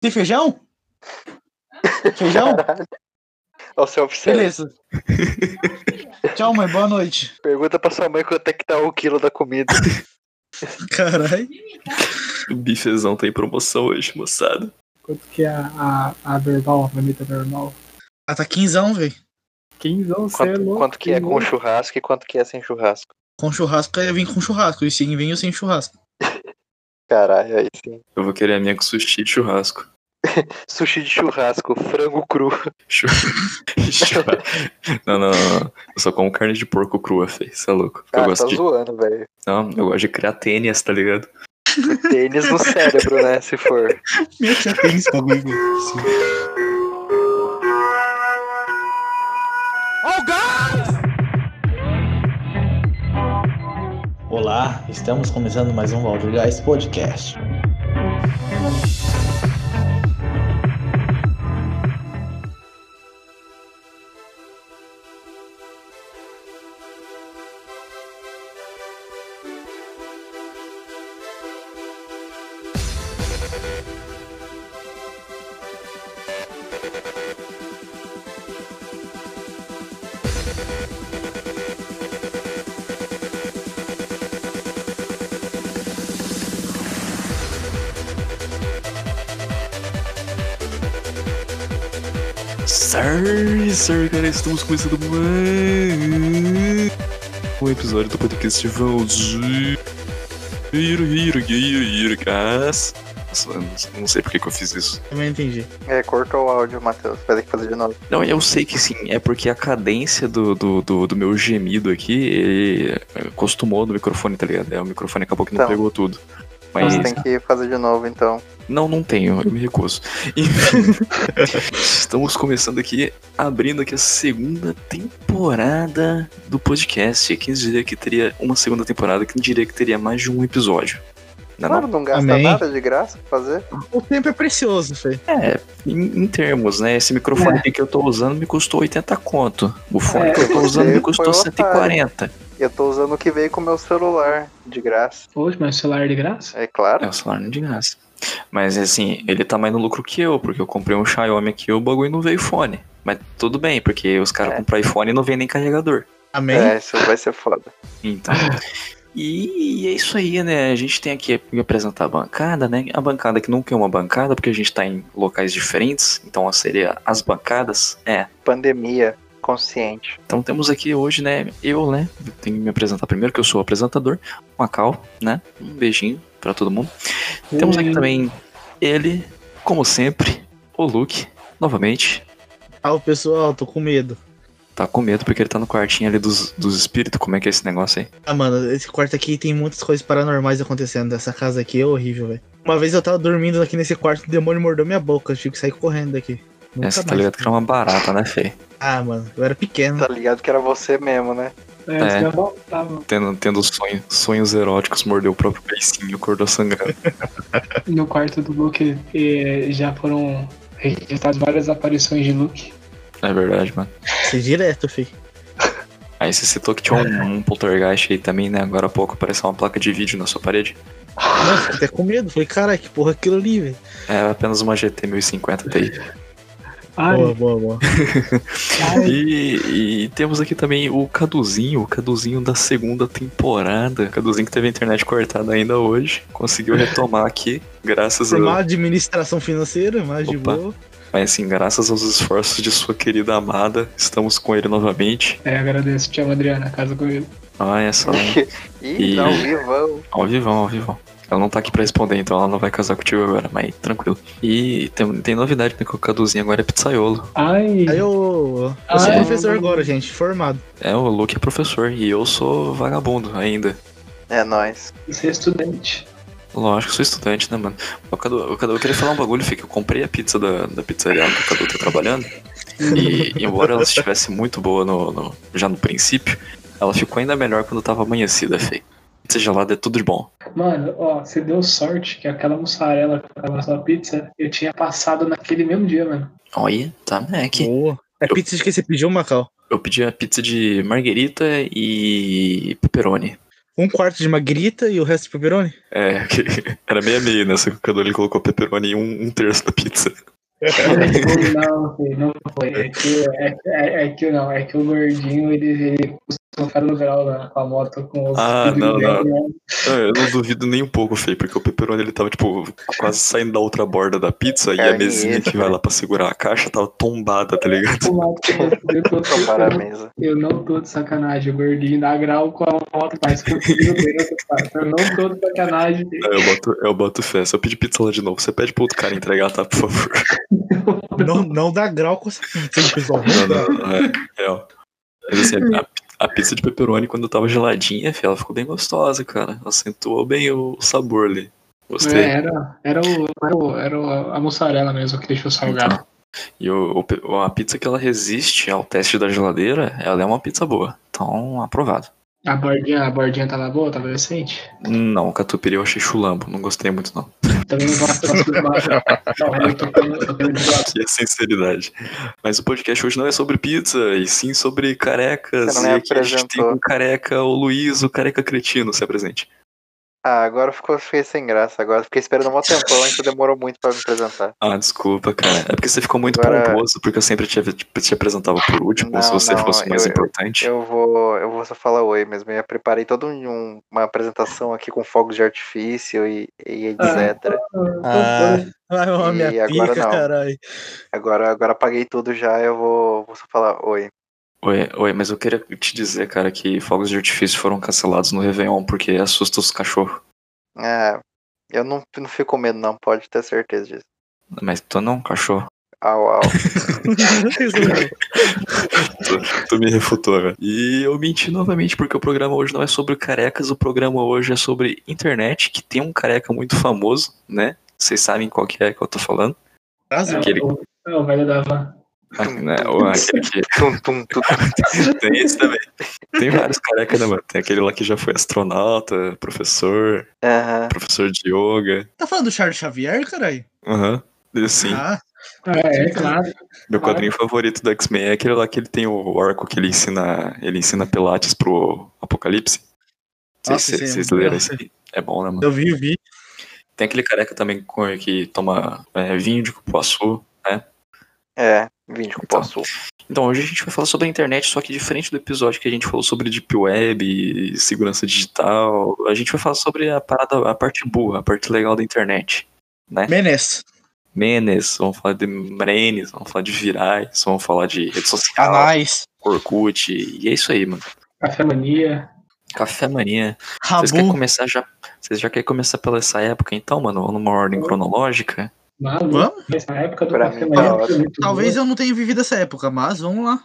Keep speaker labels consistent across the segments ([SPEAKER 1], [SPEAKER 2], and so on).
[SPEAKER 1] Tem feijão? Feijão?
[SPEAKER 2] Ao self-service.
[SPEAKER 1] Beleza. Tchau, mãe. Boa noite.
[SPEAKER 2] Pergunta pra sua mãe quanto é que tá o quilo da comida.
[SPEAKER 1] Caralho.
[SPEAKER 3] O bifezão tá em promoção hoje, moçada.
[SPEAKER 4] Quanto que é a, a, a normal, a marmita normal?
[SPEAKER 1] Ah, tá quinzão, velho.
[SPEAKER 4] 15 ou
[SPEAKER 2] Quanto, quanto que é com churrasco e quanto que é sem churrasco.
[SPEAKER 1] Com churrasco, eu vim com churrasco. E sim, venho sem churrasco.
[SPEAKER 2] Caralho, aí sim.
[SPEAKER 3] Eu vou querer a minha com sushi e churrasco.
[SPEAKER 2] Sushi de churrasco, frango cru.
[SPEAKER 3] Chu- Churra- não, não, não, não. Eu só como carne de porco crua, feio. Você é louco. Eu
[SPEAKER 2] Ah, tá
[SPEAKER 3] gosto de.
[SPEAKER 2] zoando, velho.
[SPEAKER 3] Não, eu gosto de criar tênis, tá ligado?
[SPEAKER 2] Tênis no cérebro, né? Se for.
[SPEAKER 1] Meu que já tem esse bagulho. Sim. Olá, estamos começando mais um Valdir Guys Podcast.
[SPEAKER 3] Sorry, sorry, galera. Estamos começando mais um episódio do podcast Valdir. Hiro, hiro, hiro, hiro, gas. Nossa, eu não- não sei por que que eu fiz isso.
[SPEAKER 1] Também entendi.
[SPEAKER 2] É, cortou o áudio, Matheus. Vai ter que fazer de novo.
[SPEAKER 3] Não, eu sei que sim, é porque a cadência do, do, do, do meu gemido aqui, ele acostumou no microfone, tá ligado? É, o microfone acabou que não
[SPEAKER 2] Então.
[SPEAKER 3] pegou tudo. Mas.
[SPEAKER 2] Você tem que fazer de novo, então.
[SPEAKER 3] Não, não tenho, eu me recuso. E- Estamos começando aqui, abrindo aqui a segunda temporada do podcast. Quem diria que teria uma segunda temporada? Quem diria que teria mais de um episódio? Não, é
[SPEAKER 2] Claro,
[SPEAKER 3] não.
[SPEAKER 2] não gasta
[SPEAKER 1] Amém.
[SPEAKER 2] nada de graça pra fazer.
[SPEAKER 1] O tempo é precioso, Fê.
[SPEAKER 3] É, Em, em termos, né? Esse
[SPEAKER 2] É.
[SPEAKER 3] microfone aqui que eu tô usando me custou 80 conto. O fone
[SPEAKER 4] É,
[SPEAKER 3] que eu tô
[SPEAKER 2] você
[SPEAKER 3] usando me
[SPEAKER 2] foi um
[SPEAKER 3] custou
[SPEAKER 2] otário.
[SPEAKER 3] 140.
[SPEAKER 2] Eu tô usando o que veio com o meu celular, de graça.
[SPEAKER 4] Poxa, mas o celular é de graça?
[SPEAKER 2] É claro.
[SPEAKER 3] É o celular não é de graça. Mas assim, ele tá mais no lucro que eu, porque eu comprei um Xiaomi aqui e o bagulho não veio fone. Mas tudo bem, porque os caras
[SPEAKER 2] É.
[SPEAKER 3] compram iPhone e não vem nem carregador.
[SPEAKER 1] Amém?
[SPEAKER 2] É, isso vai ser foda.
[SPEAKER 3] Então. E, e é isso aí, né? A gente tem aqui que apresentar a bancada, né? A bancada que nunca é uma bancada, porque a gente tá em locais diferentes, então seria as bancadas. É.
[SPEAKER 2] Pandemia consciente.
[SPEAKER 3] Então temos aqui hoje, né? Eu, né? Tenho que me apresentar primeiro, que eu sou o apresentador. Macau, né? Um beijinho pra todo mundo.
[SPEAKER 2] um
[SPEAKER 3] Temos
[SPEAKER 1] Hum.
[SPEAKER 3] aqui também ele, como sempre, o Luke, novamente.
[SPEAKER 1] Ah, o pessoal, tô com medo.
[SPEAKER 3] Tá com medo porque ele tá no quartinho ali dos, dos espíritos. Como é que é esse negócio aí?
[SPEAKER 1] Ah, mano, esse quarto aqui tem muitas coisas paranormais acontecendo. Essa casa aqui é horrível, velho. Uma vez eu tava dormindo aqui nesse quarto, o demônio mordeu minha boca. Eu tive que sair correndo daqui. Nunca
[SPEAKER 3] Essa tá
[SPEAKER 1] mais.
[SPEAKER 3] ligado que era uma barata, né, Fê?
[SPEAKER 1] Ah, mano, eu era pequeno.
[SPEAKER 2] Tá ligado que era você mesmo, né?
[SPEAKER 4] É,
[SPEAKER 3] É.
[SPEAKER 4] os caras voltavam.
[SPEAKER 3] tendo, tendo sonho- sonhos eróticos, mordeu o próprio peicinho, acordou sangrando.
[SPEAKER 4] No quarto do Luke eh, já foram registradas várias aparições de Luke.
[SPEAKER 3] É verdade, mano.
[SPEAKER 1] Isso é direto, fi.
[SPEAKER 3] Aí você citou que tinha um, um poltergeist aí também, né? Agora há pouco apareceu uma placa de vídeo na sua parede.
[SPEAKER 1] Nossa, fiquei até com medo. Falei, caralho, que porra é aquilo ali, velho.
[SPEAKER 3] É apenas uma GT 1050 Ti.
[SPEAKER 4] Ai,
[SPEAKER 1] Boa, boa, boa.
[SPEAKER 4] ai,
[SPEAKER 3] E, e temos aqui também o Caduzinho, o Caduzinho da segunda temporada. Caduzinho que teve a internet cortada ainda hoje. Conseguiu retomar aqui, graças
[SPEAKER 1] Você é má
[SPEAKER 3] a.
[SPEAKER 1] administração financeira, mas de
[SPEAKER 3] Opa.
[SPEAKER 1] boa.
[SPEAKER 3] Mas assim, graças aos esforços de sua querida amada, estamos com ele novamente.
[SPEAKER 4] é, agradeço, tia Adriana, casa com ele.
[SPEAKER 3] Olha só.
[SPEAKER 2] Ih,
[SPEAKER 3] E-
[SPEAKER 2] não, vivão.
[SPEAKER 3] Ao vivão, ao vivão. Ela não tá aqui pra responder, então ela não vai casar contigo agora, mas tranquilo. E tem, tem novidade, né? Que o Caduzinho agora é pizzaiolo.
[SPEAKER 4] Ai,
[SPEAKER 1] Aí eu. Eu sou
[SPEAKER 3] Ah, é.
[SPEAKER 1] professor agora, gente, formado.
[SPEAKER 3] É, o Luke é professor e eu sou vagabundo ainda.
[SPEAKER 2] É nóis.
[SPEAKER 4] você é estudante.
[SPEAKER 3] Lógico, sou estudante, né, mano? O Cadu, o Cadu eu queria falar um bagulho, Fih, que eu comprei a pizza da, da pizzaria lá que o Cadu tá trabalhando. E embora ela estivesse muito boa no, no- já no princípio, ela ficou ainda melhor quando tava amanhecida, Fih. Pizza gelada é tudo de bom.
[SPEAKER 4] Mano, ó, você deu sorte que aquela mussarela que tava na sua pizza, eu tinha passado naquele mesmo dia, mano.
[SPEAKER 3] Olha, tá, né? Que
[SPEAKER 1] Boa. É pizza de que você pediu, Macau?
[SPEAKER 3] eu pedi a pizza de marguerita e pepperoni.
[SPEAKER 1] um quarto de magrita e o resto de pepperoni?
[SPEAKER 3] É, que era meia meia, né? Só que o Cadu ele colocou pepperoni em um, um terço da pizza.
[SPEAKER 4] Não, filho, não foi. É que, é, é- é que não, é que o gordinho ele, ele custou cara no grau na, com a moto com os
[SPEAKER 3] Ah,
[SPEAKER 4] tudo
[SPEAKER 3] não,
[SPEAKER 4] grande, né?
[SPEAKER 3] Ah, Eu não duvido nem um pouco, Fê, porque o pepperoni ele tava, tipo, quase saindo da outra borda da pizza e a
[SPEAKER 2] Carne
[SPEAKER 3] mesinha que
[SPEAKER 2] extra.
[SPEAKER 3] vai lá pra segurar a caixa tava tombada, tá ligado?
[SPEAKER 4] Com moto, eu, tô-
[SPEAKER 2] Tomar a
[SPEAKER 4] eu,
[SPEAKER 2] mesa.
[SPEAKER 4] eu não tô de sacanagem, o gordinho dá grau com a moto, mas com o filho dele, cara. Eu não tô de sacanagem.
[SPEAKER 3] Ah, Eu boto, eu boto fé. Se eu pedir pizza lá de novo, você pede pro outro cara entregar, tá? Por favor.
[SPEAKER 1] Não, não dá grau com essa pizza, hein, pessoal.
[SPEAKER 3] Não, não, não, é real. Mas assim, a, a pizza de pepperoni, quando tava geladinha, Fê, ela ficou bem gostosa, cara. Acentuou bem o sabor ali. Gostei.
[SPEAKER 4] É, era, era, o, era, o, era o- a mussarela mesmo que deixou salgado.
[SPEAKER 3] E o, o pe- a pizza que ela resiste ao teste da geladeira, ela é uma pizza boa. Então, aprovado.
[SPEAKER 4] A bordinha, a bordinha tava boa, tava decente.
[SPEAKER 3] Não, catupiry eu achei chulambo, não gostei muito não.
[SPEAKER 4] Também não gosto de Não, eu tô tendo- tô tendo de lado.
[SPEAKER 3] Aqui é sinceridade. Mas o podcast hoje não é sobre pizza, e sim sobre carecas.
[SPEAKER 2] Você não me
[SPEAKER 3] e aqui a gente tem
[SPEAKER 2] apresentou.
[SPEAKER 3] o careca, o Luiz, o careca cretino, se apresente.
[SPEAKER 2] Ah, agora ficou, fiquei sem graça. Agora fiquei esperando um tempão, então demorou muito pra me apresentar.
[SPEAKER 3] Ah, desculpa, cara. É porque você ficou muito
[SPEAKER 2] Agora-
[SPEAKER 3] pomposo, porque eu sempre te, te apresentava por último, né?
[SPEAKER 2] Não,
[SPEAKER 3] se você
[SPEAKER 2] não,
[SPEAKER 3] fosse mais
[SPEAKER 2] eu- eu-
[SPEAKER 3] importante.
[SPEAKER 2] Eu vou, eu vou só falar oi mesmo. Eu preparei toda um- uma apresentação aqui com fogos de artifício e, e etc.
[SPEAKER 1] Ah, vai, ó,
[SPEAKER 2] E
[SPEAKER 1] minha
[SPEAKER 2] agora
[SPEAKER 1] pica,
[SPEAKER 2] não.
[SPEAKER 1] caralho.
[SPEAKER 2] Agora, agora apaguei tudo já. Eu vou, vou só falar oi.
[SPEAKER 3] Oi, oi, mas eu queria te dizer, cara, que fogos de artifício foram cancelados no Réveillon, porque assusta os cachorros.
[SPEAKER 2] É, eu não, não fico com medo, não. Pode ter certeza disso.
[SPEAKER 3] Mas tu não é um cachorro.
[SPEAKER 2] Au, au.
[SPEAKER 3] Tu me refutou, velho. E eu menti novamente, porque o programa hoje não é sobre carecas, o programa hoje é sobre internet, que tem um careca muito famoso, né? Vocês sabem qual que é que eu tô falando.
[SPEAKER 1] Caso,
[SPEAKER 3] Aquele-
[SPEAKER 4] O- É o velho da van.
[SPEAKER 3] Ah, né? Ou aquele que
[SPEAKER 2] Tum, tum, tum.
[SPEAKER 3] Tem esse também. Tem vários carecas, né, mano? Tem aquele lá que já foi astronauta, professor,
[SPEAKER 2] Aham.
[SPEAKER 3] professor de yoga.
[SPEAKER 1] Tá falando do Charles Xavier, caralho?
[SPEAKER 3] Aham. Sim.
[SPEAKER 1] Ah,
[SPEAKER 4] É, é claro.
[SPEAKER 3] Meu quadrinho favorito do X-Men é aquele lá que ele tem o arco que ele ensina. Ele ensina Pilates pro Apocalipse. Vocês,
[SPEAKER 1] Nossa,
[SPEAKER 3] vocês,
[SPEAKER 1] esse é
[SPEAKER 3] vocês
[SPEAKER 1] muito
[SPEAKER 3] leram
[SPEAKER 1] bom.
[SPEAKER 3] isso aí? É bom, né, mano?
[SPEAKER 1] eu vi, eu vi.
[SPEAKER 3] Tem aquele careca também com- que toma é, vinho de cupuaçu.
[SPEAKER 2] É, vim de cupuaçu.
[SPEAKER 3] Então, hoje a gente vai falar sobre a internet, só que diferente do episódio que a gente falou sobre Deep Web e segurança digital, a gente vai falar sobre a parada, a parte boa, a parte legal da internet.
[SPEAKER 1] Menes.
[SPEAKER 3] Menes, vamos falar de Mrenes, vamos falar de virais, vamos falar de rede social,
[SPEAKER 1] Anais.
[SPEAKER 3] Orkut, e é isso aí, mano.
[SPEAKER 4] Café mania.
[SPEAKER 3] Café Mania. Vocês querem
[SPEAKER 1] Rabu.
[SPEAKER 3] começar já? Vocês já querem começar pela essa época, então, mano? Ou numa ordem cronológica?
[SPEAKER 4] Maluco.
[SPEAKER 1] Vamos?
[SPEAKER 4] Nessa época do
[SPEAKER 2] Pra
[SPEAKER 4] café
[SPEAKER 2] mim,
[SPEAKER 4] mania.
[SPEAKER 2] tá
[SPEAKER 4] foi muito
[SPEAKER 1] Talvez
[SPEAKER 4] boa.
[SPEAKER 1] eu não tenha vivido essa época, mas vamos lá.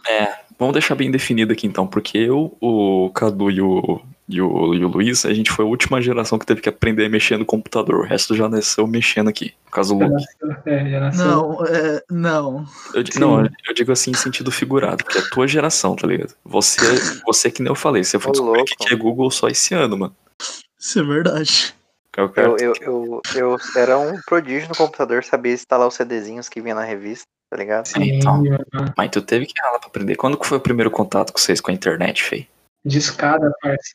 [SPEAKER 3] Vamos deixar bem definido aqui, então, porque eu, o Cadu e o, e o, e o Luiz, a gente foi a última geração que teve que aprender a mexer no computador. O resto já nasceu mexendo aqui. No caso, o
[SPEAKER 4] Já
[SPEAKER 3] Lu.
[SPEAKER 4] nasceu. É, já nasceu.
[SPEAKER 1] Não, é, não.
[SPEAKER 3] Eu, di-
[SPEAKER 4] Sim.
[SPEAKER 3] não, eu digo assim em sentido figurado, porque é a tua geração, tá ligado? Você, você que nem eu falei, você foi
[SPEAKER 2] Ô,
[SPEAKER 3] descobrir o que
[SPEAKER 2] louco.
[SPEAKER 3] que é Google só esse ano, mano.
[SPEAKER 1] Isso é verdade.
[SPEAKER 3] Eu quero-
[SPEAKER 2] Eu, eu, eu, eu era um prodígio no computador, sabia instalar os CDzinhos que vinha na revista, tá ligado?
[SPEAKER 4] Sim,
[SPEAKER 3] Então.
[SPEAKER 4] mano.
[SPEAKER 3] Mas tu teve que ralar pra aprender. Quando que foi o primeiro contato com vocês com a internet, Fê?
[SPEAKER 4] Discada, parça.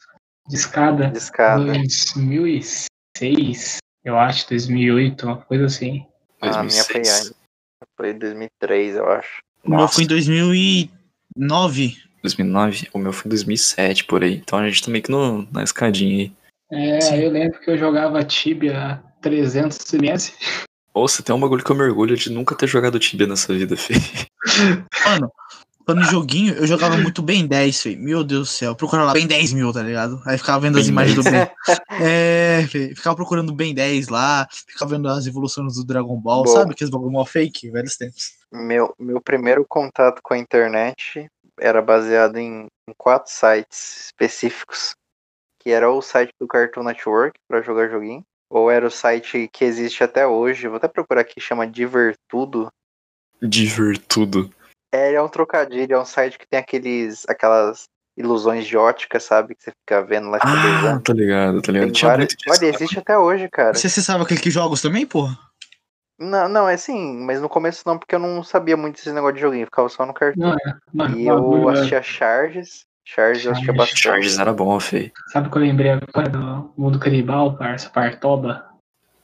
[SPEAKER 4] Discada.
[SPEAKER 2] Discada.
[SPEAKER 4] 2006, eu acho, 2008, uma coisa assim.
[SPEAKER 3] é
[SPEAKER 2] Ah, minha foi
[SPEAKER 3] 2006.
[SPEAKER 2] antes. Foi em 2003, eu acho.
[SPEAKER 1] O meu
[SPEAKER 3] Nossa,
[SPEAKER 1] foi em 2009.
[SPEAKER 3] 2009. O meu foi em 2007, por aí. Então a gente tá meio que no, na escadinha aí.
[SPEAKER 4] É,
[SPEAKER 3] Sim.
[SPEAKER 4] aí eu lembro que eu jogava Tibia a 300 ms.
[SPEAKER 3] Ou você tem um bagulho que eu mergulho de nunca ter jogado Tibia nessa vida, Fê.
[SPEAKER 1] Mano, quando joguinho, eu jogava muito bem 10, filho. Meu Deus do céu. Procura lá, bem 10 mil, tá ligado? Aí ficava vendo as
[SPEAKER 3] Ben
[SPEAKER 1] imagens do Ben. É, filho, ficava procurando bem 10 lá, ficava vendo as evoluções do Dragon Ball,
[SPEAKER 2] Bom.
[SPEAKER 1] sabe? Aqueles Dragon Ball fake, velhos tempos.
[SPEAKER 2] Meu, meu primeiro contato com a internet era baseado em, em quatro sites específicos. Que era ou o site do Cartoon Network pra jogar joguinho, ou era o site que existe até hoje, vou até procurar aqui, chama Divertudo.
[SPEAKER 3] Divertudo.
[SPEAKER 2] É, ele é um trocadilho, é um site que tem aqueles, aquelas ilusões de ótica, sabe? Que você fica vendo lá, fica
[SPEAKER 3] Ah,
[SPEAKER 2] desenhando.
[SPEAKER 3] tá ligado, tá ligado.
[SPEAKER 2] Tem
[SPEAKER 3] Tinha
[SPEAKER 2] vários...
[SPEAKER 3] muito disso.
[SPEAKER 2] Olha, existe até hoje, cara.
[SPEAKER 1] Você acessava clique jogos também, porra?
[SPEAKER 2] Não, não, é assim, mas no começo não, porque eu não sabia muito desse negócio de joguinho, eu ficava só no cartão.
[SPEAKER 4] Mano,
[SPEAKER 2] E
[SPEAKER 4] bagulho,
[SPEAKER 2] eu
[SPEAKER 4] mano.
[SPEAKER 2] assistia Charges, Charges eu assistia bastante.
[SPEAKER 3] Charges né? era bom, feio.
[SPEAKER 4] Sabe o que eu lembrei agora do mundo canibal, parça? Partoba.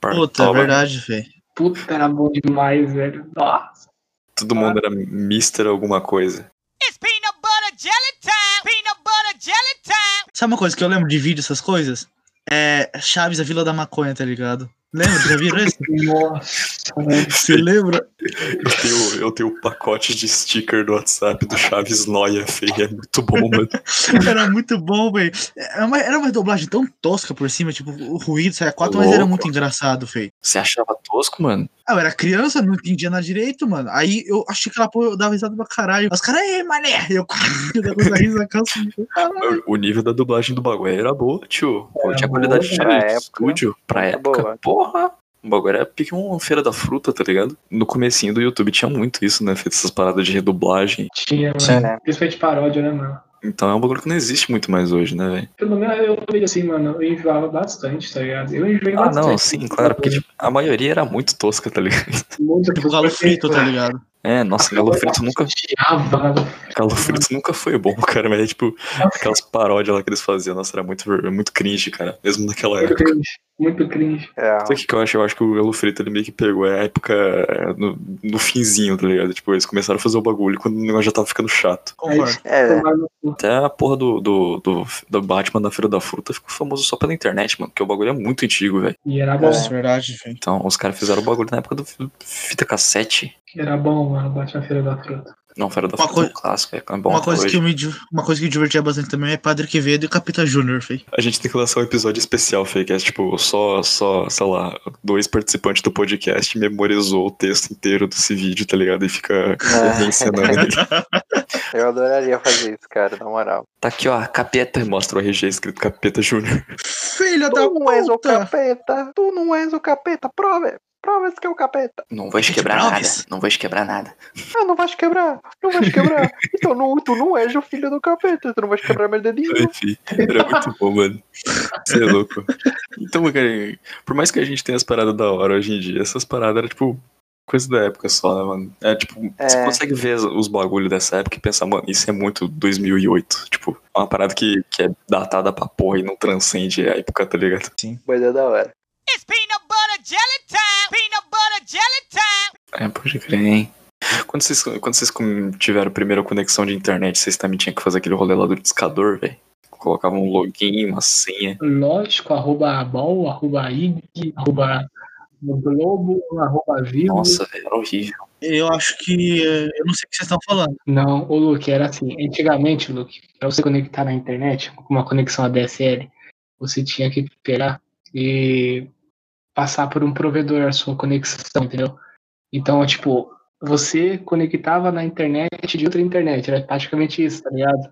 [SPEAKER 1] Puta, é verdade, velho.
[SPEAKER 4] Puta, era bom demais, velho. Nossa.
[SPEAKER 3] Todo mundo era mister alguma coisa.
[SPEAKER 5] It's peanut butter jelly time! Peanut butter jelly time!
[SPEAKER 1] Sabe uma coisa que eu lembro de vídeo, essas coisas? É Chaves, a Vila da Maconha, tá ligado? Lembra? Já viram esse?
[SPEAKER 4] Nossa, velho.
[SPEAKER 1] Você lembra?
[SPEAKER 3] Eu tenho, eu tenho um pacote de sticker do WhatsApp do Chaves Noia, feio. É muito bom, mano.
[SPEAKER 1] Era muito bom, velho. Era uma, era uma dublagem tão tosca por cima, tipo, o ruído saia quatro, mas era
[SPEAKER 3] Louco.
[SPEAKER 1] muito engraçado, feio.
[SPEAKER 3] Você achava tosco, mano?
[SPEAKER 1] Ah, eu era criança, não entendia nada direito, mano. Aí eu achei que ela pô, eu dava risada pra caralho. Os caras, ei, mané! E Eu, eu dava risada cansa. Caralho.
[SPEAKER 3] O nível da dublagem do bagulho era boa, tio. Pô,
[SPEAKER 4] Era
[SPEAKER 3] tinha
[SPEAKER 4] boa,
[SPEAKER 3] qualidade de
[SPEAKER 2] pra
[SPEAKER 3] de
[SPEAKER 2] época.
[SPEAKER 3] estúdio pra
[SPEAKER 2] Era
[SPEAKER 3] época.
[SPEAKER 2] boa.
[SPEAKER 3] Porra! O bagulho era pique uma feira da fruta, tá ligado? No comecinho do YouTube tinha muito isso, né? Feito essas paradas de redublagem.
[SPEAKER 4] Tinha, mano.
[SPEAKER 1] Sim.
[SPEAKER 2] É.
[SPEAKER 4] Principalmente paródia, né, mano?
[SPEAKER 3] Então é um bagulho que não existe muito mais hoje, né, velho?
[SPEAKER 4] Pelo menos eu vejo assim, mano, eu enjoava bastante, tá ligado? Eu enjoei
[SPEAKER 3] Ah,
[SPEAKER 4] bastante.
[SPEAKER 3] não, sim, claro, porque tipo, a maioria era muito tosca, tá ligado?
[SPEAKER 4] Muito
[SPEAKER 1] Tipo, galo frito, tá ligado?
[SPEAKER 3] É, nossa, Galo Frito nunca,
[SPEAKER 4] Chiava,
[SPEAKER 3] Galo Frito nunca foi bom, cara, mas é tipo aquelas paródias lá que eles faziam, nossa, era muito, ver- muito cringe, cara, mesmo naquela
[SPEAKER 4] muito
[SPEAKER 3] época.
[SPEAKER 4] cringe, muito cringe.
[SPEAKER 2] É,
[SPEAKER 3] Sabe o que que eu acho? Eu acho que o Galo Frito ele meio que pegou a época eh, no, no finzinho, tá ligado? Tipo, eles começaram a fazer o bagulho quando o negócio já tava ficando chato.
[SPEAKER 1] Concordo.
[SPEAKER 2] é,
[SPEAKER 4] Tomar no cu.
[SPEAKER 3] Até a porra do, do, do, do Batman da Feira da Fruta ficou famoso só pela internet, mano, porque o bagulho é muito antigo, velho.
[SPEAKER 4] E era é
[SPEAKER 3] É.
[SPEAKER 4] bom,
[SPEAKER 1] Nossa, É verdade, velho.
[SPEAKER 3] Então, os caras fizeram o bagulho na época do fi- fita cassete.
[SPEAKER 4] era bom, mano, bate na feira da fruta.
[SPEAKER 3] Não, Feira da
[SPEAKER 1] Uma
[SPEAKER 3] Fruta é um
[SPEAKER 1] coi-
[SPEAKER 3] clássico, é bom.
[SPEAKER 1] Uma
[SPEAKER 3] até
[SPEAKER 1] coisa,
[SPEAKER 3] hoje.
[SPEAKER 1] que eu me, di- uma coisa que eu divertia bastante também é Padre Quevedo e Capita Júnior, feio.
[SPEAKER 3] A gente tem que lançar um episódio especial, Fê, que é tipo, só, só, sei lá, dois participantes do podcast memorizou o texto inteiro desse vídeo, tá ligado? E fica
[SPEAKER 2] É.
[SPEAKER 3] ensinando ele.
[SPEAKER 2] eu adoraria fazer isso, cara, na moral.
[SPEAKER 3] Tá aqui, ó, capeta, e mostra o RG escrito Capeta Júnior.
[SPEAKER 1] Filha da
[SPEAKER 2] Tu não és o
[SPEAKER 1] puta!
[SPEAKER 2] capeta, tu não és o capeta, prova, prova que é o capeta.
[SPEAKER 3] Não vou
[SPEAKER 1] te quebrar nada,
[SPEAKER 3] não vou te quebrar nada.
[SPEAKER 2] Ah, não vai te quebrar, não vai te quebrar. Então não, tu não és o filho do capeta, tu não vai te quebrar meu dedinho.
[SPEAKER 3] Era é muito bom, mano. Você é louco. Então, cara, por mais que a gente tenha as paradas da hora hoje em dia, essas paradas eram tipo coisa da época só, né, mano? É tipo, você
[SPEAKER 2] É.
[SPEAKER 3] consegue ver as- os bagulhos dessa época e pensar, mano, isso é muito 2008. Tipo, é uma parada que, que é datada pra porra e não transcende a época, tá ligado?
[SPEAKER 2] Mas é da hora.
[SPEAKER 5] It's peanut butter jelly time! Peanut butter jelly time!
[SPEAKER 3] É, pode crer, hein? Quando vocês, quando vocês com- tiveram a primeira conexão de internet, vocês também tinham que fazer aquele rolê lá do discador, velho? Colocavam um login, uma senha.
[SPEAKER 4] Lógico, arroba abol, arroba ig, arroba globo, arroba vivo.
[SPEAKER 3] Nossa, velho, era horrível.
[SPEAKER 1] Eu acho que. eh, Eu não sei o que vocês estão falando.
[SPEAKER 4] Não, o Luke, era assim. Antigamente, Luke, para você conectar na internet com uma conexão ADSL, você tinha que pegar e passar por um provedor a sua conexão, entendeu? Então, tipo, você conectava na internet de outra internet, era praticamente isso, tá ligado?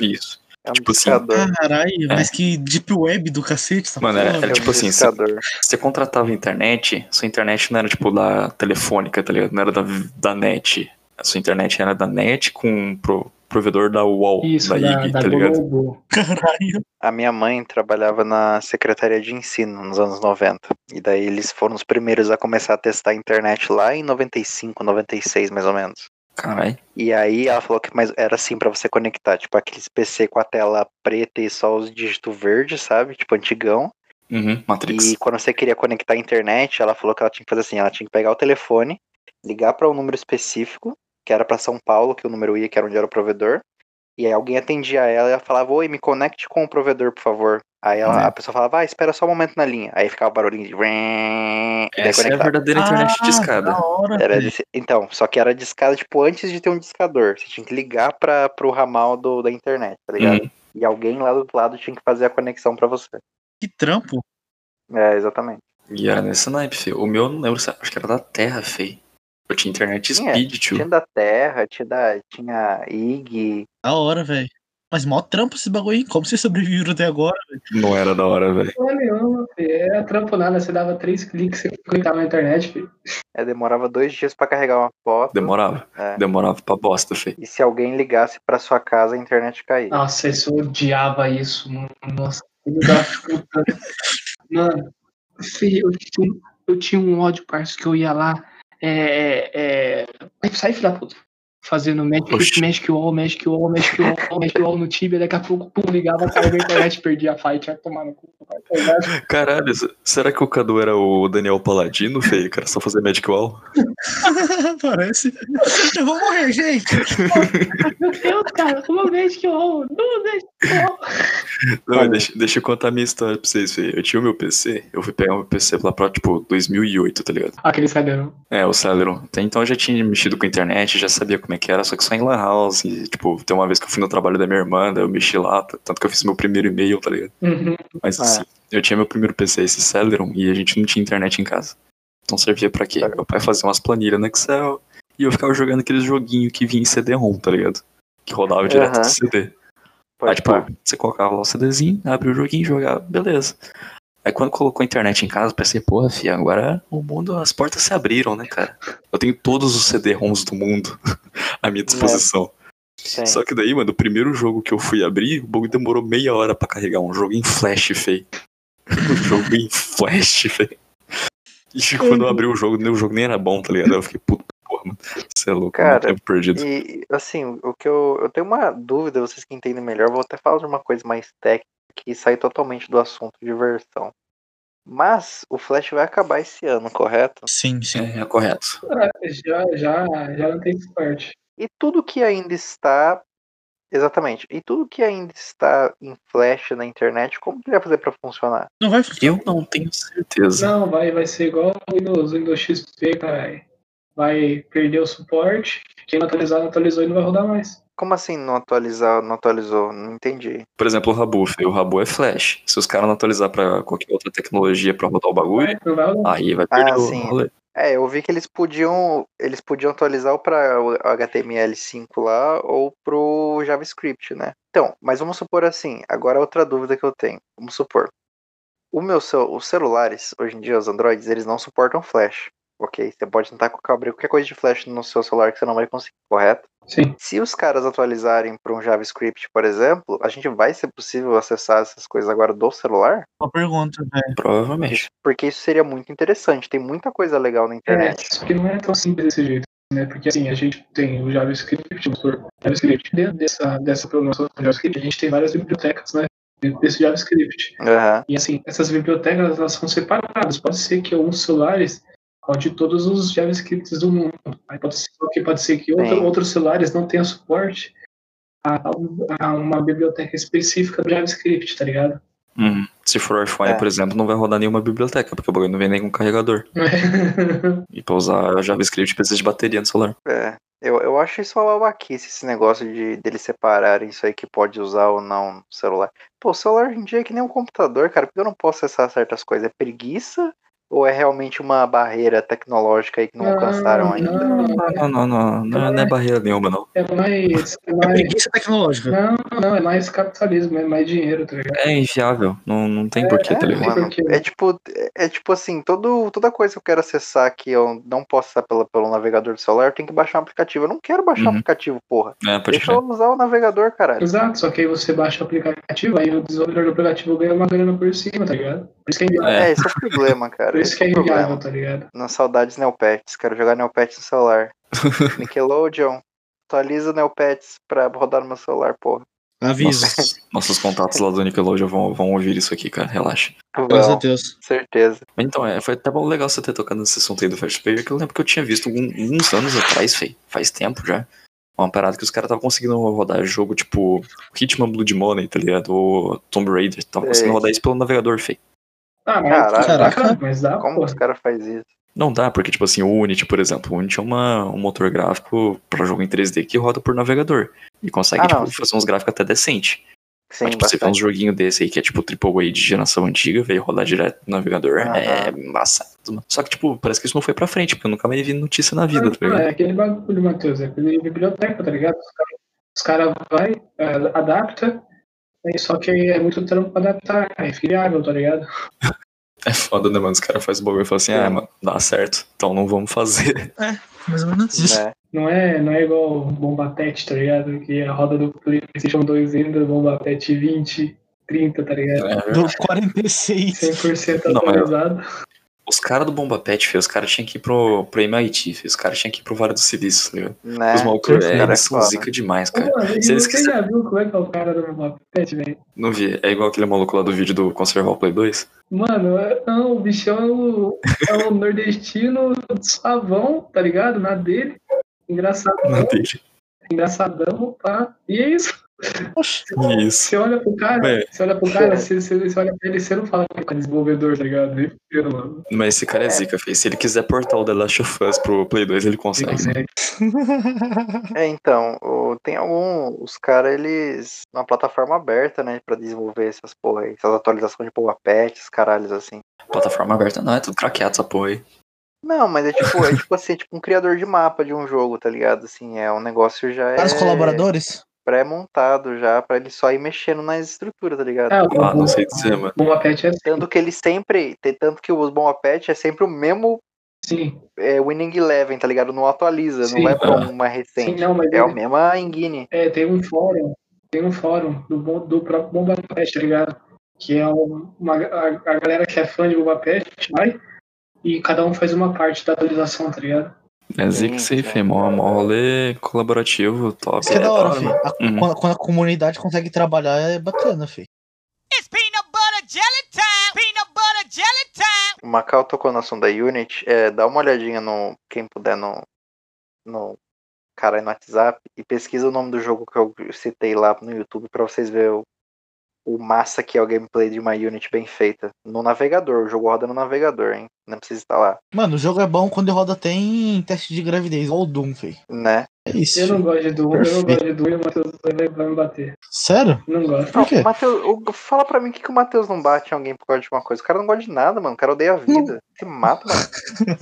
[SPEAKER 3] Isso.
[SPEAKER 2] É um
[SPEAKER 3] Tipo assim,
[SPEAKER 2] discador.
[SPEAKER 1] Caralho, mas que Deep Web do cacete. tá essa
[SPEAKER 3] Mano, era-
[SPEAKER 1] porra,
[SPEAKER 3] era
[SPEAKER 2] É um
[SPEAKER 1] velho.
[SPEAKER 3] tipo assim, se-
[SPEAKER 2] discador.
[SPEAKER 3] Você contratava internet, sua internet não era tipo da telefônica, tá ligado? Não era da, da net. A sua internet era da net com um pro, provedor da UOL,
[SPEAKER 4] Isso,
[SPEAKER 3] da,
[SPEAKER 4] da,
[SPEAKER 3] IG,
[SPEAKER 4] da
[SPEAKER 3] tá ligado?
[SPEAKER 4] Globo.
[SPEAKER 1] Caralho.
[SPEAKER 2] A minha mãe trabalhava na Secretaria de Ensino nos anos 90. E daí eles foram os primeiros a começar a testar a internet lá em 95, 96, mais ou menos.
[SPEAKER 3] Caralho.
[SPEAKER 2] E aí ela falou que mas era assim pra você conectar, tipo aqueles PC com a tela preta e só os dígitos verdes, sabe? Tipo antigão.
[SPEAKER 3] Uhum, Matrix.
[SPEAKER 2] E quando você queria conectar a internet, ela falou que ela tinha que fazer assim, ela tinha que pegar o telefone, ligar pra um número específico, que era pra São Paulo, que o número ia, que era onde era o provedor. E aí alguém atendia ela e ela falava: "Oi, me conecte com o provedor, por favor". Aí ela-
[SPEAKER 3] Uhum.
[SPEAKER 2] a pessoa falava: "Ah, espera só um momento na linha". Aí ficava o barulhinho de e daí
[SPEAKER 3] Essa é a
[SPEAKER 2] conectava.
[SPEAKER 3] verdadeira internet
[SPEAKER 1] Ah,
[SPEAKER 3] de escada.
[SPEAKER 1] Da hora,
[SPEAKER 2] Era
[SPEAKER 1] velho.
[SPEAKER 2] desse- então, só que era de escada, tipo, antes de ter um discador. Você tinha que ligar pra, pro ramal do, da internet, tá ligado?
[SPEAKER 3] Uhum.
[SPEAKER 2] E alguém lá do outro lado tinha que fazer a conexão pra você.
[SPEAKER 1] Que trampo.
[SPEAKER 2] É, exatamente.
[SPEAKER 3] E era nesse naipe, feio. O meu eu não lembro, se- acho que era da Terra, feio. Eu tinha internet
[SPEAKER 2] Sim, é.
[SPEAKER 3] speed,
[SPEAKER 2] Tinha
[SPEAKER 3] tio.
[SPEAKER 2] da Terra, tinha, da, tinha IG.
[SPEAKER 1] Da hora, velho. Mas mó trampo esse bagulho aí. Como vocês sobreviveram até agora?
[SPEAKER 3] Não era da hora, velho.
[SPEAKER 4] Não é nenhuma, filho, era é trampo nada, você dava três cliques e conectava na internet, filho.
[SPEAKER 2] É, demorava dois dias pra carregar uma foto.
[SPEAKER 3] Demorava.
[SPEAKER 2] É.
[SPEAKER 3] Demorava pra bosta, feio.
[SPEAKER 2] E se alguém ligasse pra sua casa, a internet caía.
[SPEAKER 4] Nossa, isso eu odiava isso, mano. Nossa, filho da puta. Mano, filho, eu tinha, eu tinha um ódio, parceiro, que eu ia lá. É, é, é, sai, filho da puta. fazendo Magic,
[SPEAKER 3] Oxi.
[SPEAKER 4] Magic Wall, Magic Wall, Magic Wall, Magic Wall no Tibia, daqui a pouco pum, ligava, caiu na internet, perdia a fight, ia tomar no cu. vai tomar no cu.
[SPEAKER 3] Caralho, se- será que o Cadu era o Daniel Paladino, feio? Cara, só fazer Magic Wall?
[SPEAKER 1] Parece. Eu vou morrer, gente.
[SPEAKER 4] Meu Deus, cara, uma Magic Wall, duas Magic Wall.
[SPEAKER 3] Não, deixa, deixa eu contar a minha história pra vocês, feio. Eu tinha o meu PC, eu fui pegar o meu PC lá pra, tipo, 2008, tá ligado?
[SPEAKER 4] Aquele caderno.
[SPEAKER 3] É, o Celeron. Até então eu já tinha mexido com a internet, já sabia como é que era, só que só em lan house. E, tipo, tem uma vez que eu fui no trabalho da minha irmã, daí eu mexi lá, t- tanto que eu fiz meu primeiro e-mail, tá ligado?
[SPEAKER 4] Uhum.
[SPEAKER 3] Mas
[SPEAKER 2] Ah.
[SPEAKER 3] assim, eu tinha meu primeiro PC, esse Celeron, e a gente não tinha internet em casa. Então servia pra quê? Meu pai fazia umas planilhas no Excel, e eu ficava jogando aqueles joguinhos que vinha em CD-ROM, tá ligado? Que rodava direto
[SPEAKER 2] Aham.
[SPEAKER 3] do CD. Aí,
[SPEAKER 2] Pode
[SPEAKER 3] tipo,
[SPEAKER 2] pá.
[SPEAKER 3] você colocava lá o CDzinho, abria o joguinho, jogava, beleza. Aí quando colocou a internet em casa, eu pensei, porra, filho, agora o mundo, as portas se abriram, né, cara? Eu tenho todos os CD-ROMs do mundo à
[SPEAKER 2] Né,
[SPEAKER 3] minha disposição.
[SPEAKER 2] Sim.
[SPEAKER 3] Só que daí, mano, o primeiro jogo que eu fui abrir, o bagulho demorou meia hora pra carregar. Um jogo em flash, feio. Um jogo em flash, feio. E quando eu abri o jogo, nem- o jogo nem era bom, tá ligado? Aí Eu fiquei, puta, porra, mano, você é louco,
[SPEAKER 2] Cara,
[SPEAKER 3] muito tempo perdido.
[SPEAKER 2] E, assim, o que eu, eu tenho uma dúvida, vocês que entendem melhor, vou até falar de uma coisa mais técnica que sai totalmente do assunto de versão. Mas o Flash vai acabar esse ano, correto?
[SPEAKER 1] Sim, sim.
[SPEAKER 3] É, é correto.
[SPEAKER 4] Já, já, já não tem sorte.
[SPEAKER 2] E tudo que ainda está. Exatamente. E tudo que ainda está em Flash na internet, como que ele vai fazer para funcionar?
[SPEAKER 1] Não vai ficar.
[SPEAKER 3] Eu não tenho certeza.
[SPEAKER 4] Não, vai, vai ser igual o Windows, Windows XP, caralho. Vai perder o suporte, quem não atualizar, não atualizou e não vai rodar mais.
[SPEAKER 2] Como assim não atualizar, não atualizou? Não entendi.
[SPEAKER 3] Por exemplo, o Rabu. filho, O Rabu é flash. Se os caras não atualizar pra qualquer outra tecnologia pra rodar o bagulho,
[SPEAKER 4] Não vai rodar.
[SPEAKER 3] aí vai perder o
[SPEAKER 2] Ah, sim.
[SPEAKER 3] rolê.
[SPEAKER 2] É, eu vi que eles podiam. Eles podiam atualizar ou para o HTML5 lá ou pro JavaScript, né? Então, mas vamos supor assim, agora outra dúvida que eu tenho. Vamos supor. O meu cel- os celulares, hoje em dia, os Androids, eles não suportam flash. Ok? Você pode tentar co- abrir qualquer coisa de flash no seu celular que você não vai conseguir, correto?
[SPEAKER 4] Sim.
[SPEAKER 2] Se os caras atualizarem para um JavaScript, por exemplo, a gente vai ser possível acessar essas coisas agora do celular?
[SPEAKER 1] Uma pergunta,
[SPEAKER 2] é.
[SPEAKER 1] velho.
[SPEAKER 3] Provavelmente.
[SPEAKER 2] Porque isso seria muito interessante. Tem muita coisa legal na
[SPEAKER 4] É,
[SPEAKER 2] internet.
[SPEAKER 4] só que não é tão simples desse jeito, né? Porque assim, a gente tem o JavaScript, vamos supor, JavaScript. Dentro dessa, dessa programação do JavaScript, a gente tem várias bibliotecas, né? Dentro desse JavaScript.
[SPEAKER 3] É.
[SPEAKER 2] Aham.
[SPEAKER 4] E assim, essas bibliotecas elas são separadas. Pode ser que alguns celulares rode todos os JavaScripts do mundo. Aí pode ser que pode ser que outro-
[SPEAKER 2] Sim.
[SPEAKER 4] outros celulares não tenham suporte a, a uma biblioteca específica do JavaScript, tá ligado?
[SPEAKER 3] Uhum. Se for iPhone,
[SPEAKER 2] É.
[SPEAKER 3] por exemplo, não vai rodar nenhuma biblioteca, porque o bagulho não vem nem com carregador.
[SPEAKER 4] é?
[SPEAKER 3] E pra usar JavaScript precisa de bateria no celular.
[SPEAKER 2] É, eu, eu acho isso uma babaquice, esse negócio de deles separarem isso aí que pode usar ou não no celular. Pô, o celular hoje em dia é que nem um computador, cara, porque eu não posso acessar certas coisas. É preguiça ou é realmente uma barreira tecnológica aí que não, alcançaram ainda?
[SPEAKER 4] Não,
[SPEAKER 3] Não, não, não. Não, é- não é barreira nenhuma, não.
[SPEAKER 4] é mais, é
[SPEAKER 1] É
[SPEAKER 4] mais
[SPEAKER 1] preguiça tecnológica.
[SPEAKER 4] não, não, é mais capitalismo, é mais dinheiro, tá ligado?
[SPEAKER 3] É inviável. Não, não tem porquê, tá
[SPEAKER 2] É,
[SPEAKER 3] ligado?
[SPEAKER 2] mano,
[SPEAKER 4] Porque-
[SPEAKER 2] é tipo, é, é tipo assim, todo, toda coisa que eu quero acessar que eu não posso acessar pela, pelo navegador do celular, eu tenho que baixar um aplicativo. Eu não quero baixar um
[SPEAKER 3] Uhum.
[SPEAKER 2] aplicativo, porra.
[SPEAKER 3] É, pode
[SPEAKER 2] Deixa
[SPEAKER 3] crer.
[SPEAKER 2] eu usar o navegador, caralho.
[SPEAKER 4] Exato, só que aí você baixa o aplicativo, aí o desenvolvedor do aplicativo ganha uma grana por cima, tá ligado? Por isso que é inviável,
[SPEAKER 3] É.
[SPEAKER 2] É, esse é o problema, cara.
[SPEAKER 4] por isso que é
[SPEAKER 2] esse o problema.
[SPEAKER 4] inviável tá ligado?
[SPEAKER 2] Não, saudades Neopets. Quero jogar Neopets no celular. Nickelodeon, atualiza o Neopets pra rodar no meu celular, porra.
[SPEAKER 1] Aviso.
[SPEAKER 3] Nossos, nossos contatos lá do Nickelodeon vão, vão ouvir isso aqui, cara. Relaxa.
[SPEAKER 1] Graças a
[SPEAKER 2] Vão,
[SPEAKER 1] Deus.
[SPEAKER 2] certeza.
[SPEAKER 3] Mas Então, é, foi até bom legal você ter tocado nesse assunto aí do Fast Player, que eu lembro que eu tinha visto um- uns anos atrás, fei, faz tempo já. Uma parada que os caras estavam conseguindo rodar jogo tipo Hitman Blood Money, tá ligado? Ou Tomb Raider, tava
[SPEAKER 2] Sei.
[SPEAKER 3] conseguindo rodar isso pelo navegador, fei.
[SPEAKER 4] Ah, mas,
[SPEAKER 2] Caraca.
[SPEAKER 4] Caraca, mas dá,
[SPEAKER 2] Como
[SPEAKER 4] Ah, pô.
[SPEAKER 2] os caras fazem isso?
[SPEAKER 3] Não dá, porque, tipo assim, o Unity, por exemplo, o Unity é uma, um motor gráfico pra jogo em 3D que roda por navegador. E consegue,
[SPEAKER 2] Ah,
[SPEAKER 3] tipo,
[SPEAKER 2] não.
[SPEAKER 3] fazer uns gráficos até decente.
[SPEAKER 2] Sim,
[SPEAKER 3] Mas, tipo, você vê uns
[SPEAKER 2] bastante.
[SPEAKER 3] joguinhos desse aí que é tipo AAA de geração antiga, veio rodar direto no navegador.
[SPEAKER 2] Ah,
[SPEAKER 3] é massa. Só que, tipo, parece que isso não foi pra frente, porque eu nunca mais vi notícia na vida, tá ligado?
[SPEAKER 4] É aquele bagulho, Matheus, é aquele biblioteca, tá ligado? Os caras cara vai, é, adapta, aí só que é muito trampo pra adaptar, é infiável, tá ligado?
[SPEAKER 3] É foda, né, mano? Os caras fazem o bagulho e falam assim, ah, mano, dá certo, então não vamos fazer.
[SPEAKER 1] Mais ou menos isso.
[SPEAKER 2] Né?
[SPEAKER 4] Não é, não é igual o Bomba Pet, tá ligado? Que a roda do PlayStation 2 ainda, Bomba Pet 20, 30, tá ligado?
[SPEAKER 1] Do 46.
[SPEAKER 4] 100%
[SPEAKER 3] Não, mas-
[SPEAKER 4] atualizado.
[SPEAKER 3] Os caras do Bomba Pet, filho, os caras tinham que ir pro, pro MIT, filho, os caras tinham que ir pro Vale do Silício, tá ligado?
[SPEAKER 2] Né?
[SPEAKER 3] Os malucos
[SPEAKER 1] sim,
[SPEAKER 3] é,
[SPEAKER 2] cara,
[SPEAKER 3] eles são
[SPEAKER 2] foda.
[SPEAKER 3] zica demais,
[SPEAKER 4] Ô,
[SPEAKER 3] cara.
[SPEAKER 4] mano, e
[SPEAKER 3] se eles
[SPEAKER 4] você já viu como é que é o cara do Boba Fett, velho?
[SPEAKER 3] Não vi, é igual aquele maluco lá do vídeo do Conservar o Play 2.
[SPEAKER 4] Mano, é- não, o bichão é o, é o nordestino suavão, tá ligado? Na dele.
[SPEAKER 3] Não
[SPEAKER 4] Engraçadão,
[SPEAKER 3] dele.
[SPEAKER 4] engraçadão, pá. E é isso.
[SPEAKER 3] Isso.
[SPEAKER 4] Você olha pro cara,
[SPEAKER 3] É.
[SPEAKER 4] você olha pro cara, você, você, você olha pra ele, você não fala que é desenvolvedor, tá ligado? Nem fudendo, mano.
[SPEAKER 3] Mas esse cara é zica, filho. Se ele quiser portar o The Last of Us pro Play 2, ele
[SPEAKER 4] Não
[SPEAKER 3] consegue.
[SPEAKER 4] consegue.
[SPEAKER 2] É, então, o- tem algum. Os caras, eles. Uma plataforma aberta, né? Pra desenvolver essas porra aí. Essas atualizações de Boba Pet, esses caralhos assim.
[SPEAKER 3] Plataforma aberta não, é tudo craqueado essa porra aí.
[SPEAKER 2] Não, mas é tipo, é tipo assim, é tipo um criador de mapa de um jogo, tá ligado? Assim, é um negócio já
[SPEAKER 6] Vários
[SPEAKER 2] é
[SPEAKER 6] colaboradores?
[SPEAKER 2] pré-montado já, pra ele só ir mexendo nas estruturas, tá ligado?
[SPEAKER 4] Ah, o
[SPEAKER 3] Ah, não
[SPEAKER 4] Boba-
[SPEAKER 3] sei dizer, mano.
[SPEAKER 4] o Boba Pet é assim.
[SPEAKER 2] Tanto que ele sempre. tem- Tanto que os Boba Pet é sempre o mesmo
[SPEAKER 4] Sim,
[SPEAKER 2] é, Winning Eleven, tá ligado? Não atualiza,
[SPEAKER 4] Sim.
[SPEAKER 2] não vai pra
[SPEAKER 3] Ah.
[SPEAKER 2] uma
[SPEAKER 4] sim,
[SPEAKER 2] recente.
[SPEAKER 4] não, mas
[SPEAKER 2] É
[SPEAKER 4] ele-
[SPEAKER 2] o mesmo a Engine.
[SPEAKER 4] É, tem um fórum, tem um fórum do, bom- do próprio Bomba Pet, tá ligado? Que é um- uma, a, a galera que é fã de Bomba Pet, vai, e cada um faz uma parte da atualização, tá ligado?
[SPEAKER 3] É zica isso aí, filho. Mó mó rolê colaborativo, top.
[SPEAKER 6] Isso que é da hora, filho. A-
[SPEAKER 3] Uhum.
[SPEAKER 6] Quando, quando a comunidade consegue trabalhar é bacana, filho.
[SPEAKER 5] It's peanut butter jelly time. Peanut butter jelly time.
[SPEAKER 2] O Macau tocou no assunto da Unity. É, dá uma olhadinha no. Quem puder no. No. Cara, aí no WhatsApp. E pesquisa o nome do jogo que eu citei lá no YouTube pra vocês verem o, o massa que é o gameplay de uma Unity bem feita. No navegador. O jogo roda no navegador, hein? Não precisa instalar.
[SPEAKER 6] Mano, o jogo é bom quando roda até em teste de gravidez, igual o Doom, filho.
[SPEAKER 2] Né?
[SPEAKER 6] É isso.
[SPEAKER 4] Eu não
[SPEAKER 6] filho.
[SPEAKER 4] gosto de Doom, eu não gosto de Doom e o Matheus vai- vai me bater.
[SPEAKER 6] Sério?
[SPEAKER 4] Não gosto.
[SPEAKER 6] Por quê?
[SPEAKER 2] Não, Mateus, o- fala pra mim o que, que o Matheus não bate em alguém por causa de uma coisa. O cara não gosta de nada, mano. O cara odeia a vida. Se mata, mano.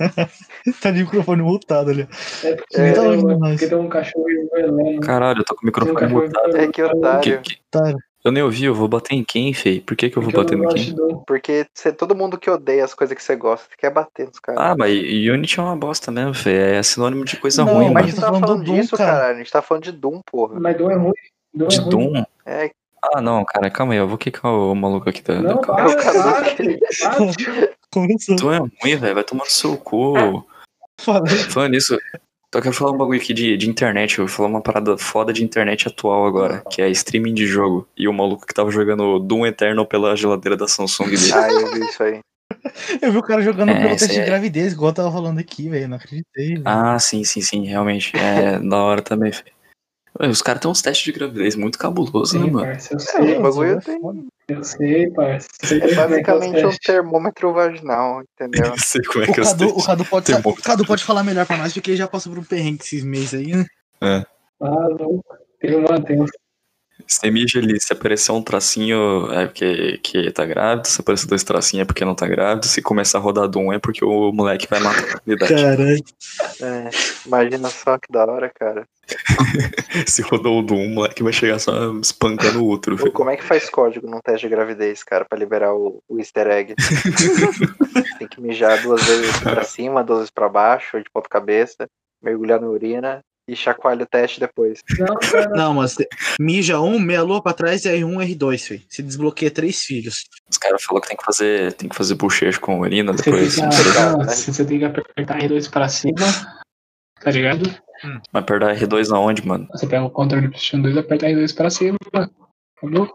[SPEAKER 6] tá de microfone multado ali.
[SPEAKER 4] É porque,
[SPEAKER 2] É,
[SPEAKER 4] tem
[SPEAKER 6] tá
[SPEAKER 4] um-
[SPEAKER 6] ouvindo nós.
[SPEAKER 4] porque tem um cachorro em Belém.
[SPEAKER 3] Caralho, eu tô com o
[SPEAKER 4] Tem um
[SPEAKER 3] microfone
[SPEAKER 4] cachorro
[SPEAKER 3] mutado.
[SPEAKER 4] enjoelando.
[SPEAKER 2] É que otário.
[SPEAKER 3] Que- que-
[SPEAKER 6] Tá.
[SPEAKER 3] Eu nem ouvi, eu vou bater em quem, fei? Por que, que eu vou
[SPEAKER 4] Porque
[SPEAKER 3] bater
[SPEAKER 4] eu não
[SPEAKER 3] no
[SPEAKER 4] gosto
[SPEAKER 3] quem?
[SPEAKER 4] de Doom.
[SPEAKER 2] Porque você, todo mundo que odeia as coisas que você gosta, você quer bater nos caras.
[SPEAKER 3] Ah, mas Unity é uma bosta mesmo, fei. É sinônimo de coisa
[SPEAKER 6] Não,
[SPEAKER 3] ruim,
[SPEAKER 2] Mas
[SPEAKER 3] mano.
[SPEAKER 6] mas eu
[SPEAKER 2] a gente
[SPEAKER 6] tô
[SPEAKER 2] tá
[SPEAKER 6] falando
[SPEAKER 2] falando
[SPEAKER 6] do Doom,
[SPEAKER 2] disso,
[SPEAKER 6] cara.
[SPEAKER 2] cara. A gente tá falando de Doom, porra.
[SPEAKER 4] Mas Doom é ruim. Doom é
[SPEAKER 3] De
[SPEAKER 4] ruim.
[SPEAKER 3] Doom?
[SPEAKER 2] É,
[SPEAKER 3] Ah, não, cara, calma aí, eu vou quicar o maluco aqui da.
[SPEAKER 4] Não,
[SPEAKER 3] da...
[SPEAKER 4] para, para,
[SPEAKER 2] Cara,
[SPEAKER 4] filho,
[SPEAKER 1] Ah,
[SPEAKER 4] para.
[SPEAKER 6] Começou.
[SPEAKER 3] Tu é ruim, velho, vai tomar no seu cu.
[SPEAKER 6] Falei.
[SPEAKER 3] Falando nisso, eu quero falar um bagulho aqui de, de internet. Eu vou falar uma parada foda de internet atual agora, que é streaming de jogo. E o maluco que tava jogando Doom Eternal pela geladeira da Samsung dele.
[SPEAKER 2] ah, eu vi isso aí.
[SPEAKER 6] Eu vi o cara jogando
[SPEAKER 3] É,
[SPEAKER 6] pelo
[SPEAKER 3] isso
[SPEAKER 6] teste de
[SPEAKER 3] aí.
[SPEAKER 6] gravidez, igual eu tava falando aqui, velho. Não acreditei. velho.
[SPEAKER 3] Ah, sim, sim, sim, realmente. É da hora também, fei. Ué, Os caras têm uns testes de gravidez muito cabuloso, né,
[SPEAKER 4] Sim,
[SPEAKER 3] mano?
[SPEAKER 4] parça, eu
[SPEAKER 2] É,
[SPEAKER 4] sei,
[SPEAKER 2] o bagulho
[SPEAKER 6] é
[SPEAKER 2] tem-
[SPEAKER 6] foda.
[SPEAKER 4] eu sei, parça. Sei como
[SPEAKER 2] é
[SPEAKER 4] que o
[SPEAKER 2] basicamente um
[SPEAKER 4] teste.
[SPEAKER 2] termômetro vaginal, entendeu?
[SPEAKER 3] Não sei como é
[SPEAKER 6] O
[SPEAKER 3] que eu
[SPEAKER 6] Cadu, o, Cadu pode,
[SPEAKER 3] Tem
[SPEAKER 6] sa-
[SPEAKER 3] bom.
[SPEAKER 6] o Cadu pode falar melhor pra nós, porque ele já passou por um perrengue esses meses aí, né?
[SPEAKER 4] Ah, louco. Tem uma, tem um
[SPEAKER 3] Você mija ali, se aparecer um tracinho é porque que tá grávido, se aparecer dois tracinhos é porque não tá grávido, se começar a rodar Doom é porque o moleque vai matar a idade.
[SPEAKER 6] Caralho.
[SPEAKER 2] É, imagina só que da hora, cara.
[SPEAKER 3] se rodou o Doom, o moleque vai chegar só espancando o outro.
[SPEAKER 2] Pô,
[SPEAKER 3] filho.
[SPEAKER 2] como é que faz código num teste de gravidez, cara, pra liberar o, o easter egg? tem que mijar duas vezes pra cima, duas vezes pra baixo, de ponta cabeça, mergulhar na urina e chacoalha o teste depois.
[SPEAKER 4] Não, cara,
[SPEAKER 1] Não, mas cê- mija um, meia lua pra trás e R1, R2, filho. Você desbloqueia três filhos.
[SPEAKER 3] Os caras falaram que tem que fazer, tem que fazer bochecha com urina
[SPEAKER 4] você tem,
[SPEAKER 3] depois.
[SPEAKER 4] que, assim,
[SPEAKER 2] ligado, né?
[SPEAKER 4] você tem que apertar R2 pra cima, tá ligado?
[SPEAKER 3] Mas perder R2 aonde, mano?
[SPEAKER 4] Você pega o controle do PlayStation 2 e aperta R2 pra cima, acabou?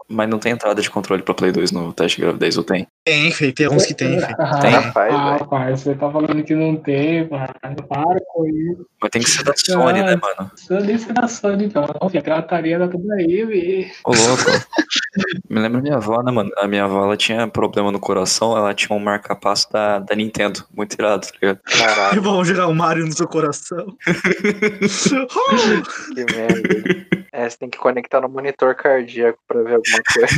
[SPEAKER 3] Mas não tem entrada de controle pra Play 2 no teste de gravidez, ou tem?
[SPEAKER 1] Tem, filho. Tem alguns que
[SPEAKER 3] É.
[SPEAKER 1] tem, filho.
[SPEAKER 3] Tem?
[SPEAKER 4] Ah,
[SPEAKER 2] Rapaz, velho.
[SPEAKER 4] rapaz, você tá falando que não tem, mano. Para com isso.
[SPEAKER 3] Mas tem que ser da Sony, né, mano?
[SPEAKER 4] Ali você tá Sony, então. A pirataria tá tudo aí, velho.
[SPEAKER 3] Ô, louco. Me lembra minha avó, né, mano? A minha avó, ela tinha problema no coração, ela tinha um marca-passo da, da Nintendo. Muito irado, tá ligado?
[SPEAKER 2] Caralho,
[SPEAKER 1] Vamos jogar o Mario no seu coração. Oh!
[SPEAKER 2] que merda. É, você tem que conectar no monitor cardíaco pra ver alguma coisa.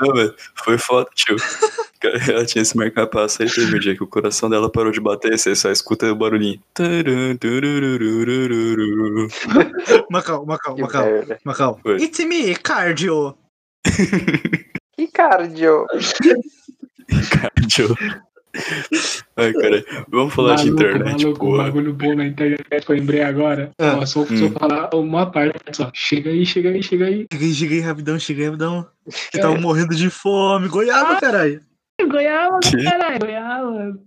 [SPEAKER 3] Não, velho, foi foda, tio. Ela tinha esse marca-passo aí, teve um dia que o coração dela parou de bater, você só escuta o barulhinho. Taran, tururururururu.
[SPEAKER 1] Macau, Macau,
[SPEAKER 2] Que
[SPEAKER 1] Macau,
[SPEAKER 2] merda.
[SPEAKER 1] Macau.
[SPEAKER 3] Oi.
[SPEAKER 1] It's me, cardio.
[SPEAKER 2] Que cardio.
[SPEAKER 3] Tio. Ai, cara, vamos falar de internet,
[SPEAKER 4] maluco, um
[SPEAKER 3] porra.
[SPEAKER 4] bagulho bom na internet que eu lembrei agora.
[SPEAKER 1] Ah.
[SPEAKER 4] Ó, só, só
[SPEAKER 3] Hum.
[SPEAKER 4] falar uma parte só. Chega aí, chega aí, chega aí.
[SPEAKER 1] Cheguei, cheguei rapidão, cheguei rapidão. Que
[SPEAKER 4] É.
[SPEAKER 1] tava morrendo de fome. Goiaba, caralho.
[SPEAKER 4] Goiaba,
[SPEAKER 3] Que?
[SPEAKER 4] caralho, Goiaba.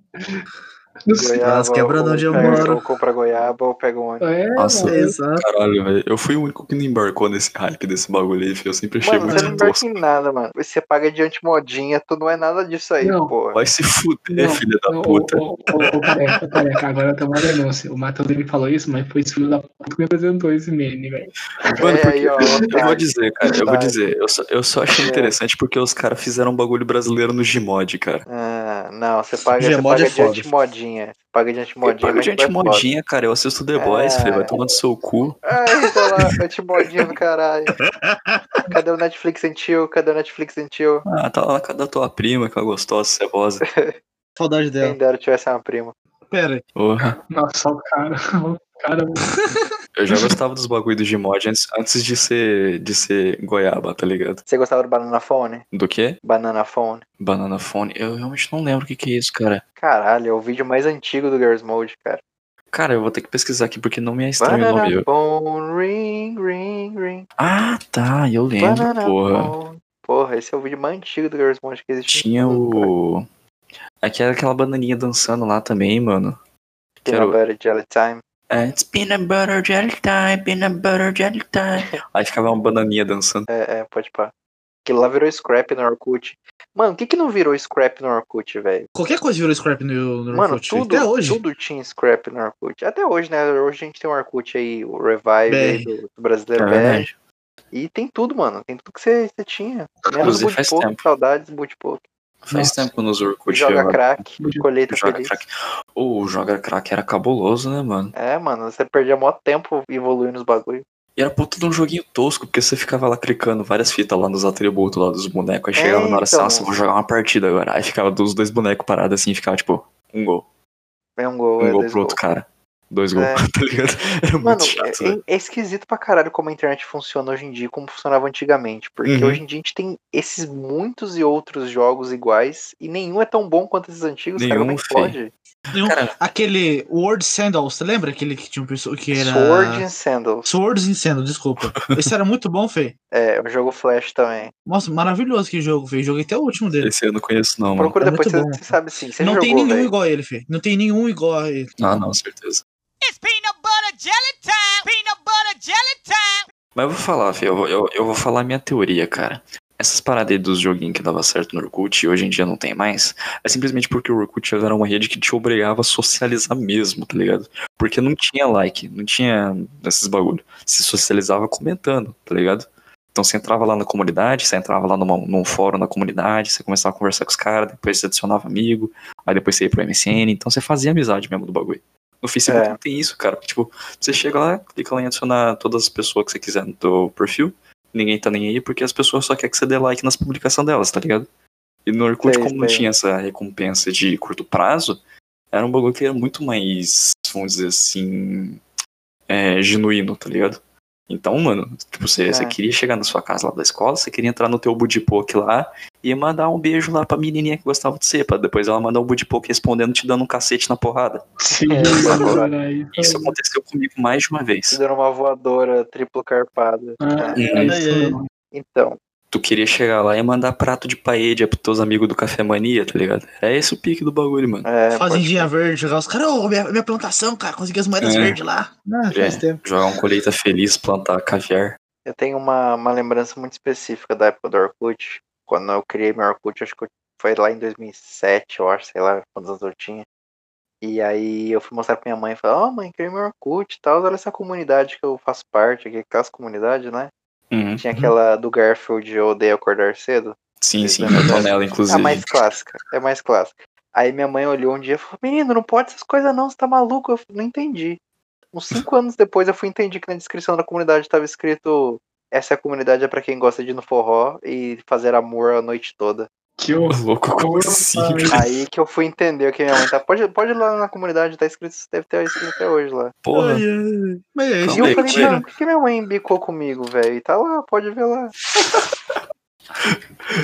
[SPEAKER 4] Não sei.
[SPEAKER 2] Goiaba,
[SPEAKER 7] Elas quebram
[SPEAKER 2] ou
[SPEAKER 7] onde eu
[SPEAKER 2] pega-
[SPEAKER 7] moro.
[SPEAKER 2] Ou compra goiaba ou pega um ônibus.
[SPEAKER 4] É,
[SPEAKER 3] Nossa.
[SPEAKER 4] mano.
[SPEAKER 7] Exato.
[SPEAKER 3] Caralho, velho. Eu fui o único que não embarcou nesse hype desse bagulho aí, filho. Eu sempre achei
[SPEAKER 2] Mano, você não
[SPEAKER 3] muito
[SPEAKER 2] embarca
[SPEAKER 3] tosco.
[SPEAKER 2] em nada, mano. Você paga diante modinha, tu não é nada disso aí,
[SPEAKER 4] Não.
[SPEAKER 2] porra.
[SPEAKER 3] Vai se fuder,
[SPEAKER 4] Não,
[SPEAKER 3] filha da
[SPEAKER 4] Ô,
[SPEAKER 3] puta.
[SPEAKER 4] ô, ô, ô, ô, careca, careca, agora tem uma denúncia. O Matheus ele falou isso, mas foi esse filho da puta que me apresentou esse meme, velho.
[SPEAKER 2] É,
[SPEAKER 3] Mano, porque
[SPEAKER 2] aí, ó,
[SPEAKER 3] eu vou
[SPEAKER 2] otário.
[SPEAKER 3] dizer, cara, eu vou
[SPEAKER 2] Otário.
[SPEAKER 3] dizer. Eu só, eu só achei
[SPEAKER 2] É.
[SPEAKER 3] interessante porque os caras fizeram um bagulho brasileiro no Gmod, cara.
[SPEAKER 2] Ah, não, você paga, você
[SPEAKER 7] Gmod
[SPEAKER 2] paga
[SPEAKER 7] é foda.
[SPEAKER 2] diante modinha. Você paga diante
[SPEAKER 3] Eu
[SPEAKER 2] modinha.
[SPEAKER 3] pago
[SPEAKER 2] mas
[SPEAKER 3] de
[SPEAKER 2] tu é foda.
[SPEAKER 3] antimodinha, cara. Eu assisto The Boys,
[SPEAKER 2] É.
[SPEAKER 3] filho. Vai tomando seu cu.
[SPEAKER 2] Ai, tá lá, antimodinha do caralho. Cadê o Netflix Sentiu? Cadê o Netflix Sentiu?
[SPEAKER 3] Ah, tá lá na casa da tua prima, aquela gostosa, cebosa.
[SPEAKER 6] Saudade
[SPEAKER 7] É.
[SPEAKER 6] dela.
[SPEAKER 2] Quem dera eu tivesse uma prima.
[SPEAKER 6] É. Pera aí.
[SPEAKER 3] Porra.
[SPEAKER 4] Nossa, o cara, o cara.
[SPEAKER 3] Eu
[SPEAKER 2] Uhum.
[SPEAKER 3] já gostava dos bagulhos do Gmod antes, antes de ser de ser goiaba, tá ligado?
[SPEAKER 2] Você gostava do Banana Phone?
[SPEAKER 3] Do quê?
[SPEAKER 2] Banana Phone.
[SPEAKER 3] Banana Phone. Eu realmente não lembro o que que é isso, cara.
[SPEAKER 2] Caralho, é o vídeo mais antigo do Girls Mode, cara.
[SPEAKER 3] Cara, eu vou ter que pesquisar aqui porque não me é estranho o
[SPEAKER 2] Banana
[SPEAKER 3] nome. Eu-
[SPEAKER 2] Phone, ring, ring, ring.
[SPEAKER 3] Ah, tá, eu lembro,
[SPEAKER 2] Banana
[SPEAKER 3] porra.
[SPEAKER 2] Phone. Porra, esse é o vídeo mais antigo do Girls Mode que existe.
[SPEAKER 3] Tinha o. Aqui era aquela bananinha dançando lá também, mano.
[SPEAKER 2] Que
[SPEAKER 3] era
[SPEAKER 2] era
[SPEAKER 3] o-
[SPEAKER 2] o Jelly Time.
[SPEAKER 3] É, it's peanut butter jelly time, peanut butter jelly time. Aí ficava uma bananinha dançando.
[SPEAKER 2] É, é, pode pá. Que lá virou scrap no Orkut. Mano, o que que não virou scrap no Orkut, velho?
[SPEAKER 6] Qualquer coisa virou scrap no, no
[SPEAKER 2] Mano,
[SPEAKER 6] Orkut,
[SPEAKER 2] tudo,
[SPEAKER 6] Até hoje.
[SPEAKER 2] tudo tinha scrap no Orkut. Até hoje, né? Hoje a gente tem o Orkut aí, o Revive aí
[SPEAKER 6] BR.
[SPEAKER 2] do, do Brasileiro
[SPEAKER 3] É
[SPEAKER 2] BR.
[SPEAKER 3] verdade.
[SPEAKER 2] E tem tudo, mano. Tem tudo que você, você tinha. Menos
[SPEAKER 3] Inclusive,
[SPEAKER 2] o Boot
[SPEAKER 3] faz
[SPEAKER 2] Poke,
[SPEAKER 3] tempo.
[SPEAKER 2] saudades do Boot Poke.
[SPEAKER 3] Faz
[SPEAKER 4] Nossa.
[SPEAKER 3] tempo que eu não uso Orkut.
[SPEAKER 2] Joga
[SPEAKER 3] eu-
[SPEAKER 2] crack,
[SPEAKER 4] Joga
[SPEAKER 2] colheita
[SPEAKER 3] Joga
[SPEAKER 2] feliz.
[SPEAKER 3] crack. Ô, o Joga Crack era cabuloso, né, mano?
[SPEAKER 2] É, mano, você perdia mó tempo evoluindo os bagulho.
[SPEAKER 3] E era puta de um joguinho tosco, porque você ficava lá clicando várias fitas lá nos atributos lá dos bonecos. Aí
[SPEAKER 2] É,
[SPEAKER 3] chegava na hora assim,
[SPEAKER 2] então.
[SPEAKER 3] nossa, vou jogar uma partida agora. Aí ficava dos dois bonecos parados assim, ficava tipo, um gol,
[SPEAKER 2] É um gol,
[SPEAKER 3] um
[SPEAKER 2] é
[SPEAKER 3] gol
[SPEAKER 2] dois
[SPEAKER 3] pro
[SPEAKER 2] gols.
[SPEAKER 3] outro cara. Dois gols,
[SPEAKER 2] É.
[SPEAKER 3] tá ligado? Era
[SPEAKER 2] Mano,
[SPEAKER 3] muito chato, né?
[SPEAKER 2] é-
[SPEAKER 3] velho.
[SPEAKER 2] é, esquisito pra caralho como a internet funciona hoje em dia e como funcionava antigamente. Porque
[SPEAKER 3] Uhum.
[SPEAKER 2] hoje em dia a gente tem esses muitos e outros jogos iguais e nenhum é tão bom quanto esses antigos. cara, como é
[SPEAKER 3] Nenhum,
[SPEAKER 2] que
[SPEAKER 3] fi.
[SPEAKER 2] pode?
[SPEAKER 6] Nenhum-
[SPEAKER 3] Cara-
[SPEAKER 6] Aquele World Sandals, você lembra aquele que tinha um pessoal que era.
[SPEAKER 2] Sword and Sandals.
[SPEAKER 6] Swords in Sandals, desculpa. Esse era muito bom, Fê.
[SPEAKER 2] É, o jogo Flash também.
[SPEAKER 6] Nossa, maravilhoso que jogo, Fê. Joguei até o último dele.
[SPEAKER 3] Esse eu não conheço, não, mano.
[SPEAKER 2] Procura
[SPEAKER 6] é
[SPEAKER 2] depois, você,
[SPEAKER 6] muito bom.
[SPEAKER 2] você sabe sim. Você
[SPEAKER 6] não
[SPEAKER 2] jogou,
[SPEAKER 6] tem nenhum
[SPEAKER 2] véi.
[SPEAKER 6] igual a ele, Fê. Não tem nenhum igual a ele.
[SPEAKER 3] Ah, não, certeza.
[SPEAKER 5] It's peanut butter jelly time. Peanut butter jelly time.
[SPEAKER 3] Mas eu vou falar, filho, eu, vou- eu, eu vou falar a minha teoria, cara. Essas paradas aí dos joguinhos que dava certo no Orkut e hoje em dia não tem mais, é simplesmente porque o Orkut era uma rede que te obrigava a socializar mesmo, tá ligado? Porque não tinha like, não tinha esses bagulho. Se socializava comentando, tá ligado? Então você entrava lá na comunidade, você entrava lá numa- num fórum da comunidade, você começava a conversar com os caras, depois você adicionava amigo, aí depois você ia pro MSN, então você fazia amizade mesmo do bagulho. No Facebook
[SPEAKER 2] É.
[SPEAKER 3] não tem isso, cara. porque, tipo, você chega lá, clica lá em adicionar todas as pessoas que você quiser no teu perfil. Ninguém tá nem aí porque as pessoas só querem que você dê like nas publicações delas, tá ligado? E no Orkut,
[SPEAKER 2] Sei,
[SPEAKER 3] como não
[SPEAKER 2] sei.
[SPEAKER 3] tinha essa recompensa de curto prazo, era um bagulho que era muito mais, vamos dizer assim, é, genuíno, tá ligado? Então, mano, tipo, você,
[SPEAKER 2] É.
[SPEAKER 3] você queria chegar na sua casa lá da escola, você queria entrar no teu budipoque lá e mandar um beijo lá pra menininha que gostava de você, pra depois ela mandar um budipoque respondendo, te dando um cacete na porrada.
[SPEAKER 4] Sim,
[SPEAKER 2] mano.
[SPEAKER 4] caralho.
[SPEAKER 3] Isso aconteceu comigo mais de uma
[SPEAKER 2] Te
[SPEAKER 3] vez.
[SPEAKER 2] dando uma voadora triplo carpada.
[SPEAKER 4] Ah,
[SPEAKER 2] É.
[SPEAKER 4] é isso, mano.
[SPEAKER 2] Então,
[SPEAKER 3] Tu queria chegar lá e mandar prato de paella pros teus amigos do Café Mania, tá ligado? É esse o pique do bagulho, mano.
[SPEAKER 2] é, pode-
[SPEAKER 6] Fazendinha verde, jogar os caras, ô, minha, minha plantação, cara, consegui as moedas
[SPEAKER 3] É.
[SPEAKER 6] verdes lá. Ah,
[SPEAKER 3] faz
[SPEAKER 6] tempo.
[SPEAKER 3] Jogar um colheita feliz, plantar caviar.
[SPEAKER 2] eu tenho uma, uma lembrança muito específica da época do Orkut. Quando eu criei meu Orkut, acho que eu- foi lá em 2007, eu acho, sei lá quantos anos eu tinha. E aí eu fui mostrar pra minha mãe e falei, ó mãe, criei meu Orkut e tal, olha essa comunidade que eu faço parte aqui, aquelas comunidades, né?
[SPEAKER 3] Uhum.
[SPEAKER 2] Tinha aquela do Garfield, eu odeio acordar cedo.
[SPEAKER 3] Sim, sim,
[SPEAKER 2] Exatamente.
[SPEAKER 3] eu tô nela,
[SPEAKER 2] É
[SPEAKER 3] inclusive.
[SPEAKER 2] mais clássica, é mais clássica. Aí minha mãe olhou um dia e falou: Menino, não pode essas coisas não, você tá maluco? Eu não entendi. Uns cinco anos depois eu fui entender que na descrição da comunidade tava escrito: Essa é a comunidade é pra quem gosta de ir no forró e fazer amor a noite toda.
[SPEAKER 4] Que
[SPEAKER 2] É.
[SPEAKER 4] horror.
[SPEAKER 3] Louco, como
[SPEAKER 4] Opa,
[SPEAKER 3] assim?
[SPEAKER 4] hein?
[SPEAKER 2] Aí que eu fui entender o que minha mãe tá. Pode, pode ir lá na comunidade, tá escrito, deve ter escrito até hoje lá.
[SPEAKER 3] Porra,
[SPEAKER 6] Mas
[SPEAKER 2] E
[SPEAKER 6] é isso.
[SPEAKER 3] Calma
[SPEAKER 2] eu
[SPEAKER 3] aí,
[SPEAKER 2] falei:
[SPEAKER 3] tira.
[SPEAKER 2] Mano, por que minha mãe embicou comigo, velho? E tá lá, pode ver lá.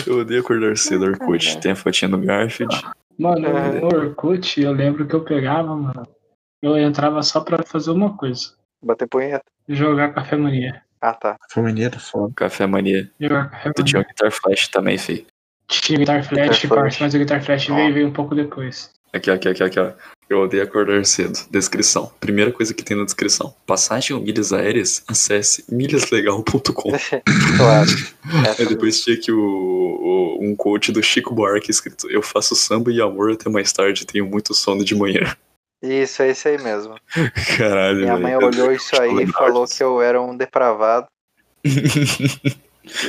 [SPEAKER 3] eu odeio acordar cedo, Orkut. Tem a fotinha do Garfield.
[SPEAKER 4] Mano,
[SPEAKER 2] É.
[SPEAKER 4] no Orkut, eu lembro que eu pegava, mano. Eu entrava só pra fazer uma coisa:
[SPEAKER 2] Bater punheta.
[SPEAKER 4] jogar café mania.
[SPEAKER 2] Ah, tá.
[SPEAKER 6] Foi maneiro, foda.
[SPEAKER 3] Café Mania.
[SPEAKER 4] Jogar café
[SPEAKER 3] Tu
[SPEAKER 4] mania.
[SPEAKER 3] tinha o Guitar Flash também, fi.
[SPEAKER 4] Tinha Guitar Flash,
[SPEAKER 2] Guitar Flash.
[SPEAKER 4] parça, mas o Guitar Flash
[SPEAKER 2] Ó.
[SPEAKER 4] veio, veio um pouco depois.
[SPEAKER 3] Aqui, aqui, aqui, aqui, ó. Eu odeio acordar cedo. Descrição. Primeira coisa que tem na descrição. Passagem ou milhas aéreas? Acesse
[SPEAKER 2] É,
[SPEAKER 3] milhaslegal.com.
[SPEAKER 2] Claro.
[SPEAKER 3] Aí
[SPEAKER 2] Essa-
[SPEAKER 3] É, depois tinha que o, o- um coach do Chico Buarque escrito Eu faço samba e amor até mais tarde, tenho muito sono de manhã.
[SPEAKER 2] Isso, é isso aí mesmo.
[SPEAKER 3] Caralho,
[SPEAKER 2] Minha mãe
[SPEAKER 3] velho.
[SPEAKER 2] olhou isso
[SPEAKER 3] Eu
[SPEAKER 2] aí e
[SPEAKER 3] lembro
[SPEAKER 2] falou
[SPEAKER 3] disso.
[SPEAKER 2] que eu era um depravado. E-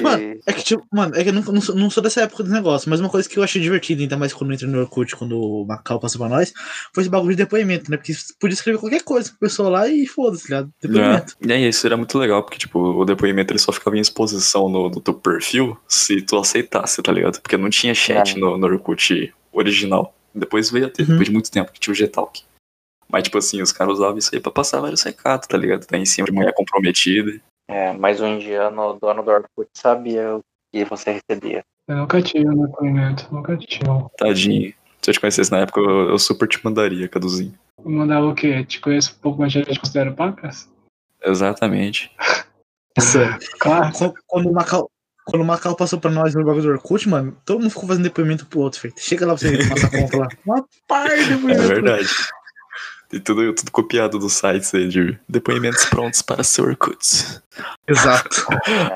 [SPEAKER 1] Mano, É que, tipo, mano, é que eu não, não, sou, não sou dessa época do negócio, mas uma coisa que eu achei divertida, ainda mais quando eu entrei no Orkut, quando o Macau passou pra nós, foi esse bagulho de depoimento, né? Porque você podia escrever qualquer coisa pro pessoal lá e foda-se, tá ligado?
[SPEAKER 3] É.
[SPEAKER 1] Depoimento.
[SPEAKER 3] E aí, isso era muito legal, porque, tipo, o depoimento ele só ficava em exposição no, no teu perfil se tu aceitasse, tá ligado? Porque não tinha chat
[SPEAKER 2] Ah.
[SPEAKER 3] no, no Orkut original. Depois veio a ter,
[SPEAKER 1] É. Uhum.
[SPEAKER 3] depois de muito tempo, que tinha o G-Talk. Mas, tipo assim, os caras usavam isso aí pra passar vários recados, tá ligado? Tá em cima de mulher comprometida.
[SPEAKER 2] É, mas um indiano, o dono do Orkut, sabia o que você recebia.
[SPEAKER 4] Eu nunca tive um depoimento, nunca tive um.
[SPEAKER 3] Tadinho. Se eu te conhecesse na época, eu, eu super te mandaria, Caduzinho.
[SPEAKER 4] Eu Mandava o quê? Te conheço um pouco, mas já te considero pacas?
[SPEAKER 3] Exatamente.
[SPEAKER 2] é.
[SPEAKER 1] Sério.
[SPEAKER 4] Claro.
[SPEAKER 1] Qu- Quando o Macau. Quando o Macau passou pra nós no bagulho do Orkut, mano, todo mundo ficou fazendo depoimento pro outro, feito. Chega lá pra você ver, passa a conta lá. Uma par de
[SPEAKER 3] É
[SPEAKER 1] depoimento.
[SPEAKER 3] verdade. E tudo, tudo copiado dos sites aí de depoimentos prontos para seu Orkut.
[SPEAKER 1] Exato.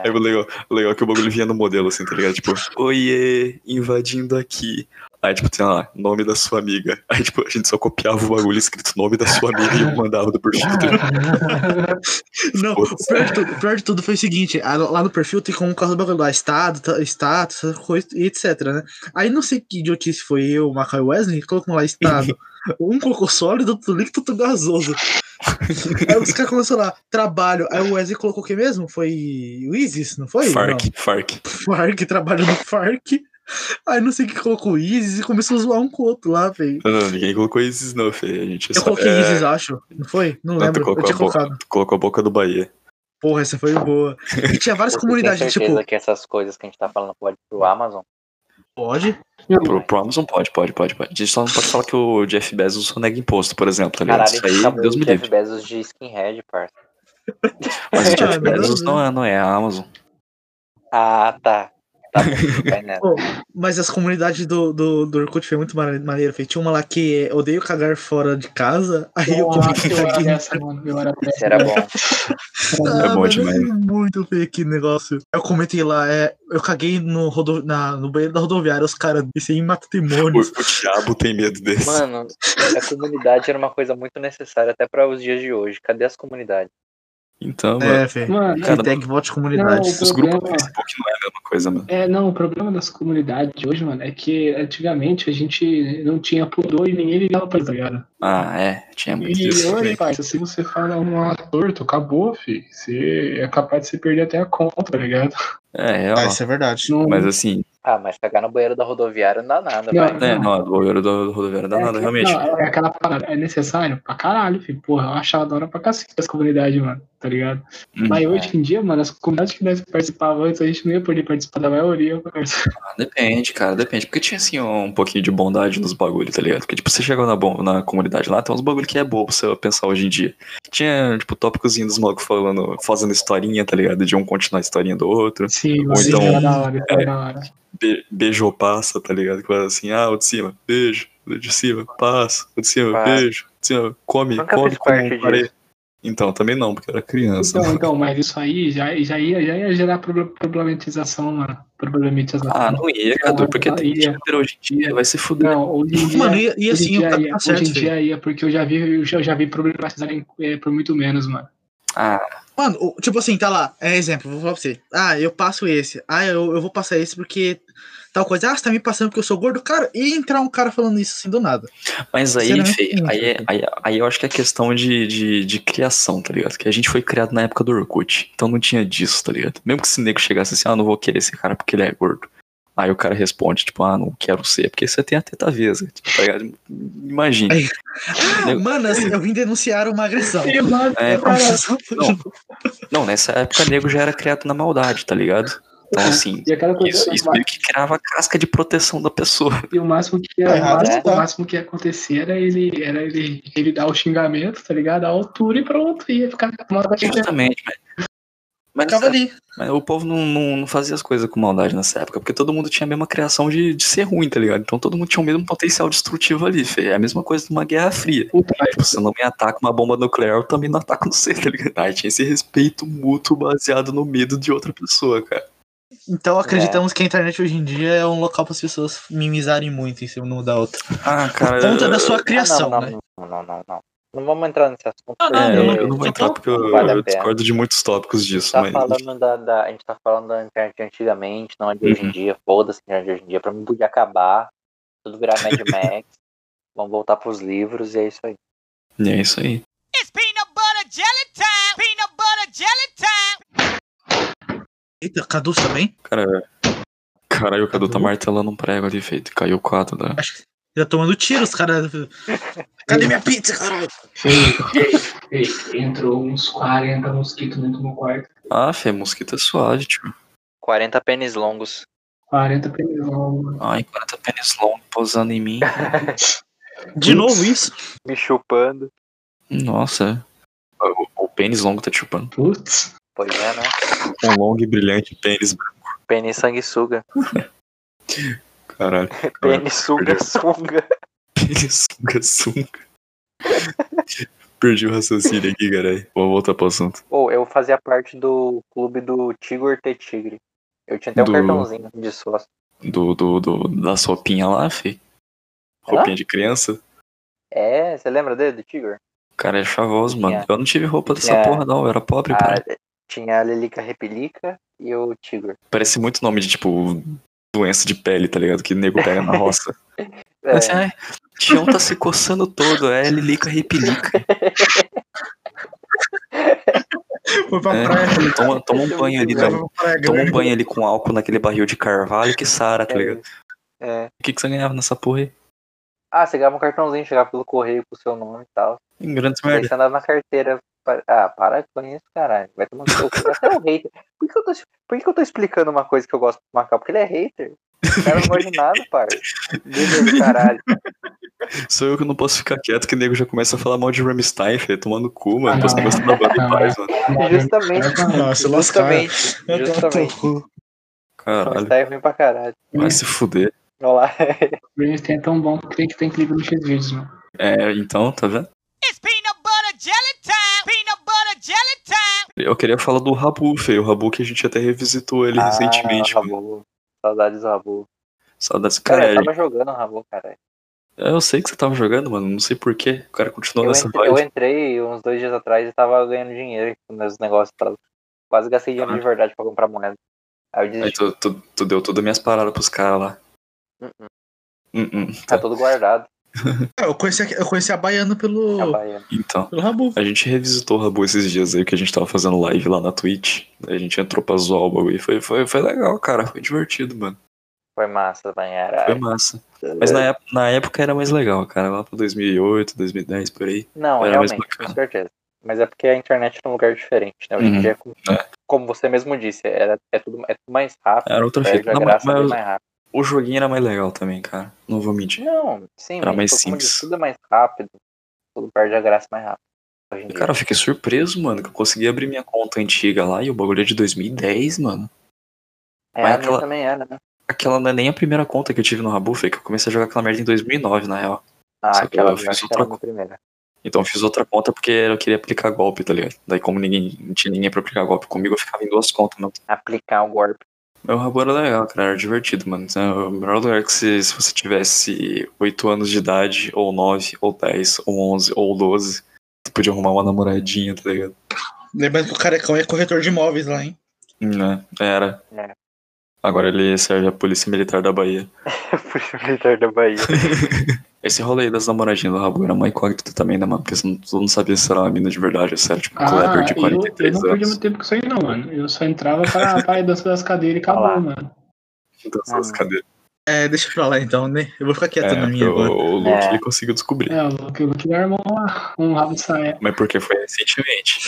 [SPEAKER 3] Aí o legal, o legal é que o bagulho vinha no modelo, assim, tá ligado? Tipo, oiê, invadindo aqui. Aí, tipo, tem lá, nome da sua amiga. Aí, tipo, a gente só copiava o bagulho escrito nome da sua amiga e eu mandava do perfil.
[SPEAKER 1] Ah,
[SPEAKER 3] tá ligado?
[SPEAKER 1] Não, o pior, de tudo, o pior de tudo foi o seguinte: a- lá no perfil tem como causa do bagulho lá, estado, ta- status, essa coisa, e etc, né? Aí não sei que idiotice foi eu, Macau e Wesley, colocam lá estado. Um colocou sólido, outro líquido, outro gasoso. Aí os caras começaram lá, trabalho. Aí o Wesley colocou o que mesmo? Foi o Isis, não foi? Não.
[SPEAKER 3] Farc, Farc.
[SPEAKER 1] Farc, trabalha no Farc. Aí não sei o que colocou o Isis e começou a zoar um com o outro lá, velho.
[SPEAKER 3] Não, não, ninguém colocou Isis, não, Fê. A gente
[SPEAKER 1] Eu coloquei
[SPEAKER 3] é,
[SPEAKER 1] Isis, acho. Não foi? Não,
[SPEAKER 3] Não, tu
[SPEAKER 1] lembro. Eu
[SPEAKER 3] colocou
[SPEAKER 1] tinha
[SPEAKER 3] a boca.
[SPEAKER 1] colocado.
[SPEAKER 3] colocou a boca do Bahia.
[SPEAKER 1] Porra, essa foi boa. E tinha várias comunidades,
[SPEAKER 2] Tem certeza
[SPEAKER 1] tipo,
[SPEAKER 2] que essas coisas que a gente tá falando pode ir pro Amazon?
[SPEAKER 1] pode?
[SPEAKER 3] Pro, pro Amazon pode, pode, pode, pode. A gente só não pode falar que o Jeff Bezos só nega imposto, por exemplo, tá ligado?
[SPEAKER 2] Caralho,
[SPEAKER 3] Isso aí,
[SPEAKER 2] chamou
[SPEAKER 3] Deus
[SPEAKER 2] o
[SPEAKER 3] me
[SPEAKER 2] Jeff
[SPEAKER 3] livre.
[SPEAKER 2] Bezos de skinhead, parça.
[SPEAKER 3] Mas
[SPEAKER 1] Ah,
[SPEAKER 3] o Jeff
[SPEAKER 1] é verdade,
[SPEAKER 3] Bezos
[SPEAKER 1] né?
[SPEAKER 3] não é, não é a Amazon.
[SPEAKER 2] Ah, tá. Tá bom, vai nessa.
[SPEAKER 1] Mas as comunidades do, do, do Orkut foi muito mane- maneiro. Fez. Tinha uma lá que é odeio cagar fora de casa. Aí eu
[SPEAKER 4] Nossa,
[SPEAKER 1] comentei
[SPEAKER 4] eu era
[SPEAKER 1] aqui.
[SPEAKER 4] dessa, mano. Eu era
[SPEAKER 2] Isso
[SPEAKER 4] dessa.
[SPEAKER 2] era bom.
[SPEAKER 1] Ah,
[SPEAKER 3] bom
[SPEAKER 1] mas
[SPEAKER 3] demais.
[SPEAKER 1] é muito feio que negócio. Eu comentei lá, é, eu caguei no, rodo, na, no banheiro da rodoviária, os caras desse aí mata
[SPEAKER 3] O,
[SPEAKER 1] demônios.
[SPEAKER 3] o diabo tem medo desse.
[SPEAKER 2] Mano, a comunidade era uma coisa muito necessária até para os dias de hoje. Cadê as comunidades?
[SPEAKER 3] Então, mano.
[SPEAKER 1] É, feio.
[SPEAKER 4] Mano,
[SPEAKER 3] Cara,
[SPEAKER 1] Hashtag volte
[SPEAKER 4] não,
[SPEAKER 1] comunidade.
[SPEAKER 3] Os
[SPEAKER 4] o
[SPEAKER 3] grupos do
[SPEAKER 4] problema,
[SPEAKER 3] Facebook não é a mesma coisa, mano.
[SPEAKER 4] É, não, o problema das comunidades de hoje, mano, é que antigamente a gente não tinha pudor e ninguém ligava pra isso, tá ligado?
[SPEAKER 3] Ah, é. Tinha muito
[SPEAKER 4] E
[SPEAKER 3] disso
[SPEAKER 4] hoje,
[SPEAKER 3] também.
[SPEAKER 4] parça, se você fala um torto, acabou, filho. Você é capaz de se perder até a conta, tá ligado?
[SPEAKER 3] É, é,
[SPEAKER 1] Ah,
[SPEAKER 3] ó.
[SPEAKER 1] isso é verdade.
[SPEAKER 4] Não,
[SPEAKER 3] Mas assim,
[SPEAKER 2] Ah, mas cagar no banheiro da rodoviária não dá nada,
[SPEAKER 4] Não,
[SPEAKER 2] velho.
[SPEAKER 4] não.
[SPEAKER 3] é, não, a do goleiro do rodoviário dá
[SPEAKER 4] é
[SPEAKER 3] nada,
[SPEAKER 4] que-
[SPEAKER 3] realmente.
[SPEAKER 4] não, é aquela parada, é necessário pra caralho, filho. Porra, eu achava da hora pra cacete as comunidades, mano, tá ligado?
[SPEAKER 3] Hum.
[SPEAKER 4] Mas hoje em dia, mano, as comunidades que nós participávamos antes, a gente não ia poder participar da maioria, parça.
[SPEAKER 3] Ah, Depende, cara, depende. Porque tinha, assim, um pouquinho de bondade nos bagulhos, tá ligado? Porque, tipo, você chegou na, bom- na comunidade lá, tem uns bagulho que é bobo você pensar hoje em dia. Tinha, tipo, tópicozinho dos malucos falando, fazendo historinha, tá ligado? De um continuar a historinha do outro.
[SPEAKER 4] Sim,
[SPEAKER 3] Ou
[SPEAKER 4] mas
[SPEAKER 3] então-
[SPEAKER 4] era da hora, era da hora.
[SPEAKER 3] Be beijo ou passa, tá ligado? Que fala assim, ah, o de cima, beijo, o de cima, passa, o de cima,
[SPEAKER 2] Passa.
[SPEAKER 3] beijo, o de cima, come,
[SPEAKER 2] Nunca
[SPEAKER 3] come,
[SPEAKER 2] fiz
[SPEAKER 3] come,
[SPEAKER 2] parte
[SPEAKER 3] parei. Então, também não, porque era criança. né?
[SPEAKER 4] Então, então, mas isso aí já, já, ia, já ia gerar proble- problematização, mano. Problematização.
[SPEAKER 3] Ah, não ia, Cadu, porque tem
[SPEAKER 4] Ia.
[SPEAKER 3] Twitter hoje em dia, vai se fuder.
[SPEAKER 4] Não, hoje em dia.
[SPEAKER 1] Mano, e, e
[SPEAKER 4] hoje em
[SPEAKER 1] assim, o
[SPEAKER 4] dia
[SPEAKER 1] cara
[SPEAKER 4] ia,
[SPEAKER 1] tá
[SPEAKER 4] hoje
[SPEAKER 1] certo,
[SPEAKER 4] em
[SPEAKER 1] feio.
[SPEAKER 4] dia ia, porque eu já vi, eu já, eu já vi problematizarem eh, por muito menos, mano.
[SPEAKER 3] Ah,
[SPEAKER 1] Mano, o- tipo assim, tá lá, é exemplo, vou falar pra você. Ah, eu passo esse. Ah, eu, eu vou passar esse porque tal coisa. Ah, você tá me passando porque eu sou gordo? Cara, e entrar um cara falando isso assim do nada.
[SPEAKER 3] mas aí,
[SPEAKER 1] Sinceramente,
[SPEAKER 3] Fê,
[SPEAKER 1] não.
[SPEAKER 3] aí, é- aí, aí eu acho que é questão de, de, de criação, tá ligado? Que a gente foi criado na época do Orkut, então não tinha disso, tá ligado? Mesmo que esse nego chegasse assim, ah, não vou querer esse cara porque ele é gordo. Aí o cara responde, tipo, ah, não quero ser, porque você tem a teta vesa, tá ligado? Imagina.
[SPEAKER 1] Aí-
[SPEAKER 3] Nego-
[SPEAKER 1] Mano, assim, eu vim denunciar uma agressão.
[SPEAKER 3] É,
[SPEAKER 1] Cara,
[SPEAKER 3] não. Não, nessa época o nego já era criado na maldade, tá ligado? Então, assim,
[SPEAKER 4] E aquela coisa.
[SPEAKER 3] isso, isso
[SPEAKER 4] o ma-
[SPEAKER 3] meio que criava a casca de proteção da pessoa.
[SPEAKER 4] E o máximo que ia,
[SPEAKER 6] Tá
[SPEAKER 4] o
[SPEAKER 6] errado,
[SPEAKER 4] máximo-
[SPEAKER 2] né?
[SPEAKER 4] o máximo que ia acontecer era ele, era ele, ele dar o xingamento, tá ligado? A altura e pronto. Ia ficar com uma
[SPEAKER 3] Justamente, mas, Mas,
[SPEAKER 1] ficava ali.
[SPEAKER 3] mas o povo não, não, não fazia as coisas com maldade nessa época, porque todo mundo tinha a mesma criação de, de ser ruim, tá ligado? Então todo mundo tinha o mesmo potencial destrutivo ali, feio. É a mesma coisa de uma guerra fria. Tipo, se eu não me ataca uma bomba nuclear, eu também não ataco no você, tá ligado? Aí tinha esse respeito mútuo baseado no medo de outra pessoa, cara.
[SPEAKER 1] É.
[SPEAKER 6] Então acreditamos que a internet hoje em dia é um local para as pessoas mimizarem muito em cima uma da outra.
[SPEAKER 3] Ah, cara.
[SPEAKER 6] Conta da sua
[SPEAKER 2] não,
[SPEAKER 6] criação,
[SPEAKER 2] Ah, não,
[SPEAKER 6] né?
[SPEAKER 2] não, não, não, não. Não vamos entrar nesse assunto.
[SPEAKER 3] É, eu, não, eu não vou
[SPEAKER 2] porque
[SPEAKER 3] entrar porque eu,
[SPEAKER 2] vale a
[SPEAKER 3] eu
[SPEAKER 2] pena.
[SPEAKER 3] discordo de muitos tópicos disso,
[SPEAKER 2] Tá
[SPEAKER 3] mas.
[SPEAKER 2] falando da, da- a gente tá falando da internet de antigamente, não é de hoje em
[SPEAKER 3] Uhum.
[SPEAKER 2] dia. Foda-se, a internet de hoje em dia. Pra mim, podia acabar. Tudo virar Mad Max. Vamos voltar pros livros e é isso aí.
[SPEAKER 3] E é isso aí.
[SPEAKER 5] It's peanut butter jelly time. Peanut butter jelly time.
[SPEAKER 6] Eita, Cadu você tá bem?
[SPEAKER 3] Cara. Caralho, o Cadu tá martelando um prego ali feito. Caiu quatro da.
[SPEAKER 6] Já tomando tiro, os caras. Cadê minha pizza, caralho?
[SPEAKER 4] Ei, ei, entrou uns 40 mosquitos dentro do meu quarto.
[SPEAKER 3] Ah, Fê, mosquito é suave, tio.
[SPEAKER 2] 40 pênis longos.
[SPEAKER 4] 40 pneus.
[SPEAKER 3] Ai, 40 pênis longos pousando em mim.
[SPEAKER 6] De novo isso?
[SPEAKER 2] Me chupando.
[SPEAKER 3] Nossa. O, o pênis longo tá chupando.
[SPEAKER 4] Putz.
[SPEAKER 2] Pois é, né?
[SPEAKER 3] Um longo e brilhante pênis,
[SPEAKER 2] Pênis sanguessuga.
[SPEAKER 3] caralho.
[SPEAKER 2] Pênis suga, suga.
[SPEAKER 3] Pênis sunga sunga. Perdi o raciocínio aqui, caralho. Vou voltar pro assunto.
[SPEAKER 2] Ou eu fazia parte do clube do Tigor T Tigre. Eu tinha até um
[SPEAKER 3] Do-
[SPEAKER 2] cartãozinho de sócio.
[SPEAKER 3] Do, do, do, da sopinha lá, Fê. Roupinha de criança.
[SPEAKER 2] É, você lembra dele, do Tigor?
[SPEAKER 3] Cara, é chavoso, mano.
[SPEAKER 2] Tinha.
[SPEAKER 3] Eu não tive roupa dessa
[SPEAKER 2] Tinha.
[SPEAKER 3] porra, não. Eu era pobre,
[SPEAKER 2] Ah,
[SPEAKER 3] cara.
[SPEAKER 2] tinha a Lelica Repelica e o Tigor.
[SPEAKER 3] Parece muito nome de, tipo, doença de pele, tá ligado? Que nego pega na roça.
[SPEAKER 2] É,
[SPEAKER 3] Mas, ai, Tião tá se coçando todo, é Lilica Repelica.
[SPEAKER 1] Foi pra
[SPEAKER 3] É.
[SPEAKER 1] praia, tá ligado?
[SPEAKER 3] Toma, toma um banho ali,
[SPEAKER 1] Vai
[SPEAKER 3] né?
[SPEAKER 1] pra praia
[SPEAKER 3] Toma um
[SPEAKER 1] grande.
[SPEAKER 3] banho ali com álcool naquele barril de carvalho que sara, tá ligado?
[SPEAKER 2] é.
[SPEAKER 3] O que, que você ganhava nessa porra aí?
[SPEAKER 2] Ah, você ganhava um cartãozinho, chegava pelo correio com o seu nome e tal.
[SPEAKER 3] Em grandes
[SPEAKER 2] Daí
[SPEAKER 3] merda.
[SPEAKER 2] você andava na carteira. pa- Ah, para com isso, caralho. Vai tomar no seu cu. Até um hater. Por que, eu tô, por que que eu tô explicando uma coisa que eu gosto pro Macau? Porque ele é hater. O cara não morde nada, parça. Líder do caralho.
[SPEAKER 3] É. Sou eu que não posso ficar quieto que o nego já começa a falar mal de Rammstein, filho. Tomando cu, mano.
[SPEAKER 4] Ah,
[SPEAKER 3] Posso
[SPEAKER 4] não.
[SPEAKER 3] gostar da banda em
[SPEAKER 4] Não,
[SPEAKER 3] paz, mano.
[SPEAKER 2] É Justamente.
[SPEAKER 1] Ah, se lascar.
[SPEAKER 2] Justamente. Justamente.
[SPEAKER 3] Caralho,
[SPEAKER 2] Mas tá ruim pra caralho.
[SPEAKER 3] vai se fuder.
[SPEAKER 2] Olha lá.
[SPEAKER 4] O Brimstone é tão bom que tem que ter clipe no X-Videos, mano.
[SPEAKER 3] É, então, tá vendo?
[SPEAKER 5] It's peanut butter jelly time. Peanut butter jelly time.
[SPEAKER 3] Eu queria falar do Rabu, feio. O Rabu que a gente até revisitou ele
[SPEAKER 2] Ah,
[SPEAKER 3] recentemente, mano.
[SPEAKER 2] Rabu. Saudades do Rabu.
[SPEAKER 3] Saudades.
[SPEAKER 2] Cara,
[SPEAKER 3] Cara,
[SPEAKER 2] eu tava jogando o Rabu, caralho.
[SPEAKER 3] eu sei que você tava jogando, mano. Não sei porquê. O cara
[SPEAKER 2] Eu,
[SPEAKER 3] continuou nessa
[SPEAKER 2] entre- eu
[SPEAKER 3] vibe.
[SPEAKER 2] entrei uns dois dias atrás e tava ganhando dinheiro com meus negócios. Tá? Quase gastei dinheiro de verdade pra comprar moeda. Aí eu
[SPEAKER 3] Aí
[SPEAKER 2] desisti.
[SPEAKER 3] tu, tu- tu deu todas as minhas paradas pros caras lá.
[SPEAKER 2] Uhum.
[SPEAKER 3] Uhum,
[SPEAKER 2] Tá
[SPEAKER 3] tá.
[SPEAKER 2] tudo guardado.
[SPEAKER 1] Ah, Eu conheci, a- eu conheci a baiana pelo,
[SPEAKER 2] a Bahia.
[SPEAKER 3] Então,
[SPEAKER 1] pelo Rabu.
[SPEAKER 3] a gente revisitou o Rabu esses dias aí que a gente tava fazendo live lá na Twitch. Aí a gente entrou pra zoar o bagulho. Foi, foi, foi legal, cara. Foi divertido, mano.
[SPEAKER 2] Foi massa, banheira.
[SPEAKER 3] Foi massa. Mas na, ép- na época era mais legal, cara. Lá pra 2008, 2010, por aí.
[SPEAKER 2] Não,
[SPEAKER 3] era mais
[SPEAKER 2] realmente, com
[SPEAKER 3] bacana.
[SPEAKER 2] certeza. Mas é porque a internet é um lugar diferente, né? Hoje em
[SPEAKER 3] Uhum.
[SPEAKER 2] dia, como,
[SPEAKER 3] É.
[SPEAKER 2] como você mesmo disse, era, é, tudo, é tudo mais rápido,
[SPEAKER 3] Era outra
[SPEAKER 2] perde
[SPEAKER 3] fita.
[SPEAKER 2] a
[SPEAKER 3] Não, mas,
[SPEAKER 2] graça bem
[SPEAKER 3] mas
[SPEAKER 2] mais rápido.
[SPEAKER 3] o joguinho era mais legal também, cara. Não vou mentir.
[SPEAKER 2] Não, sim,
[SPEAKER 3] Era
[SPEAKER 2] mas,
[SPEAKER 3] mais
[SPEAKER 2] tipo, como eu disse,
[SPEAKER 3] simples.
[SPEAKER 2] tudo é mais rápido, tudo perde a graça mais rápido. Hoje em
[SPEAKER 3] E,
[SPEAKER 2] dia. É,
[SPEAKER 3] cara, eu fiquei surpreso, mano, que eu consegui abrir minha conta antiga lá e o bagulho é de 2010, mano.
[SPEAKER 2] é,
[SPEAKER 3] mas
[SPEAKER 2] a minha
[SPEAKER 3] aquela-
[SPEAKER 2] também era, né?
[SPEAKER 3] Aquela não é nem a primeira conta que eu tive no Rabu, foi que eu comecei a jogar aquela merda em 2009, na real.
[SPEAKER 2] Ah,
[SPEAKER 3] Só que
[SPEAKER 2] aquela
[SPEAKER 3] eu
[SPEAKER 2] minha,
[SPEAKER 3] fiz
[SPEAKER 2] acho que
[SPEAKER 3] outra
[SPEAKER 2] era a minha primeira.
[SPEAKER 3] Então eu fiz outra conta porque eu queria aplicar golpe, tá ligado? Daí como ninguém não tinha ninguém pra aplicar golpe comigo, eu ficava em duas contas. Meu,
[SPEAKER 2] Aplicar o golpe.
[SPEAKER 3] meu Rabu era legal, cara, era divertido, mano. Então, é o melhor lugar que se, se você tivesse 8 anos de idade, ou 9, ou 10, ou 11, ou 12, você podia arrumar uma namoradinha, tá ligado?
[SPEAKER 1] Lembrando que o Carecão é corretor de imóveis lá, hein?
[SPEAKER 3] Né? Era.
[SPEAKER 2] É.
[SPEAKER 3] Agora ele serve à Polícia Militar da Bahia.
[SPEAKER 2] Polícia Militar da Bahia.
[SPEAKER 3] Esse rolê aí das namoradinhas do Rabu era uma incógnita também, né, mano? Porque você não, tu não sabia se era uma mina de verdade ou se era tipo um Kleber de
[SPEAKER 4] Ah, eu, eu
[SPEAKER 3] 43
[SPEAKER 4] não perdi
[SPEAKER 3] anos.
[SPEAKER 4] muito tempo com isso aí, não, mano. Eu só entrava pra, pra dança das cadeiras e
[SPEAKER 2] Olha lá.
[SPEAKER 4] acabou, mano.
[SPEAKER 3] Dançando as
[SPEAKER 2] Ah.
[SPEAKER 3] Então, cadeiras.
[SPEAKER 1] É, deixa pra lá então, né? Eu vou ficar quieto
[SPEAKER 3] É,
[SPEAKER 1] na minha
[SPEAKER 3] porque
[SPEAKER 1] agora.
[SPEAKER 3] o, o Luke
[SPEAKER 2] É.
[SPEAKER 3] ele conseguiu descobrir.
[SPEAKER 4] É, o Luke, o Luke armou lá um rabo de saia.
[SPEAKER 3] Mas porque foi recentemente.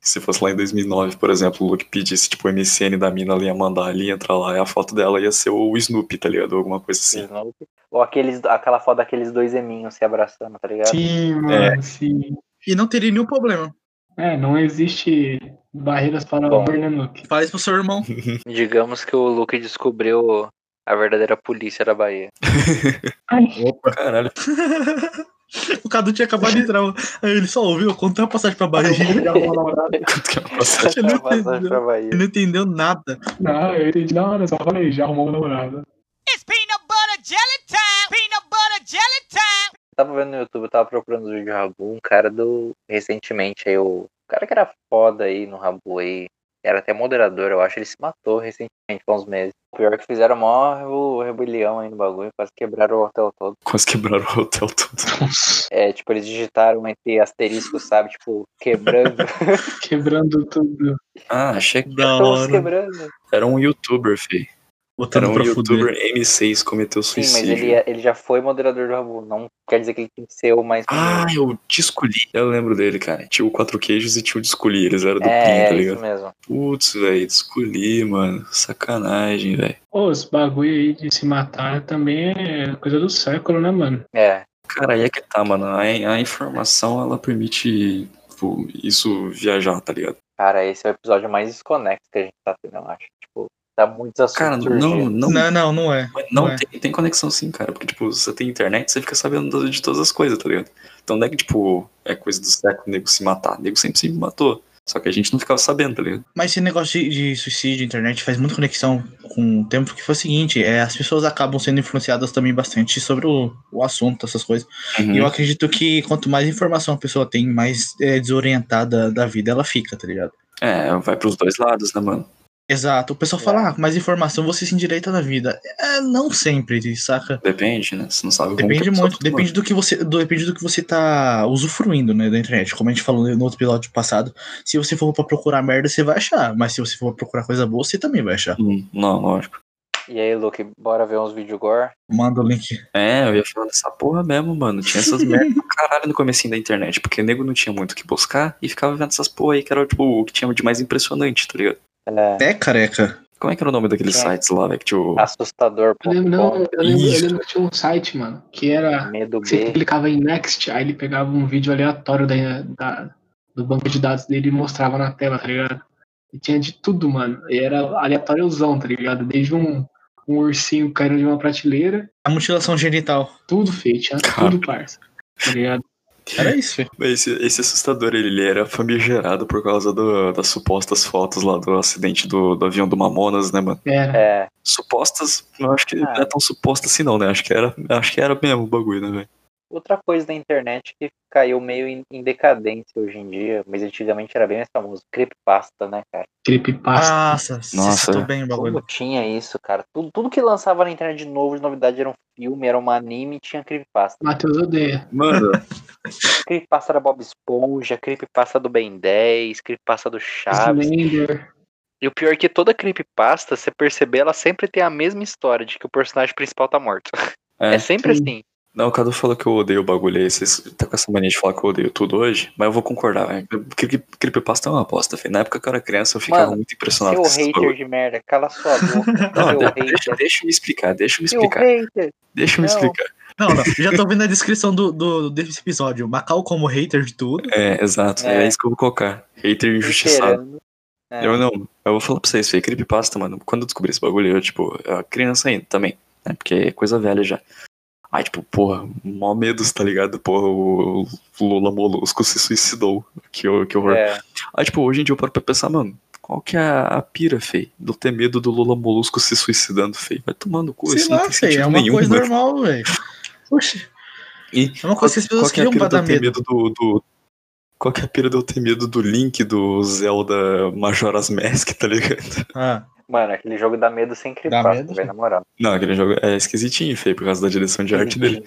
[SPEAKER 3] Se fosse lá em 2009, por exemplo, o Luke pedisse tipo o MCN da mina, ela ia mandar ali, entrar lá, e a foto dela ia ser o Snoopy, tá ligado? Alguma coisa assim.
[SPEAKER 2] Snoopy. Ou aqueles, aquela foto daqueles dois eminhos se abraçando, tá ligado?
[SPEAKER 4] Sim, mano, sim.
[SPEAKER 1] E não teria nenhum problema.
[SPEAKER 4] É, não existe barreiras para né,
[SPEAKER 2] Bom.
[SPEAKER 4] o Bernanuc.
[SPEAKER 1] Fala isso pro seu irmão.
[SPEAKER 2] Digamos que o Luke descobriu a verdadeira polícia da Bahia.
[SPEAKER 3] Opa. Caralho.
[SPEAKER 1] O Cadu tinha acabado de entrar. Aí ele só ouviu, contou a passagem pra Bahia.
[SPEAKER 3] Quanto que é uma passagem?
[SPEAKER 1] Ele não
[SPEAKER 2] Passagem pra
[SPEAKER 1] entendeu.
[SPEAKER 2] Bahia.
[SPEAKER 1] Ele não entendeu nada.
[SPEAKER 4] Não, eu entendi na hora, só falei, já arrumou uma namorada.
[SPEAKER 5] It's peanut butter jelly time. Peanut butter jelly time.
[SPEAKER 2] Tava vendo no YouTube, eu tava procurando os vídeos de Rabu, um cara do. Recentemente aí, o. o cara que era foda aí no Rabu aí. Era até moderador, eu acho. Ele se matou recentemente, há uns meses. Pior que fizeram mó rebu- rebelião aí no bagulho, quase quebraram o hotel todo.
[SPEAKER 3] Quase quebraram o hotel todo.
[SPEAKER 2] É, tipo, eles digitaram entre asteriscos, sabe? Tipo, quebrando.
[SPEAKER 4] Quebrando tudo.
[SPEAKER 3] Ah, achei que
[SPEAKER 1] Da
[SPEAKER 2] Estamos
[SPEAKER 3] Então,
[SPEAKER 1] hora.
[SPEAKER 2] quebrando.
[SPEAKER 3] era um youtuber, fi. Era
[SPEAKER 1] Botando
[SPEAKER 3] um
[SPEAKER 1] pra
[SPEAKER 3] youtuber
[SPEAKER 1] fuder.
[SPEAKER 3] M6 cometeu
[SPEAKER 2] Sim, mas
[SPEAKER 3] suicídio.
[SPEAKER 2] ele, é, ele já foi moderador do Rabu. Não quer dizer que ele tem que ser o mais.
[SPEAKER 3] Ah, eu te escolhi. Eu lembro dele, cara. Tinha o Quatro Queijos e tinha o Descolhi. Eles eram do Pin,
[SPEAKER 2] é, é
[SPEAKER 3] tá ligado?
[SPEAKER 2] isso mesmo.
[SPEAKER 3] Putz, velho, escolhi, mano. Sacanagem, velho.
[SPEAKER 4] Ô, os bagulho aí de se matar também é coisa do século, né, mano?
[SPEAKER 2] É.
[SPEAKER 3] Cara, aí é que tá, mano. A, a informação, ela permite tipo, isso viajar, tá ligado?
[SPEAKER 2] Cara, esse é o episódio mais desconexo que a gente tá tendo, eu acho. Tipo, tá muitos assuntos.
[SPEAKER 3] Cara, não,
[SPEAKER 2] surgindo.
[SPEAKER 3] não, não,
[SPEAKER 1] Não, não, não é. não é.
[SPEAKER 3] tem, tem conexão sim, cara. Porque, tipo, você tem internet, você fica sabendo do- de todas as coisas, tá ligado? Então não é que, tipo, é coisa do século o nego se matar. O nego sempre se matou. Só que a gente não ficava sabendo, tá ligado?
[SPEAKER 1] Mas esse negócio de, de suicídio, internet, faz muita conexão com o tempo que foi o seguinte, é, as pessoas acabam sendo influenciadas também bastante sobre o, o assunto, essas coisas. E
[SPEAKER 2] Uhum.
[SPEAKER 3] Uhum.
[SPEAKER 1] eu acredito que quanto mais informação a pessoa tem, mais é, desorientada da vida ela fica, tá ligado?
[SPEAKER 3] É, vai pros dois lados, né, mano?
[SPEAKER 1] Exato. O pessoal fala, ah, com mais informação você se endireita na vida. É, não sempre, saca?
[SPEAKER 3] Depende, né? Você não sabe como que
[SPEAKER 1] Depende
[SPEAKER 3] a pessoa
[SPEAKER 1] muito,
[SPEAKER 3] tá tomando.
[SPEAKER 1] depende do que você, do- depende do que você tá usufruindo, né, da internet. Como a gente falou no outro episódio passado, se você for pra procurar merda, você vai achar, mas se você for procurar coisa boa, você também vai achar.
[SPEAKER 3] Hum, Não, lógico.
[SPEAKER 2] E aí, Luke, bora ver uns vídeo gore?
[SPEAKER 1] Manda o link.
[SPEAKER 3] É, eu ia falar dessa porra mesmo, mano. Tinha essas merdas do caralho no comecinho da internet, porque o nego não tinha muito o que buscar e ficava vendo essas porra aí que era, tipo, o que tinha de mais impressionante, tá ligado?
[SPEAKER 2] É,
[SPEAKER 1] Até careca.
[SPEAKER 3] Como é que era o nome daqueles
[SPEAKER 2] É.
[SPEAKER 3] sites lá, velho? Que tinha o...
[SPEAKER 4] Eu lembro, não,
[SPEAKER 2] assustador.com,
[SPEAKER 4] eu lembro, eu
[SPEAKER 3] Isso.
[SPEAKER 4] lembro que tinha um site, mano, que era.
[SPEAKER 2] medo
[SPEAKER 4] Você
[SPEAKER 2] B.
[SPEAKER 4] clicava em Next, aí ele pegava um vídeo aleatório da, da- do banco de dados dele e mostrava na tela, tá ligado? E tinha de tudo, mano. E era aleatóriozão, tá ligado? Desde um, um ursinho caindo de uma prateleira,
[SPEAKER 1] A mutilação genital.
[SPEAKER 4] tudo feio, tinha tudo, parça. Tá ligado?
[SPEAKER 1] Era isso, filho.
[SPEAKER 3] Esse, esse assustador, ele, ele era famigerado por causa do- das supostas fotos lá do acidente do, do avião do Mamonas, né, mano?
[SPEAKER 4] Era.
[SPEAKER 2] É,
[SPEAKER 3] Supostas, eu acho que não
[SPEAKER 2] Ah.
[SPEAKER 3] é tão suposta assim não, né? Acho que era, acho que era mesmo o bagulho, né, velho?
[SPEAKER 2] outra coisa da internet que caiu meio em, em decadência hoje em dia, mas antigamente era bem mais famoso, creepypasta, né, cara?
[SPEAKER 4] Creepypasta.
[SPEAKER 3] Ah.
[SPEAKER 1] Nossa, você
[SPEAKER 3] Nossa.
[SPEAKER 1] citou bem o
[SPEAKER 2] Como
[SPEAKER 1] bagulho.
[SPEAKER 2] tinha isso, cara? Tudo, tudo que lançava na internet de novo, de novidade, era um filme, era um anime, tinha creepypasta.
[SPEAKER 4] Matheus odeia.
[SPEAKER 3] Mano,
[SPEAKER 2] Creepypasta da Bob Esponja, creepypasta do Ben 10, creepypasta do
[SPEAKER 3] Tá.
[SPEAKER 2] Chaves.
[SPEAKER 4] Slender.
[SPEAKER 2] E o pior é que toda creepypasta, você perceber, ela sempre tem a mesma história de que o personagem principal tá morto.
[SPEAKER 3] É.
[SPEAKER 2] É, sempre
[SPEAKER 4] Sim.
[SPEAKER 2] assim.
[SPEAKER 3] Não, o Cadu falou que eu odeio o bagulho aí. Vocês tá com essa mania de falar que eu odeio tudo hoje, mas eu vou concordar, velho. Cre- Creepypasta é uma aposta, filho. Na época que eu era criança, eu ficava
[SPEAKER 2] Mano,
[SPEAKER 3] muito impressionado
[SPEAKER 2] Seu
[SPEAKER 3] com esses
[SPEAKER 2] hater
[SPEAKER 3] bagulho.
[SPEAKER 2] de merda, cala sua boca.
[SPEAKER 3] Não,
[SPEAKER 2] seu
[SPEAKER 3] de- deixa,
[SPEAKER 2] hater.
[SPEAKER 3] deixa eu me explicar, deixa eu me
[SPEAKER 2] Seu
[SPEAKER 3] explicar,
[SPEAKER 2] hater.
[SPEAKER 3] deixa eu me
[SPEAKER 2] não.
[SPEAKER 3] explicar.
[SPEAKER 1] Não, não. Já tô vendo a descrição do, do- desse episódio. Macau como hater de tudo.
[SPEAKER 3] É, exato, é.
[SPEAKER 2] É.
[SPEAKER 3] isso que eu vou colocar. Hater injustiçado.
[SPEAKER 2] Cheirando. É.
[SPEAKER 3] Eu não, eu vou falar pra vocês, filho. Creepypasta, mano, quando eu descobri esse bagulho, eu, tipo, eu era criança ainda também, né? Porque é coisa velha já. Ai, tipo, porra, mó medos, tá ligado? Porra, o o Lula Molusco se suicidou. Que, hor- que horror.
[SPEAKER 2] É,
[SPEAKER 3] Aí, tipo, hoje em dia eu paro pra pensar, mano, qual que é a, a pira, fei? Do ter medo do Lula Molusco se suicidando, fei. Vai tomando cu,
[SPEAKER 1] Sei
[SPEAKER 3] isso
[SPEAKER 1] lá,
[SPEAKER 3] não tem
[SPEAKER 1] filho.
[SPEAKER 3] sentido
[SPEAKER 1] É uma
[SPEAKER 3] nenhum,
[SPEAKER 1] coisa
[SPEAKER 3] mano.
[SPEAKER 1] normal, velho. Poxa.
[SPEAKER 3] E
[SPEAKER 1] É uma coisa que as pessoas
[SPEAKER 3] que é a
[SPEAKER 1] criam pra
[SPEAKER 3] pira de
[SPEAKER 1] dar
[SPEAKER 3] eu ter
[SPEAKER 1] medo.
[SPEAKER 3] medo do... do... Qual que é a pira de eu ter medo do Link do Zelda Majora's Mask, tá ligado?
[SPEAKER 1] Ah,
[SPEAKER 2] mano, aquele jogo dá medo sem
[SPEAKER 1] medo,
[SPEAKER 2] creepypasta, velho, na moral.
[SPEAKER 3] Não, aquele jogo é esquisitinho, feio, por causa da direção de arte dele.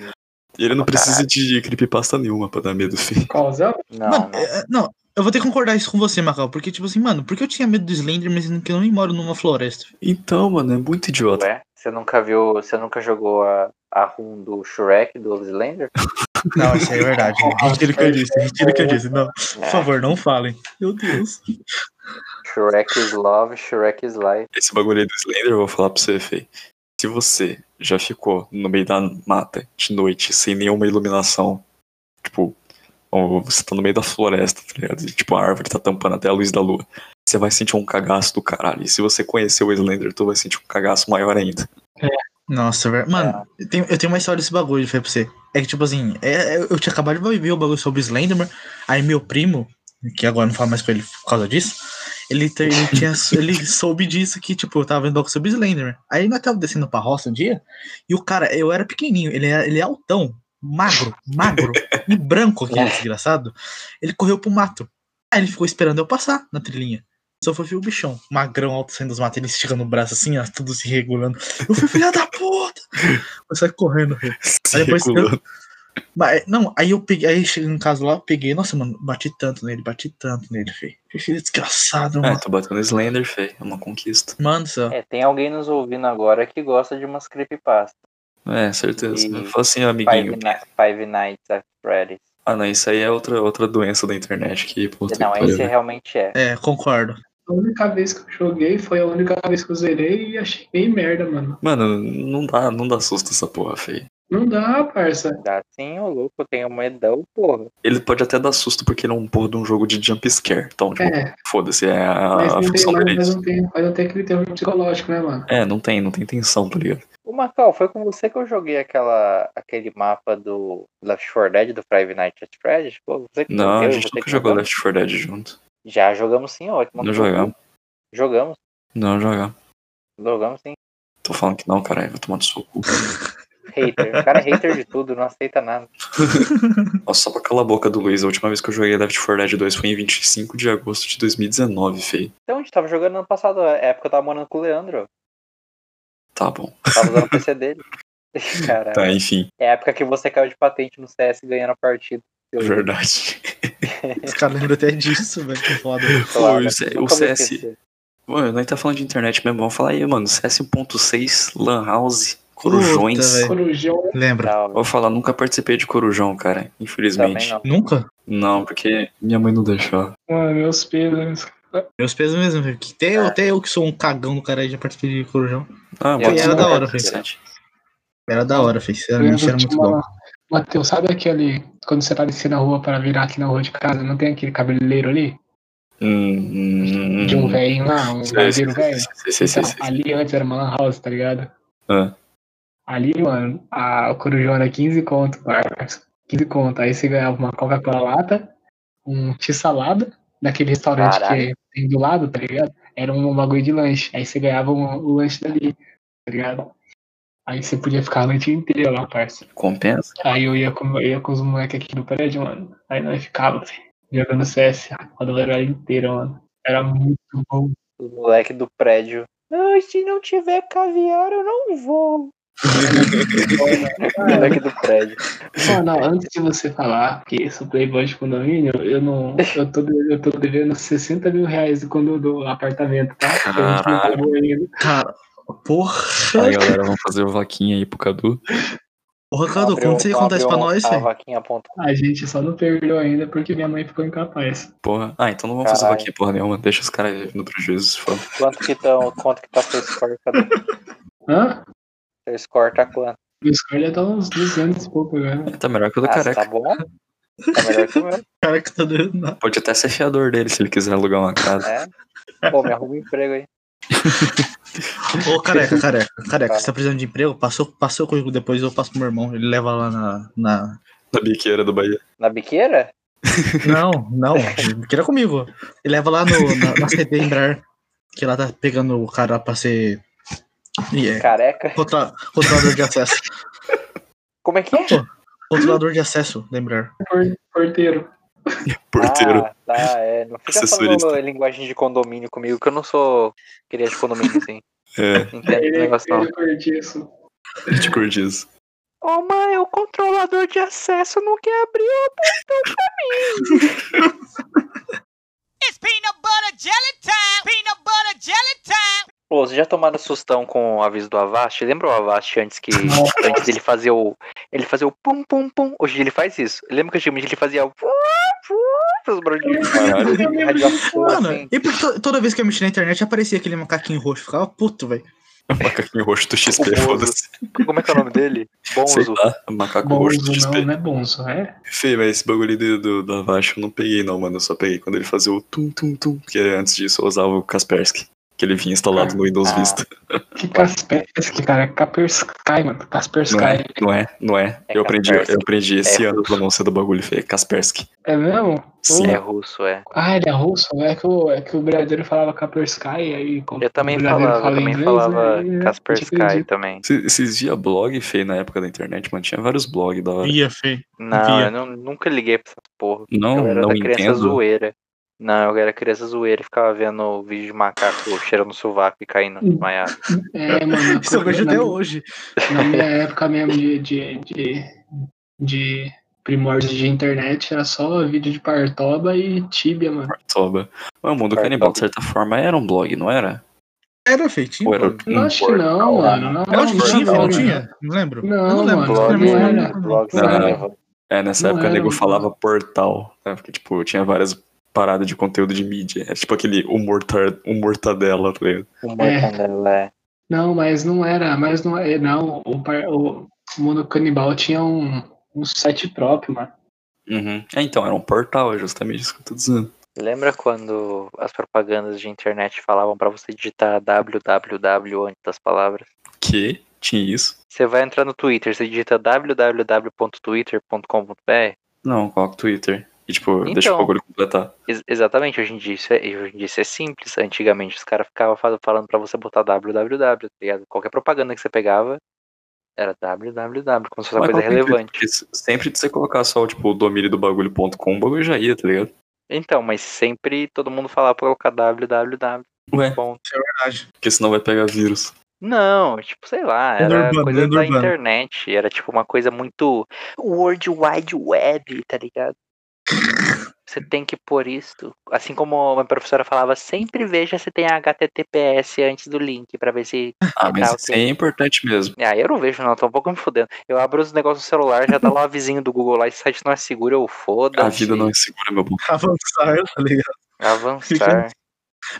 [SPEAKER 3] E ele não precisa de creepypasta nenhuma pra dar medo, feio.
[SPEAKER 4] Causão?
[SPEAKER 2] Não,
[SPEAKER 1] mano,
[SPEAKER 2] não.
[SPEAKER 1] é- é- não. Eu vou ter que concordar isso com você, Macau. Porque, tipo assim, mano, por que eu tinha medo do Slender, mas que eu nem moro numa floresta?
[SPEAKER 3] Então, mano, é muito idiota.
[SPEAKER 2] Ué, você nunca viu, você nunca jogou a, a run do Shrek, do Slender?
[SPEAKER 1] Não, isso aí é verdade. É. Retiro o que eu disse, retiro o que eu disse. Não, por
[SPEAKER 2] É,
[SPEAKER 1] favor, não falem. Meu Deus.
[SPEAKER 2] Shrek is love, Shrek is life.
[SPEAKER 3] Esse bagulho aí do Slender, eu vou falar pra você, Fê. Se você já ficou no meio da mata de noite, sem nenhuma iluminação, tipo, Ou você tá no meio da floresta, tá ligado? E, tipo, a árvore tá tampando até a luz da lua. Você vai sentir um cagaço do caralho. E se você conhecer o Slender, tu vai sentir um cagaço maior ainda.
[SPEAKER 1] Nossa, velho. Mano, eu, tenho, eu tenho uma história desse bagulho, foi pra você. É que, tipo assim, é- é- eu tinha acabado de ver o bagulho sobre Slenderman. Aí meu primo, que agora não falo mais com ele por causa disso, ele, te- ele, tinha, ele soube disso que, tipo, eu tava vendo bagulho sobre Slenderman. Aí nós tava descendo pra roça um dia, e o cara, eu era pequenininho, ele, era, ele é altão, magro, magro, e branco aquele desgraçado. Ele correu pro mato. Aí ele ficou esperando eu passar na trilhinha. Só foi ver o bichão, magrão, alto saindo dos matos, ele esticando o braço assim, ó, tudo se regulando. Eu fui filha da puta! Eu saí correndo, velho.
[SPEAKER 3] Se
[SPEAKER 1] depois eu-
[SPEAKER 3] regulando.
[SPEAKER 1] Mas, não, aí eu peguei, aí cheguei no caso lá, eu peguei, nossa, mano, bati tanto nele, bati tanto nele, feio. Que filho desgraçado,
[SPEAKER 3] É,
[SPEAKER 1] mano.
[SPEAKER 3] tu bateu no Slender, feio. É uma conquista.
[SPEAKER 1] Mano, do céu.
[SPEAKER 2] É, tem alguém nos ouvindo agora que gosta de umas creepypasta.
[SPEAKER 3] É, certeza.
[SPEAKER 2] E-
[SPEAKER 3] Fala assim,
[SPEAKER 2] Five,
[SPEAKER 3] amiguinho.
[SPEAKER 2] Ni- Five Nights at Freddy's.
[SPEAKER 3] Ah, não, isso aí é outra, outra doença da internet que, pô, tu-
[SPEAKER 2] Não, esse realmente é.
[SPEAKER 1] É, concordo.
[SPEAKER 4] A única vez que eu joguei foi a única vez que eu zerei e achei bem merda, mano.
[SPEAKER 3] Mano, não dá, não dá susto essa porra, feio.
[SPEAKER 4] Não dá, parça.
[SPEAKER 2] Dá sim, ô louco, eu tenho um medão, porra.
[SPEAKER 3] Ele pode até dar susto porque ele é um porra de um jogo de jump scare. Então, tipo,
[SPEAKER 4] É,
[SPEAKER 3] foda-se, é
[SPEAKER 4] mas
[SPEAKER 3] a, a
[SPEAKER 4] não, tem,
[SPEAKER 3] função dele. é
[SPEAKER 4] mais, um- mas,
[SPEAKER 3] isso.
[SPEAKER 4] não tem, mas não tem aquele terror psicológico, né, mano?
[SPEAKER 3] É, não tem, não tem tensão, tá ligado?
[SPEAKER 2] Ô, Macau, foi com você que eu joguei aquela, aquele mapa do Left 4 Dead, do Five Nights at Freddy's? Pô, você que
[SPEAKER 3] Não,
[SPEAKER 2] jogou,
[SPEAKER 3] a
[SPEAKER 2] eu,
[SPEAKER 3] gente
[SPEAKER 2] você
[SPEAKER 3] nunca
[SPEAKER 2] que
[SPEAKER 3] jogou
[SPEAKER 2] jogou.
[SPEAKER 3] Left 4 Dead junto.
[SPEAKER 2] Já jogamos sim, ótimo.
[SPEAKER 3] Não jogamos.
[SPEAKER 2] Jogamos,
[SPEAKER 3] Não jogamos.
[SPEAKER 2] jogamos sim.
[SPEAKER 3] Tô falando que não, caralho, vou tomar no seu cu.
[SPEAKER 2] Hater, o cara é hater de tudo, não aceita nada.
[SPEAKER 3] Nossa, só pra calar a boca do Luiz, a última vez que eu joguei Left 4 Dead 2 foi em 25 de agosto de 2019, feio.
[SPEAKER 2] Então, a gente tava jogando ano passado, a época eu tava morando com o Leandro,
[SPEAKER 3] Tá bom.
[SPEAKER 2] tava usando o PC dele. Caralho.
[SPEAKER 3] Tá, enfim,
[SPEAKER 2] É a época que você caiu de patente no CS ganhando a partida. Eu-
[SPEAKER 3] verdade.
[SPEAKER 1] Os caras lembram até disso, velho, que foda.
[SPEAKER 2] Claro,
[SPEAKER 3] Pô,
[SPEAKER 2] né?
[SPEAKER 3] o C-
[SPEAKER 2] Nunca
[SPEAKER 3] é, o
[SPEAKER 2] vou
[SPEAKER 3] CS
[SPEAKER 2] esquecer.
[SPEAKER 3] Mano, nós tá falando de internet mesmo. Vamos falar aí, mano. CS 1.6, Lan House, Corujões.
[SPEAKER 1] Puta, velho.
[SPEAKER 4] Corujão,
[SPEAKER 1] Lembra?
[SPEAKER 2] Não,
[SPEAKER 3] Vou falar, nunca participei de Corujão, cara.
[SPEAKER 2] também
[SPEAKER 3] Infelizmente.
[SPEAKER 2] não.
[SPEAKER 1] Nunca?
[SPEAKER 3] Não. porque minha mãe não deixou.
[SPEAKER 4] mano, meus pesos.
[SPEAKER 1] Meus pesos mesmo, velho. que Até, eu- até eu que sou um cagão do cara já participei de corujão.
[SPEAKER 3] Ah,
[SPEAKER 2] Eu
[SPEAKER 3] bota
[SPEAKER 1] era
[SPEAKER 3] só
[SPEAKER 1] da
[SPEAKER 3] no
[SPEAKER 1] hora,
[SPEAKER 3] 47.
[SPEAKER 1] Era da hora, feio. Sinceramente, era é muito bom.
[SPEAKER 4] Matheus, sabe aquele. Quando você tá descendo a rua para virar aqui na rua de casa, não tem aquele cabeleireiro ali?
[SPEAKER 3] Hum, hum, hum.
[SPEAKER 4] De um velhinho lá, um
[SPEAKER 3] Sei,
[SPEAKER 4] barbeiro
[SPEAKER 3] sei,
[SPEAKER 4] velho?
[SPEAKER 3] sei, sei, sei,
[SPEAKER 4] Então,
[SPEAKER 3] sei, sei.
[SPEAKER 4] ali antes era uma lan house, tá ligado?
[SPEAKER 3] Ah.
[SPEAKER 4] Ali, mano, a, o corujão era 15 conto, parça. 15 conto. Aí você ganhava uma Coca-Cola lata, um x-salada, daquele restaurante
[SPEAKER 2] Caralho.
[SPEAKER 4] que tem do lado, tá ligado? Era um bagulho de lanche. Aí você ganhava um- o lanche dali, tá ligado? Aí você podia ficar a noite inteira lá, parça.
[SPEAKER 3] Compensa?
[SPEAKER 4] Aí eu ia com, eu ia com os moleques aqui do prédio, mano. Aí nós ficava, velho, jogando CS a madrugada inteira, mano. Era muito bom.
[SPEAKER 2] Os moleque do prédio. Ai, se não tiver caviar, eu não vou. moleque do prédio.
[SPEAKER 4] Não, não, antes de você falar que sou playboy de condomínio, eu não. Eu tô, de- eu tô devendo 60 mil reais do, condo- do apartamento, tá? Que a gente não
[SPEAKER 3] Caralho.
[SPEAKER 4] pagou ainda.
[SPEAKER 1] Cara, porra.
[SPEAKER 3] Aí, galera, vamos fazer o vaquinha aí pro Cadu.
[SPEAKER 1] Porra, Cadu,
[SPEAKER 2] Abriu- um-
[SPEAKER 1] quando
[SPEAKER 3] um
[SPEAKER 1] você ia contar isso pra
[SPEAKER 2] abriu
[SPEAKER 1] nós,
[SPEAKER 2] a
[SPEAKER 1] velho?
[SPEAKER 2] vaquinha.com.
[SPEAKER 4] A gente só não perdeu ainda porque minha mãe ficou incapaz.
[SPEAKER 3] Porra. Ah, então não vamos fazer
[SPEAKER 2] Caralho.
[SPEAKER 3] vaquinha porra nenhuma. Deixa os caras no prejuízo. se for.
[SPEAKER 2] Quanto que, tão, quanto que tá seu score? Cadu?
[SPEAKER 4] Hã?
[SPEAKER 2] Seu score tá quanto?
[SPEAKER 4] O score já tá uns 200 e pouco agora.
[SPEAKER 3] Tá melhor que o do
[SPEAKER 2] Ah,
[SPEAKER 3] careca.
[SPEAKER 2] tá bom? Tá melhor que o meu,
[SPEAKER 1] Cara que tá dando nada.
[SPEAKER 3] Pode até ser fiador dele se ele quiser alugar uma casa.
[SPEAKER 2] né? Pô, me arruma um emprego aí.
[SPEAKER 1] Ô, careca, careca, careca,
[SPEAKER 2] Fala.
[SPEAKER 1] você tá precisando de emprego? Passou, passou comigo depois, eu passo pro meu irmão. Ele leva lá na. na...
[SPEAKER 3] Na biqueira do Bahia.
[SPEAKER 2] Na biqueira?
[SPEAKER 1] Não, não, queira comigo. Ele leva lá no, na, na CT Embrar, que lá tá pegando o cara pra ser. e é,
[SPEAKER 2] Careca?
[SPEAKER 1] contra- controlador de acesso.
[SPEAKER 2] Como é que é?
[SPEAKER 1] Controlador de acesso, lembrar.
[SPEAKER 4] Por- Porteiro.
[SPEAKER 3] Porteiro.
[SPEAKER 2] Ah, tá, é. Não fica falando
[SPEAKER 3] Assessorista.
[SPEAKER 2] linguagem de condomínio comigo, que eu não sou queria de condomínio, assim.
[SPEAKER 3] É,
[SPEAKER 2] Entendo
[SPEAKER 4] Ele
[SPEAKER 2] esse
[SPEAKER 4] é
[SPEAKER 2] negócio não.
[SPEAKER 4] cortiço.
[SPEAKER 3] a gente curte isso.
[SPEAKER 2] Ô mãe, é o controlador de acesso não quer abrir.
[SPEAKER 5] It's peanut butter jelly time. Peanut butter jelly time.
[SPEAKER 2] Pô, vocês já tomaram sustão com o aviso do Avast? Lembra o Avast antes que
[SPEAKER 4] Nossa.
[SPEAKER 2] antes dele fazer o. Ele fazia o pum pum pum. Hoje em dia ele faz isso. Lembra que antigamente ele fazia o. Os barulhinhos de
[SPEAKER 3] Caralho.
[SPEAKER 2] radioação,
[SPEAKER 1] Mano,
[SPEAKER 2] assim.
[SPEAKER 1] e por to- toda vez que eu mexi na internet aparecia aquele macaquinho roxo, ficava puto, velho.
[SPEAKER 3] Macaquinho roxo do XP,
[SPEAKER 2] Bonzo.
[SPEAKER 3] foda-se.
[SPEAKER 2] Como é que é o nome dele?
[SPEAKER 3] Sei
[SPEAKER 2] Bonzo.
[SPEAKER 3] lá, macaco roxo do
[SPEAKER 4] Bonzo
[SPEAKER 3] XP.
[SPEAKER 4] não, não é bonzo, é?
[SPEAKER 3] Fê, mas esse bagulho do, do, do Avast eu não peguei não, mano. Eu só peguei quando ele fazia o tum-tum-tum, porque antes disso eu usava o Kaspersky, que ele vinha instalado no Windows
[SPEAKER 2] Ah,
[SPEAKER 3] Vista.
[SPEAKER 4] Que Kaspersky, cara. É Kaspersky,
[SPEAKER 3] Não
[SPEAKER 4] mano.
[SPEAKER 3] é,
[SPEAKER 4] Kaspersky.
[SPEAKER 3] não é, não é.
[SPEAKER 2] É
[SPEAKER 3] Eu aprendi,
[SPEAKER 2] Kaspersky.
[SPEAKER 3] eu aprendi esse
[SPEAKER 2] É
[SPEAKER 3] ano a pronúncia do bagulho, Fê. Kaspersky.
[SPEAKER 4] É mesmo?
[SPEAKER 3] Sim.
[SPEAKER 2] É russo, é.
[SPEAKER 4] Ah, ele é russo? É que o, é que o brasileiro falava Kaspersky, aí... como
[SPEAKER 2] Eu também
[SPEAKER 4] o brasileiro
[SPEAKER 2] falava, eu
[SPEAKER 4] fala
[SPEAKER 2] também
[SPEAKER 4] inglês,
[SPEAKER 2] falava
[SPEAKER 4] aí, é, a gente
[SPEAKER 2] Kaspersky
[SPEAKER 4] acredita.
[SPEAKER 2] também.
[SPEAKER 3] Vocês- Vocês via blog, Fê, na época da internet, mano? Tinha vários blogs da hora.
[SPEAKER 6] Ia, feio.
[SPEAKER 2] Não,
[SPEAKER 6] Via.
[SPEAKER 2] eu não- nunca liguei pra essa porra.
[SPEAKER 3] Não,
[SPEAKER 2] eu era
[SPEAKER 3] não
[SPEAKER 2] da criança
[SPEAKER 3] entendo.
[SPEAKER 2] zoeira. Não, eu era criança zoeira e ficava vendo o vídeo de macaco cheirando sovaco e caindo desmaiado.
[SPEAKER 4] É, mano.
[SPEAKER 1] Isso eu vejo até hoje.
[SPEAKER 4] Na minha época mesmo de, de, de, de primórdios de internet, era só vídeo de partoba e tíbia, mano.
[SPEAKER 3] Soba. Mas o mundo canibal, de certa forma, era um blog, não era?
[SPEAKER 1] Era feitinho.
[SPEAKER 3] Ou era
[SPEAKER 1] mano.
[SPEAKER 4] Não,
[SPEAKER 3] um
[SPEAKER 4] acho que não, mano.
[SPEAKER 3] né?
[SPEAKER 4] Não,
[SPEAKER 1] Eu acho que
[SPEAKER 4] não,
[SPEAKER 1] É tinha,
[SPEAKER 4] não,
[SPEAKER 1] não
[SPEAKER 4] não.
[SPEAKER 1] tinha. Não lembro.
[SPEAKER 4] Não,
[SPEAKER 1] Eu não lembro.
[SPEAKER 4] mano,
[SPEAKER 1] Pra
[SPEAKER 2] Blog,
[SPEAKER 1] mim,
[SPEAKER 4] não
[SPEAKER 1] era-
[SPEAKER 4] era.
[SPEAKER 2] blog
[SPEAKER 4] Não era.
[SPEAKER 2] leva.
[SPEAKER 3] É, nessa
[SPEAKER 4] Não
[SPEAKER 3] época o
[SPEAKER 4] era
[SPEAKER 3] nego
[SPEAKER 4] um
[SPEAKER 3] falava portal, né? Porque, tipo, tinha várias paradas de conteúdo de mídia. Era tipo aquele humor, tar... humor tadela, tá ligado?
[SPEAKER 2] O Mortandela é.
[SPEAKER 4] Não, mas não era, mas não é, não. O, par- o mundo canibal tinha um, um site próprio, mano.
[SPEAKER 3] Uhum. É, então, era um portal, é justamente isso que eu tô dizendo.
[SPEAKER 2] Lembra quando as propagandas de internet falavam pra você digitar www antes das palavras?
[SPEAKER 3] Que tinha isso?
[SPEAKER 2] Você vai entrar no Twitter, você digita www.twitter.com.br.
[SPEAKER 3] Não, coloca o Twitter. E, tipo, deixa o
[SPEAKER 2] Então.
[SPEAKER 3] bagulho completar.
[SPEAKER 2] Ex- exatamente, hoje em dia isso é, hoje em dia isso é simples. Antigamente os caras ficavam fal- falando pra você botar www, tá ligado? Qualquer propaganda que você pegava era www, como se fosse uma coisa
[SPEAKER 3] Mas qual que é o intuito?
[SPEAKER 2] relevante.
[SPEAKER 3] Porque se- sempre de você colocar só, tipo, o domínio do bagulho.com, o bagulho já ia, tá ligado?
[SPEAKER 2] Então, mas sempre todo mundo falava pra colocar www.
[SPEAKER 3] Ué,
[SPEAKER 2] ponto.
[SPEAKER 3] porque senão vai pegar vírus.
[SPEAKER 2] Não, tipo, sei lá,
[SPEAKER 6] Lenda
[SPEAKER 2] era
[SPEAKER 6] urbana,
[SPEAKER 2] coisa
[SPEAKER 6] lenda
[SPEAKER 2] da
[SPEAKER 6] urbana.
[SPEAKER 2] internet, era tipo uma coisa muito World Wide Web, tá ligado? Você tem que pôr isso. Assim como uma professora falava, sempre veja se tem HTTPS antes do link, pra ver se.
[SPEAKER 3] Ah, mas
[SPEAKER 2] Tá,
[SPEAKER 3] isso
[SPEAKER 2] ok.
[SPEAKER 3] aí é importante mesmo.
[SPEAKER 2] Ah, eu não vejo, não, tô um pouco me fudendo. Eu abro os negócios no celular, já tá lá o avisinho do Google lá, esse site não é seguro, eu foda.
[SPEAKER 3] A vida não é segura, meu bom.
[SPEAKER 1] Avançar, tá ligado?
[SPEAKER 2] Avançar.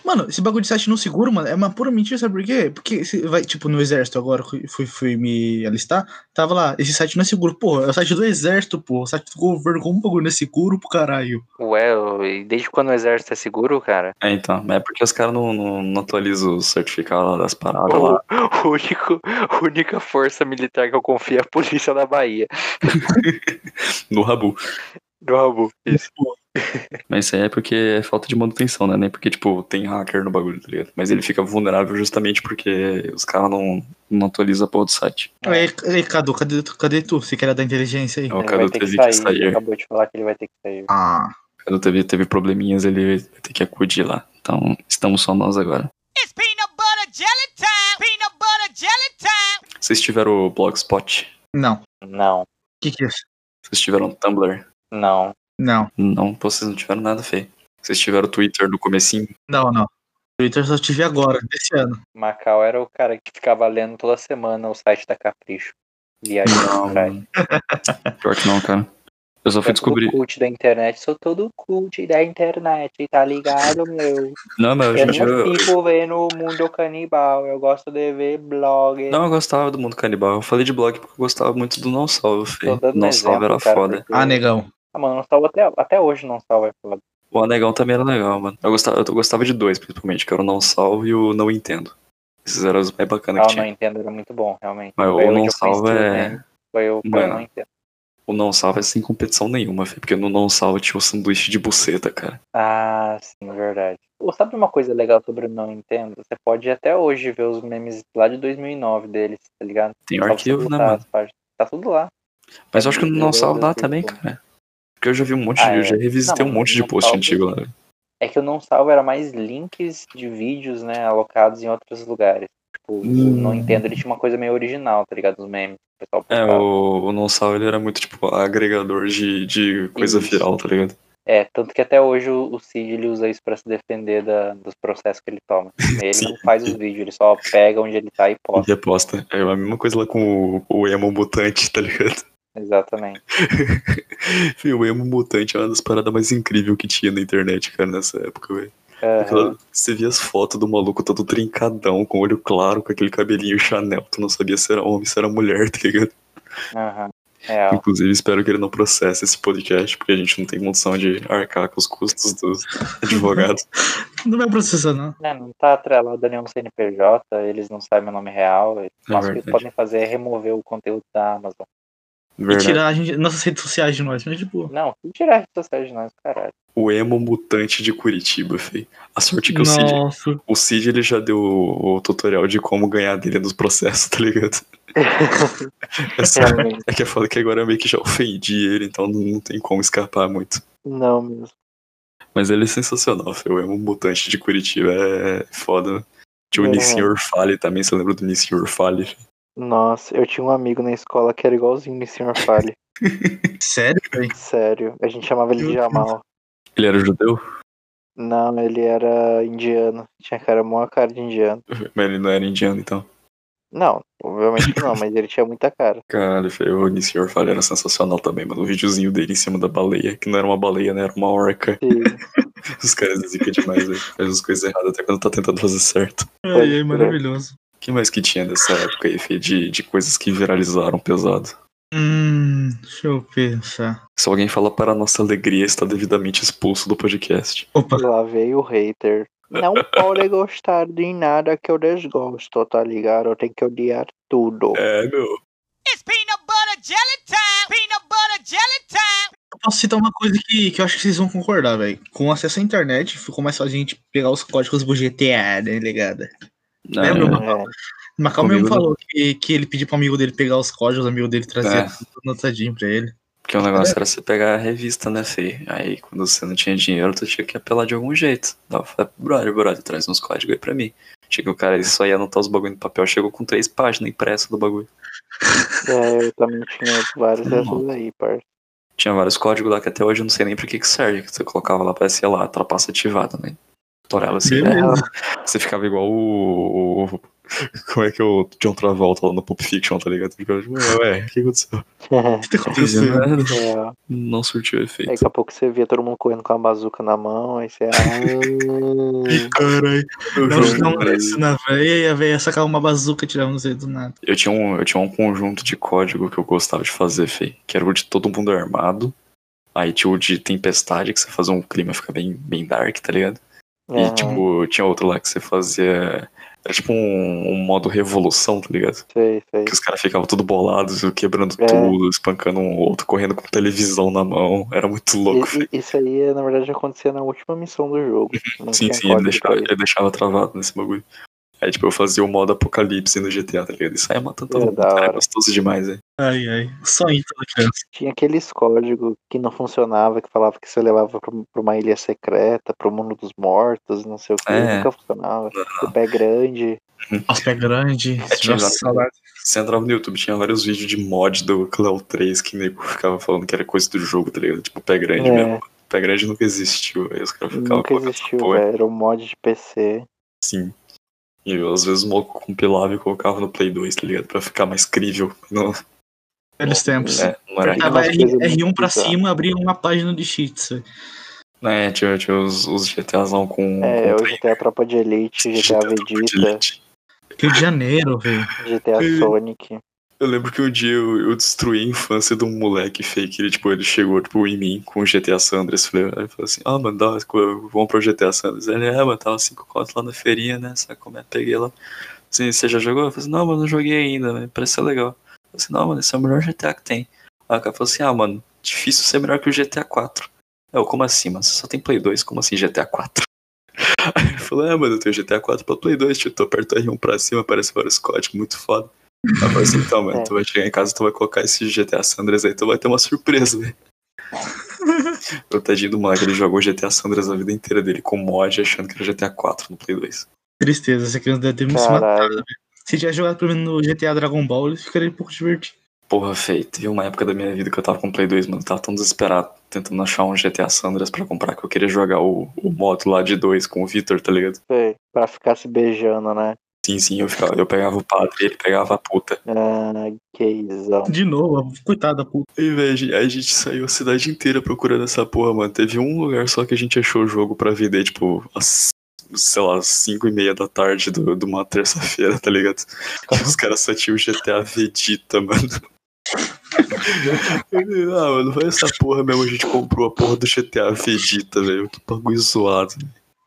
[SPEAKER 1] Mano, esse bagulho de site não seguro, mano, é uma pura mentira, sabe por quê? Porque se vai, tipo, no exército agora, fui, fui, fui me alistar, tava lá, esse site não é seguro, porra, é o site do exército, porra, o site do governo, como o bagulho não é seguro pro caralho?
[SPEAKER 2] Ué, e desde quando o exército é seguro, cara?
[SPEAKER 3] É, então. Mas é porque os caras não, não, não atualizam o certificado lá das paradas lá.
[SPEAKER 2] O único, a única força militar que eu confio é a polícia da Bahia.
[SPEAKER 3] No Rabu.
[SPEAKER 2] Do Rabu. Isso.
[SPEAKER 3] Mas isso aí é porque é falta de manutenção, né? Nem porque, tipo, tem hacker no bagulho, tá ligado? Mas ele fica vulnerável justamente porque os caras não, não atualizam a porra do site.
[SPEAKER 2] Ah.
[SPEAKER 1] Aí, aí, Cadu, cadê, tu- cadê tu? Você que era da inteligência aí?
[SPEAKER 3] É, o Cadu teve que sair.
[SPEAKER 2] Acabou de falar que ele vai ter que sair.
[SPEAKER 1] Ah,
[SPEAKER 3] O Cadu teve, teve probleminhas, ele vai ter que acudir lá. Então, estamos só nós agora.
[SPEAKER 5] It's peanut butter jelly time. Peanut butter jelly time.
[SPEAKER 3] Vocês tiveram o Blogspot?
[SPEAKER 1] não. O
[SPEAKER 2] Não,
[SPEAKER 1] que que é isso?
[SPEAKER 3] Vocês tiveram o Tumblr?
[SPEAKER 2] não.
[SPEAKER 1] Não,
[SPEAKER 3] Não, pô, vocês não tiveram nada, Fê. Vocês tiveram o Twitter no comecinho?
[SPEAKER 1] não, não. Twitter eu só tive agora, desse ano.
[SPEAKER 2] Macau era o cara que ficava lendo toda semana o site da Capricho. Viajando atrás.
[SPEAKER 3] Pior que não, cara. Eu só fui
[SPEAKER 2] Eu sou
[SPEAKER 3] descobrir.
[SPEAKER 2] todo É cult da internet, sou todo cult da internet, tá ligado, meu?
[SPEAKER 3] Não, mas hoje
[SPEAKER 2] Eu
[SPEAKER 3] em dia. eu-
[SPEAKER 2] não fico vendo o mundo canibal, eu gosto de ver blog.
[SPEAKER 3] Não, eu gostava do mundo canibal. Eu falei de blog porque eu gostava muito do Não Salvo,
[SPEAKER 2] Tô
[SPEAKER 3] Fê.
[SPEAKER 2] dando um
[SPEAKER 3] Não
[SPEAKER 2] exemplo,
[SPEAKER 3] Salvo era
[SPEAKER 2] cara,
[SPEAKER 3] foda.
[SPEAKER 2] porque-
[SPEAKER 1] Ah, negão.
[SPEAKER 2] Ah, mano, não salvo até, até hoje não salva é foda.
[SPEAKER 3] O Anegão também era legal, mano. Eu gostava, eu gostava de dois, principalmente, que era o Não Salvo e o Não Entendo. Esses eram os mais bacanas
[SPEAKER 2] Ah,
[SPEAKER 3] que
[SPEAKER 2] o não
[SPEAKER 3] tinha.
[SPEAKER 2] entendo, era muito bom, realmente.
[SPEAKER 3] Mas o
[SPEAKER 2] Foi onde
[SPEAKER 3] não
[SPEAKER 2] eu
[SPEAKER 3] salvo
[SPEAKER 2] conheci o
[SPEAKER 3] é-
[SPEAKER 2] meme, Foi o foi o
[SPEAKER 3] Mano.
[SPEAKER 2] não entendo.
[SPEAKER 3] O Não Salvo é sem competição nenhuma, Fê, porque no Não Salvo tinha o sanduíche de buceta, cara.
[SPEAKER 2] Ah, sim, verdade. Pô, sabe uma coisa legal sobre o Não Nintendo? Você pode até hoje ver os memes lá de 2009 deles, tá ligado?
[SPEAKER 3] Tem
[SPEAKER 2] Só
[SPEAKER 3] o
[SPEAKER 2] você
[SPEAKER 3] arquivo, né,
[SPEAKER 2] botar
[SPEAKER 3] mano?
[SPEAKER 2] as páginas. Tá tudo lá.
[SPEAKER 3] Mas eu acho que no
[SPEAKER 2] Eu
[SPEAKER 3] Não
[SPEAKER 2] vou-
[SPEAKER 3] Salvo
[SPEAKER 2] eu
[SPEAKER 3] dá
[SPEAKER 2] vou-
[SPEAKER 3] também, cara. Porque eu já vi um monte de.
[SPEAKER 2] Ah, é.
[SPEAKER 3] Eu já revisitei
[SPEAKER 2] Não,
[SPEAKER 3] um monte de
[SPEAKER 2] Não
[SPEAKER 3] post
[SPEAKER 2] Salvo-
[SPEAKER 3] antigo lá.
[SPEAKER 2] É que o Não Salvo era mais links de vídeos, né, alocados em outros lugares. Tipo, o Não Nintendo ele tinha uma coisa meio original, tá ligado? Os memes. que O pessoal
[SPEAKER 3] É,
[SPEAKER 2] postava.
[SPEAKER 3] o, o Não Salvo ele era muito, tipo, agregador de, de coisa
[SPEAKER 2] Isso.
[SPEAKER 3] viral, tá ligado?
[SPEAKER 2] É, tanto que até hoje o, o Cid ele usa isso pra se defender da- dos processos que ele toma. Ele não faz os vídeos, ele só pega onde ele tá e
[SPEAKER 3] E
[SPEAKER 2] posta.
[SPEAKER 3] reposta. É a mesma coisa lá com o, o Emo Mutante, tá ligado?
[SPEAKER 2] Exatamente.
[SPEAKER 3] Fih, o emo mutante é uma das paradas mais incríveis que tinha na internet, cara, nessa época, velho.
[SPEAKER 2] Aham.
[SPEAKER 3] Você via as fotos do maluco todo trincadão, com olho claro, com aquele cabelinho Chanel. Tu não sabia se era homem, se era mulher, tá ligado?
[SPEAKER 2] aham. É, ó.
[SPEAKER 3] Inclusive, espero que ele não processe esse podcast, porque a gente não tem condição de arcar com os custos dos advogados.
[SPEAKER 1] Não vai processar, não.
[SPEAKER 2] É, não tá atrelado a nenhum CNPJ, eles não sabem o nome real. Mas o que eles
[SPEAKER 3] verdade.
[SPEAKER 2] podem fazer é remover o conteúdo da Amazon.
[SPEAKER 1] E
[SPEAKER 3] Verdade.
[SPEAKER 1] tirar a gente, nossas redes sociais de nós, mas tipo, de boa.
[SPEAKER 2] Não, tem que tirar as redes sociais de nós, caralho.
[SPEAKER 3] O emo mutante de Curitiba, fei. A sorte que o Cid,
[SPEAKER 1] Nossa.
[SPEAKER 3] o Cid ele já deu o, o tutorial de como ganhar dele dos processos, tá ligado? é, só,
[SPEAKER 2] Realmente.
[SPEAKER 3] é que é foda que agora eu meio que já ofendi ele, então não, não tem como escapar muito.
[SPEAKER 2] Não mesmo.
[SPEAKER 3] Mas ele é sensacional, fei. O emo mutante de Curitiba é foda. Tinha o
[SPEAKER 2] É.
[SPEAKER 3] Nissin Orfale também, você lembra do Nissin Orfale?
[SPEAKER 2] Nossa, eu tinha um amigo na escola que era igualzinho o Sr. Fale.
[SPEAKER 1] Sério, velho?
[SPEAKER 2] Sério. A gente chamava ele de
[SPEAKER 1] Meu Deus.
[SPEAKER 2] Jamal.
[SPEAKER 3] Ele era judeu?
[SPEAKER 2] Não, ele era indiano. Tinha cara, mó cara de indiano.
[SPEAKER 3] Mas ele não era indiano, então.
[SPEAKER 2] Não, obviamente não, mas ele tinha muita cara.
[SPEAKER 3] Cara, feio, o Nissin Orfale era sensacional também, mano. O videozinho dele em cima da baleia, que não era uma baleia, né? Era uma orca.
[SPEAKER 2] Sim,
[SPEAKER 3] Os caras zicam demais, velho. Faz as coisas erradas até quando tá tentando fazer certo.
[SPEAKER 1] Ai, ai, maravilhoso.
[SPEAKER 3] O que mais que tinha nessa época aí, Fê, de, de coisas que viralizaram pesado?
[SPEAKER 1] Hum, deixa eu pensar.
[SPEAKER 3] Se alguém falar para a nossa alegria, está devidamente expulso do podcast.
[SPEAKER 1] Opa,
[SPEAKER 2] lá veio o hater. Não pode gostar de nada que eu desgosto, tá ligado? Tem que odiar tudo.
[SPEAKER 3] É, meu.
[SPEAKER 5] It's peanut butter jelly time. Peanut butter jelly time.
[SPEAKER 1] eu posso citar uma coisa que, que eu acho que vocês vão concordar, velho. Com acesso à internet, ficou mais fácil a gente pegar os códigos do GTA, né, ligada? É, meu.
[SPEAKER 2] É,
[SPEAKER 1] Macau
[SPEAKER 3] Comigo
[SPEAKER 1] mesmo
[SPEAKER 3] não.
[SPEAKER 1] falou que, que ele pediu pro amigo dele pegar os códigos, o amigo dele trazia
[SPEAKER 3] É.
[SPEAKER 1] tudo anotadinho pra ele.
[SPEAKER 3] porque o negócio era você pegar a revista, né, Fê? Aí, quando você não tinha dinheiro, tu tinha que apelar de algum jeito. Dava pra falar, brother, brother, traz uns códigos aí pra mim. Chega o cara, ele só ia anotar os bagulho no papel, chegou com três páginas impressas do bagulho.
[SPEAKER 2] é, eu também tinha vários dessas aí, parça.
[SPEAKER 3] Tinha vários códigos lá que até hoje eu não sei nem pra que que serve, que você colocava lá pra, sei lá, trapaça ativada, né? Tutorial assim, né? Você ficava igual o, o- Como é que é o John Travolta lá no Pulp Fiction, tá ligado? Ficava tipo, ué, ué, o que aconteceu?
[SPEAKER 1] que tá
[SPEAKER 3] né?
[SPEAKER 1] acontecendo?
[SPEAKER 2] É,
[SPEAKER 3] Não surtiu efeito.
[SPEAKER 2] daqui a pouco você via todo mundo correndo com a bazuca na mão, aí você. Ah,
[SPEAKER 1] Caralho,
[SPEAKER 3] Eu,
[SPEAKER 1] não
[SPEAKER 3] juro,
[SPEAKER 1] não é.
[SPEAKER 3] cara,
[SPEAKER 1] isso na véia e a véia sacava uma bazuca e tirava no sei do nada.
[SPEAKER 3] eu tinha um, eu tinha um conjunto de código que eu gostava de fazer, Fê. Que era o de todo mundo armado. Aí tinha o de tempestade, que você fazia um clima ficar bem, bem dark, tá ligado? E,
[SPEAKER 2] ah,
[SPEAKER 3] tipo, tinha outro lá que você fazia. Era tipo um, um modo revolução, tá ligado?
[SPEAKER 2] sei, sei.
[SPEAKER 3] Que os caras ficavam tudo bolados, quebrando
[SPEAKER 2] É.
[SPEAKER 3] tudo, espancando um outro, correndo com televisão na mão. Era muito louco,
[SPEAKER 2] E-
[SPEAKER 3] Fê.
[SPEAKER 2] e- isso aí, na verdade, acontecia na última missão do jogo. Não
[SPEAKER 3] Uhum, Sim,
[SPEAKER 2] tinha
[SPEAKER 3] sim,
[SPEAKER 2] código
[SPEAKER 3] ele
[SPEAKER 2] pra
[SPEAKER 3] deixava,
[SPEAKER 2] isso.
[SPEAKER 3] ele deixava travado nesse bagulho. Aí, tipo, eu fazia o modo apocalipse no GTA, tá ligado? E saia matando todo
[SPEAKER 2] É,
[SPEAKER 3] mundo.
[SPEAKER 2] da
[SPEAKER 3] Cara, é
[SPEAKER 2] hora.
[SPEAKER 3] gostoso demais, hein?
[SPEAKER 1] Ai, ai. Sonho toda criança.
[SPEAKER 2] Tinha aqueles códigos que não funcionava, que falava que você levava pra, pra uma ilha secreta, pro mundo dos mortos, não sei o que,
[SPEAKER 3] É.
[SPEAKER 2] nunca funcionava. O pé grande.
[SPEAKER 1] Aos pé grande.
[SPEAKER 3] É, tinha
[SPEAKER 1] nossa,
[SPEAKER 3] lá-
[SPEAKER 1] saudade.
[SPEAKER 3] Você entrava no YouTube, tinha vários vídeos de mod do Cleo 3 que nego ficava falando que era coisa do jogo, tá ligado? Tipo, pé grande
[SPEAKER 2] É.
[SPEAKER 3] mesmo. Pé grande nunca existiu. Aí os caras ficavam
[SPEAKER 2] nunca
[SPEAKER 3] colocando
[SPEAKER 2] existiu,
[SPEAKER 3] porra.
[SPEAKER 2] velho. Era um mod de PC.
[SPEAKER 3] assim. E eu, às vezes o maluco compilava e colocava no Play 2, tá ligado? Pra ficar mais crível. Não,
[SPEAKER 1] Velhos tempos.
[SPEAKER 3] é, não era
[SPEAKER 1] Apertava
[SPEAKER 2] Umas
[SPEAKER 1] R,
[SPEAKER 2] coisas muito
[SPEAKER 1] R1 pra
[SPEAKER 2] bizarras.
[SPEAKER 1] cima, abria uma página de cheats. velho.
[SPEAKER 3] É, tinha, tinha os, os GTAzão com.
[SPEAKER 2] É,
[SPEAKER 3] com
[SPEAKER 2] hoje tem a Tropa de Elite,
[SPEAKER 3] GTA
[SPEAKER 2] GTA
[SPEAKER 3] de
[SPEAKER 2] Vegeta,
[SPEAKER 3] elite.
[SPEAKER 1] Rio de Janeiro, velho.
[SPEAKER 2] GTA Sonic.
[SPEAKER 3] Eu lembro que um dia eu, eu destruí a infância de um moleque fake. Ele, tipo, ele chegou tipo, em mim com o GTA Sanders. Falei, aí ele falou assim: Ah, mano, dá, umas co- vamos pro GTA Sanders. Ele, é, mano, tava cinco contos lá na feirinha, né? Sabe como é? Peguei lá. Assim, você já jogou? Eu falei assim: Não, mano, não joguei ainda, né? Parece ser legal. Eu falei assim: Não, mano, esse é o melhor GTA que tem. Aí o cara falou assim: Ah, mano, difícil ser melhor que o GTA 4. Eu, como assim, mano? Você só tem Play 2, como assim GTA 4? Aí ele falou: É, mano, eu tenho GTA 4 pra Play 2, tipo, tu aperta R1 pra cima, aparece vários códigos, muito foda. Aí eu falei assim, então, mano,
[SPEAKER 2] É.
[SPEAKER 3] tu vai chegar em casa, tu vai colocar esse GTA Sandras aí, tu vai ter uma surpresa, velho. O tadinho do moleque, ele jogou GTA Sandras a vida inteira dele com mod, achando que era GTA 4 no Play 2.
[SPEAKER 1] Tristeza, essa criança deve ter me matado.
[SPEAKER 2] Caralho.
[SPEAKER 1] Se tivesse jogado pelo menos no GTA Dragon Ball, ele ficaria um pouco divertido.
[SPEAKER 3] Porra, feio, teve uma época da minha vida que eu tava com o Play 2, mano, eu tava tão desesperado tentando achar um GTA Sandras pra comprar que eu queria jogar o, o modo lá de 2 com o Victor, tá ligado?
[SPEAKER 2] sei, Pra ficar se beijando, né?
[SPEAKER 3] Sim, sim, eu, ficava, eu pegava o padre e ele pegava a puta.
[SPEAKER 8] Ah, que isão.
[SPEAKER 1] De novo, coitada, puta.
[SPEAKER 3] E, velho, a gente- aí a gente saiu a cidade inteira procurando essa porra, mano. Teve um lugar só que a gente achou o jogo pra vender, tipo, às, sei lá, às 5 e meia da tarde do- de uma terça-feira, tá ligado? E os caras só tinham GTA Vegeta, mano. Eu falei, ah, mano, vai essa porra mesmo. A gente comprou a porra do GTA Vegeta, velho. Que bagulho zoado.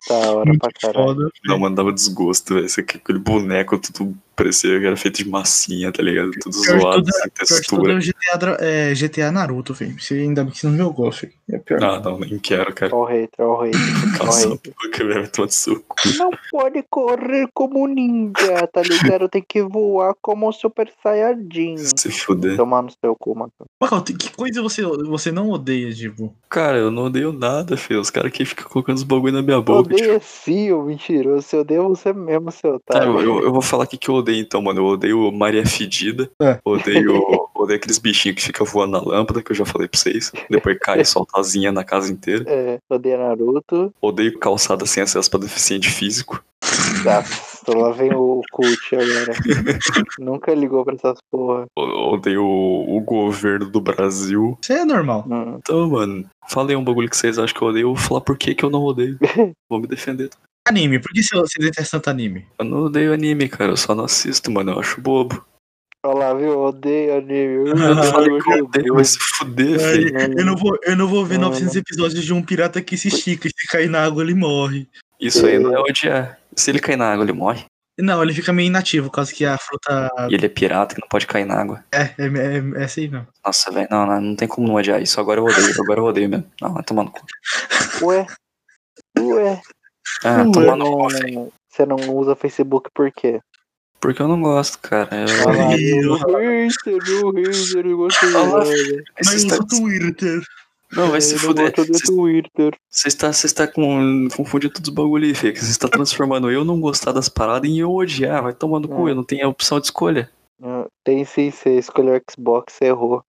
[SPEAKER 8] Da hora pra caralho.
[SPEAKER 1] Foda.
[SPEAKER 3] Não, mano, dava desgosto, velho. Esse aqui, Aquele boneco, tudo parecia que era feito de massinha, tá ligado? Tudo
[SPEAKER 1] Pior de
[SPEAKER 3] zoado,
[SPEAKER 1] tudo
[SPEAKER 3] sem
[SPEAKER 1] Pior de tudo
[SPEAKER 3] textura.
[SPEAKER 1] é o GTA, dra- é, GTA Naruto, filho. Você ainda bem que você não jogou, filho. É pior.
[SPEAKER 3] Ah, não, nem quero, cara.
[SPEAKER 8] Ó o hater, ó o hater. ó o
[SPEAKER 3] Calça a
[SPEAKER 8] hater.
[SPEAKER 3] boca, velho, toma seu cu.
[SPEAKER 8] Não pode correr como um ninja, tá ligado? Tem que voar como um Super Saiyajin.
[SPEAKER 3] Se fuder.
[SPEAKER 8] Tomar no seu cu, mano.
[SPEAKER 1] Macau, tem- que coisa você, você não odeia, tipo?
[SPEAKER 3] Cara, eu não odeio nada, filho. Os caras que ficam colocando os bagulho na minha
[SPEAKER 8] Eu
[SPEAKER 3] boca.
[SPEAKER 8] odeio sim, ô mentiroso. Você odeia você mesmo,
[SPEAKER 1] É,
[SPEAKER 8] seu
[SPEAKER 3] Tá, eu,
[SPEAKER 8] otário.
[SPEAKER 3] eu- eu vou falar o que que eu odeio então, mano. Eu odeio Maria Fedida.
[SPEAKER 1] É.
[SPEAKER 3] Odeio, odeio aqueles bichinhos que ficam voando na lâmpada, que eu já falei pra vocês. Depois cai e solta asinha na casa inteira.
[SPEAKER 8] É, odeia Naruto.
[SPEAKER 3] Odeio calçada sem acesso pra deficiente físico.
[SPEAKER 8] Nossa, Tá, lá vem o cult agora. Nunca ligou pra essas porra.
[SPEAKER 3] O- Odeio o, o governo do Brasil.
[SPEAKER 1] Isso é normal.
[SPEAKER 8] Hum.
[SPEAKER 3] Então, mano, falei um bagulho que vocês acham que eu odeio. Eu vou falar por que que eu não odeio. Vou me defender.
[SPEAKER 1] Anime, por que você, você detesta tanto anime?
[SPEAKER 3] Eu não odeio anime, cara. Eu só não assisto, mano. Eu acho bobo.
[SPEAKER 8] Olha lá, viu? Odeio anime.
[SPEAKER 3] Eu falei que eu odeio, vai se fuder,
[SPEAKER 1] É,
[SPEAKER 3] filho.
[SPEAKER 1] Eu não vou, eu não vou ver
[SPEAKER 8] Não,
[SPEAKER 1] 900
[SPEAKER 8] não.
[SPEAKER 1] episódios de um pirata que se estica e se cair na água ele morre.
[SPEAKER 3] Isso aí não é odiar. Se ele cair na água, ele morre.
[SPEAKER 1] Não, ele fica meio inativo, por causa que a fruta.
[SPEAKER 3] E ele é pirata que não pode cair na água.
[SPEAKER 1] É, é, é, é essa aí mesmo.
[SPEAKER 3] Nossa, velho, não, não, não tem como não odiar isso. Agora eu odeio, agora eu odeio mesmo. Não, vai tomar no cu.
[SPEAKER 8] Ué. Ué.
[SPEAKER 3] Ah,
[SPEAKER 8] Você
[SPEAKER 3] tomar no cu, velho.
[SPEAKER 8] não, você não usa Facebook por quê?
[SPEAKER 3] Porque eu não gosto, cara. Eu,
[SPEAKER 8] Olha lá,
[SPEAKER 1] Ih,
[SPEAKER 8] viu? Hater, viu? Hater, eu gosto
[SPEAKER 3] Olha lá,
[SPEAKER 8] dele.
[SPEAKER 3] Você
[SPEAKER 1] Mas
[SPEAKER 3] está-
[SPEAKER 1] o Twitter.
[SPEAKER 3] Não, vai se
[SPEAKER 8] é, Eu
[SPEAKER 3] fuder.
[SPEAKER 8] gosto do Twitter.
[SPEAKER 3] Você está, você está tá com, confundindo todos os bagulho aí, Fê. Você está transformando eu não gostar das paradas em eu odiar. Vai tomar no cu, eu não tenho a opção de escolha.
[SPEAKER 8] Ah, Tem sim, você escolheu Xbox, você errou.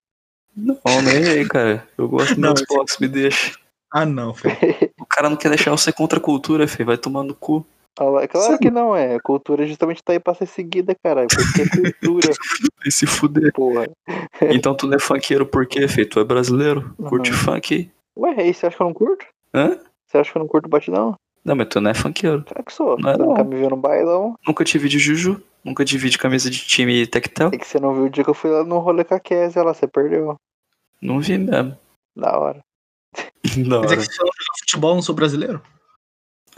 [SPEAKER 3] Não, nem aí, cara. Eu gosto do meu
[SPEAKER 1] Não,
[SPEAKER 3] Xbox, me deixa.
[SPEAKER 1] Ah, não, filho.
[SPEAKER 3] O cara não quer deixar você contra a cultura, Fê. Vai tomar no cu.
[SPEAKER 8] Olha lá, Claro
[SPEAKER 1] Sabe-
[SPEAKER 8] que não é. Cultura justamente tá aí pra ser seguida, caralho. Porque é cultura,
[SPEAKER 3] Vai se fuder.
[SPEAKER 8] porra.
[SPEAKER 3] Então tu não é funkeiro por quê, Fê? Tu é brasileiro? Curte
[SPEAKER 8] Uhum.
[SPEAKER 3] funk?
[SPEAKER 8] Ué, e você acha que eu não curto?
[SPEAKER 3] Hã?
[SPEAKER 8] Você acha que eu não curto batidão?
[SPEAKER 3] Não, mas tu não é funkeiro.
[SPEAKER 8] Claro que sou.
[SPEAKER 3] Não é
[SPEAKER 8] Você nunca
[SPEAKER 3] não.
[SPEAKER 8] me viu no bailão.
[SPEAKER 3] Nunca te vi de Juju. Nunca te vi de camisa de time tectel.
[SPEAKER 8] É que você não viu o dia que eu fui lá no rolê com a Kézia lá, você perdeu.
[SPEAKER 3] Não vi mesmo.
[SPEAKER 8] Da hora.
[SPEAKER 3] Da
[SPEAKER 1] Quer dizer
[SPEAKER 8] é
[SPEAKER 1] que
[SPEAKER 3] hora.
[SPEAKER 1] se eu não jogar futebol, eu não sou brasileiro?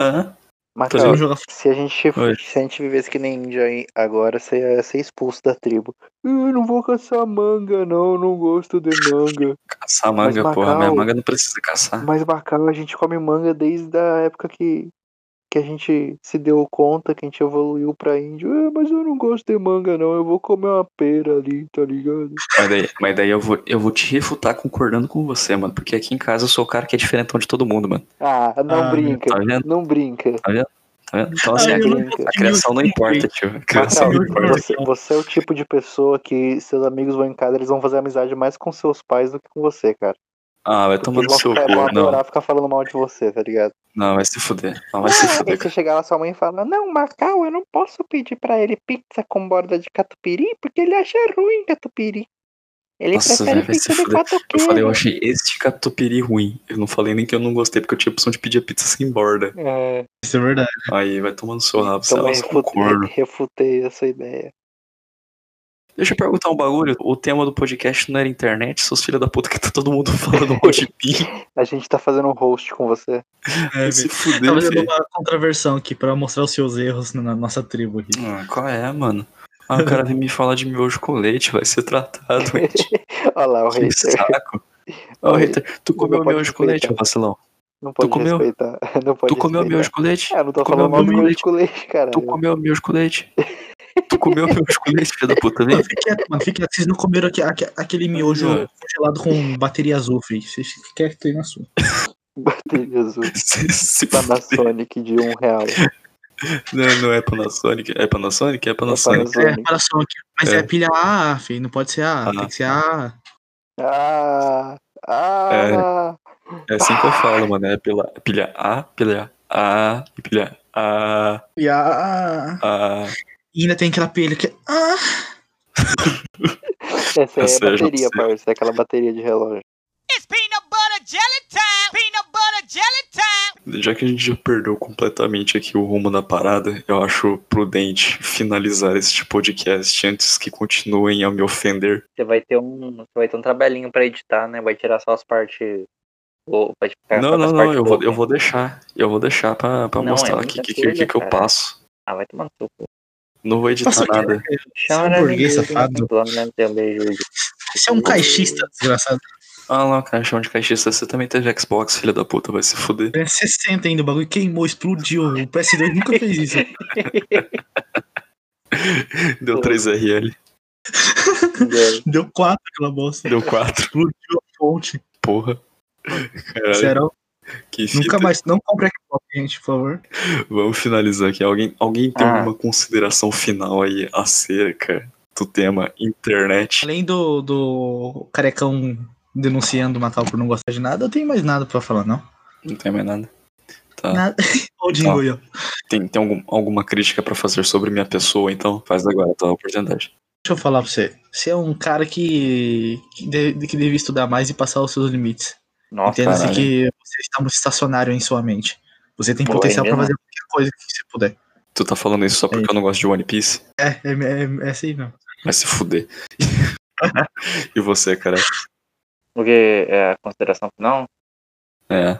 [SPEAKER 3] Hã?
[SPEAKER 8] Mas
[SPEAKER 3] Pois
[SPEAKER 1] Se eu
[SPEAKER 8] cara,
[SPEAKER 1] não jogar futebol.
[SPEAKER 8] se a gente
[SPEAKER 3] Oi.
[SPEAKER 8] se a gente vivesse que nem índio aí agora, você ia ser expulso da tribo. Eu não vou caçar manga, não, não gosto de manga.
[SPEAKER 3] Caçar manga,
[SPEAKER 8] Mas
[SPEAKER 3] porra. Minha
[SPEAKER 8] Macau-
[SPEAKER 3] manga não precisa caçar.
[SPEAKER 8] Mas bacana, a gente come manga desde a época que, que a gente se deu conta, que a gente evoluiu pra índio. É, mas eu não gosto de manga, não, eu vou comer uma pera ali, tá ligado?
[SPEAKER 3] Mas daí, mas daí eu, vou, eu vou te refutar concordando com você, mano. Porque aqui em casa eu sou o cara que é diferentão de todo mundo, mano.
[SPEAKER 8] Ah, não
[SPEAKER 1] Ah,
[SPEAKER 8] brinca,
[SPEAKER 3] Tá vendo?
[SPEAKER 8] não brinca.
[SPEAKER 3] Tá vendo? Então,
[SPEAKER 1] Ah,
[SPEAKER 3] assim,
[SPEAKER 8] Ai,
[SPEAKER 3] a,
[SPEAKER 1] eu
[SPEAKER 8] aqui,
[SPEAKER 1] não
[SPEAKER 8] cara.
[SPEAKER 1] consigo
[SPEAKER 3] a criação não importa, tio. A criação não
[SPEAKER 8] Macau,
[SPEAKER 3] importa.
[SPEAKER 8] você, você é o tipo de pessoa que seus amigos vão em casa, eles vão fazer amizade mais com seus pais do que com você, cara.
[SPEAKER 3] Ah, vai tomar no
[SPEAKER 8] Eles
[SPEAKER 3] seu
[SPEAKER 8] vão, ficar, vão
[SPEAKER 3] cu. Não,
[SPEAKER 8] adorar ficar falando mal de você, tá ligado?
[SPEAKER 3] não, vai se fuder. Não, vai se
[SPEAKER 8] Aí
[SPEAKER 3] fuder,
[SPEAKER 8] você
[SPEAKER 3] cara.
[SPEAKER 8] chegar lá, sua mãe fala, não, Macau, eu não posso pedir pra ele pizza com borda de catupiry, porque ele acha ruim catupiry. Ele
[SPEAKER 3] Nossa,
[SPEAKER 8] prefere
[SPEAKER 3] velho, vai se
[SPEAKER 8] pizza de
[SPEAKER 3] fuder.
[SPEAKER 8] quatro
[SPEAKER 3] Eu
[SPEAKER 8] queijos.
[SPEAKER 3] falei, eu achei este catupiry ruim. Eu não falei nem que eu não gostei, porque eu tinha a opção de pedir a pizza sem borda.
[SPEAKER 8] É,
[SPEAKER 1] Isso é verdade.
[SPEAKER 3] Aí, vai tomando seu rabo,
[SPEAKER 8] então eu
[SPEAKER 3] você é um corno.
[SPEAKER 8] refutei, refutei essa ideia.
[SPEAKER 3] Deixa eu perguntar um bagulho. O tema do podcast não era internet, seus filhos da puta que tá todo mundo falando mal de mim.
[SPEAKER 8] A gente tá fazendo um host com você.
[SPEAKER 1] É,
[SPEAKER 3] Vai
[SPEAKER 1] Talvez
[SPEAKER 3] se fuder,
[SPEAKER 1] eu dou
[SPEAKER 3] velho.
[SPEAKER 1] uma contraversão aqui pra mostrar os seus erros na na nossa tribo aqui.
[SPEAKER 3] Ah, qual é, mano? Ah, o cara vem me falar de miojo com leite, vai ser tratado, hein?
[SPEAKER 8] Olha lá, o
[SPEAKER 3] Que
[SPEAKER 8] É hater.
[SPEAKER 3] saco. Ô, Hater, tu comeu
[SPEAKER 8] Não pode
[SPEAKER 3] miojo com leite, ô
[SPEAKER 8] respeitar.
[SPEAKER 3] vacilão?
[SPEAKER 8] Não pode
[SPEAKER 3] comeu?
[SPEAKER 8] respeitar. Não pode
[SPEAKER 3] Tu comeu
[SPEAKER 8] respeitar.
[SPEAKER 3] miojo com leite?
[SPEAKER 8] Ah, não tô
[SPEAKER 3] Tu comeu
[SPEAKER 8] falando mal do
[SPEAKER 3] miojo com
[SPEAKER 8] meu
[SPEAKER 3] leite?
[SPEAKER 8] com leite, cara.
[SPEAKER 3] Tu comeu miojo com leite? Tu comeu miojo com leite, filho da puta, vem?
[SPEAKER 1] Fique quieto, mano. Fique quieto. Vocês não comeram aque- aque- aquele miojo
[SPEAKER 3] Olha.
[SPEAKER 1] congelado com bateria azul, filho. Vocês querem que tem na sua.
[SPEAKER 8] Bateria azul.
[SPEAKER 3] Se- se fuder.
[SPEAKER 8] Panasonic de um real.
[SPEAKER 3] Não, não é Panasonic. É Panasonic? É Panasonic.
[SPEAKER 1] É,
[SPEAKER 8] Panasonic.
[SPEAKER 1] para só aqui. Mas
[SPEAKER 3] É.
[SPEAKER 1] é. pilha A, filho. Não pode ser A.
[SPEAKER 3] Ah.
[SPEAKER 1] Tem que ser A.
[SPEAKER 8] Ah, ah,
[SPEAKER 3] É assim que eu falo, mano. É pela, pilha A, pilha A, e pilha A,
[SPEAKER 1] E A.
[SPEAKER 3] A.
[SPEAKER 1] E ainda tem aquela pilha que. Ah!
[SPEAKER 2] Essa aí
[SPEAKER 3] Essa
[SPEAKER 2] é
[SPEAKER 3] eu
[SPEAKER 2] a
[SPEAKER 3] já
[SPEAKER 2] bateria,
[SPEAKER 3] sei.
[SPEAKER 2] parça. É aquela bateria de relógio.
[SPEAKER 5] It's peanut butter jelly time. Peanut butter jelly time.
[SPEAKER 3] Já que a gente já perdeu completamente aqui o rumo da parada, eu acho prudente finalizar este podcast antes que continuem a me ofender.
[SPEAKER 2] Você vai ter um. Você vai ter um trabalhinho pra editar, né? Vai tirar só as partes. Ou vai ficar só
[SPEAKER 3] não,
[SPEAKER 2] com
[SPEAKER 3] não,
[SPEAKER 2] as
[SPEAKER 3] não,
[SPEAKER 2] partes
[SPEAKER 3] eu vou,
[SPEAKER 2] boas,
[SPEAKER 3] eu
[SPEAKER 2] né?
[SPEAKER 3] vou deixar. Eu vou deixar pra, pra
[SPEAKER 2] Não, é
[SPEAKER 3] mostrar o que,
[SPEAKER 2] muita
[SPEAKER 3] que, que-
[SPEAKER 2] coisa,
[SPEAKER 3] que eu
[SPEAKER 2] cara.
[SPEAKER 3] passo.
[SPEAKER 2] Ah, vai tomar no seu cu.
[SPEAKER 3] Não vou editar
[SPEAKER 1] Passa aqui.
[SPEAKER 3] nada.
[SPEAKER 2] Chama
[SPEAKER 1] é um burguês
[SPEAKER 2] né,
[SPEAKER 1] safado.
[SPEAKER 2] meu plano, né, teu beijo.
[SPEAKER 1] Você é um caixista, desgraçado.
[SPEAKER 3] Ah, não, cara, chama de caixista. Você também teve Xbox, filha da puta, vai se fuder.
[SPEAKER 1] É 60 ainda, o bagulho queimou, explodiu. O PS2 nunca fez isso.
[SPEAKER 3] Deu
[SPEAKER 2] Pô.
[SPEAKER 3] 3RL,
[SPEAKER 2] Deus.
[SPEAKER 1] Deu 4 aquela bosta.
[SPEAKER 3] deu 4,
[SPEAKER 1] Explodiu a fonte.
[SPEAKER 3] porra. Caralho,
[SPEAKER 1] Será?
[SPEAKER 3] que fita.
[SPEAKER 1] Nunca mais. Não compre Xbox, gente, por favor.
[SPEAKER 3] Vamos finalizar aqui. Alguém, alguém tem
[SPEAKER 2] Ah.
[SPEAKER 3] alguma consideração final aí acerca do tema internet?
[SPEAKER 1] Além do, do carecão denunciando o Macau por não gostar de nada, eu tenho mais nada pra falar, não.
[SPEAKER 3] Não tem mais nada.
[SPEAKER 2] Ah.
[SPEAKER 3] Tá.
[SPEAKER 1] Nada. Olha o Jingle aí, ó.
[SPEAKER 3] Tem, tem algum- alguma crítica pra fazer sobre minha pessoa, então faz agora, tá? A oportunidade.
[SPEAKER 1] Deixa eu falar pra você. Você é um cara que, que, deve, que deve estudar mais e passar os seus limites.
[SPEAKER 2] Nossa,
[SPEAKER 1] Entenda-se
[SPEAKER 3] caralho.
[SPEAKER 1] que você está muito estacionário em sua mente. Você tem
[SPEAKER 2] Pô,
[SPEAKER 1] potencial
[SPEAKER 2] é
[SPEAKER 1] pra fazer
[SPEAKER 2] mesmo?
[SPEAKER 1] qualquer coisa que você puder.
[SPEAKER 3] Tu tá falando isso só porque eu não gosto de One Piece?
[SPEAKER 1] É, é, é, é assim, não.
[SPEAKER 3] Vai se fuder. e você, cara?
[SPEAKER 2] o que é a consideração final?
[SPEAKER 3] É.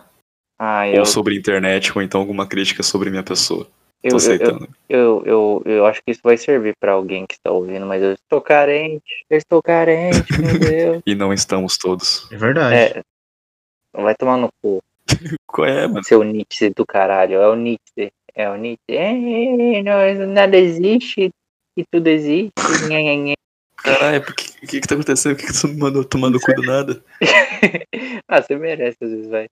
[SPEAKER 2] Ah, eu,
[SPEAKER 3] Ou sobre internet, ou então alguma crítica sobre minha pessoa. Tô
[SPEAKER 2] eu, eu, eu,
[SPEAKER 3] aceitando.
[SPEAKER 2] eu, eu, eu acho que isso vai servir pra alguém que está ouvindo, mas eu estou carente, eu estou carente, meu Deus.
[SPEAKER 3] E não estamos todos.
[SPEAKER 1] É verdade.
[SPEAKER 2] É, vai tomar no cu,
[SPEAKER 3] Qual é, mano?
[SPEAKER 2] seu Nietzsche do caralho, é o Nietzsche, é o Nietzsche. É, não, nada existe e tudo existe. Nhe, nhe, nhe.
[SPEAKER 3] Caralho, o que, que que tá acontecendo? Por que, que tu me mandou tomar no cu do nada?
[SPEAKER 2] ah, você merece às vezes, vai.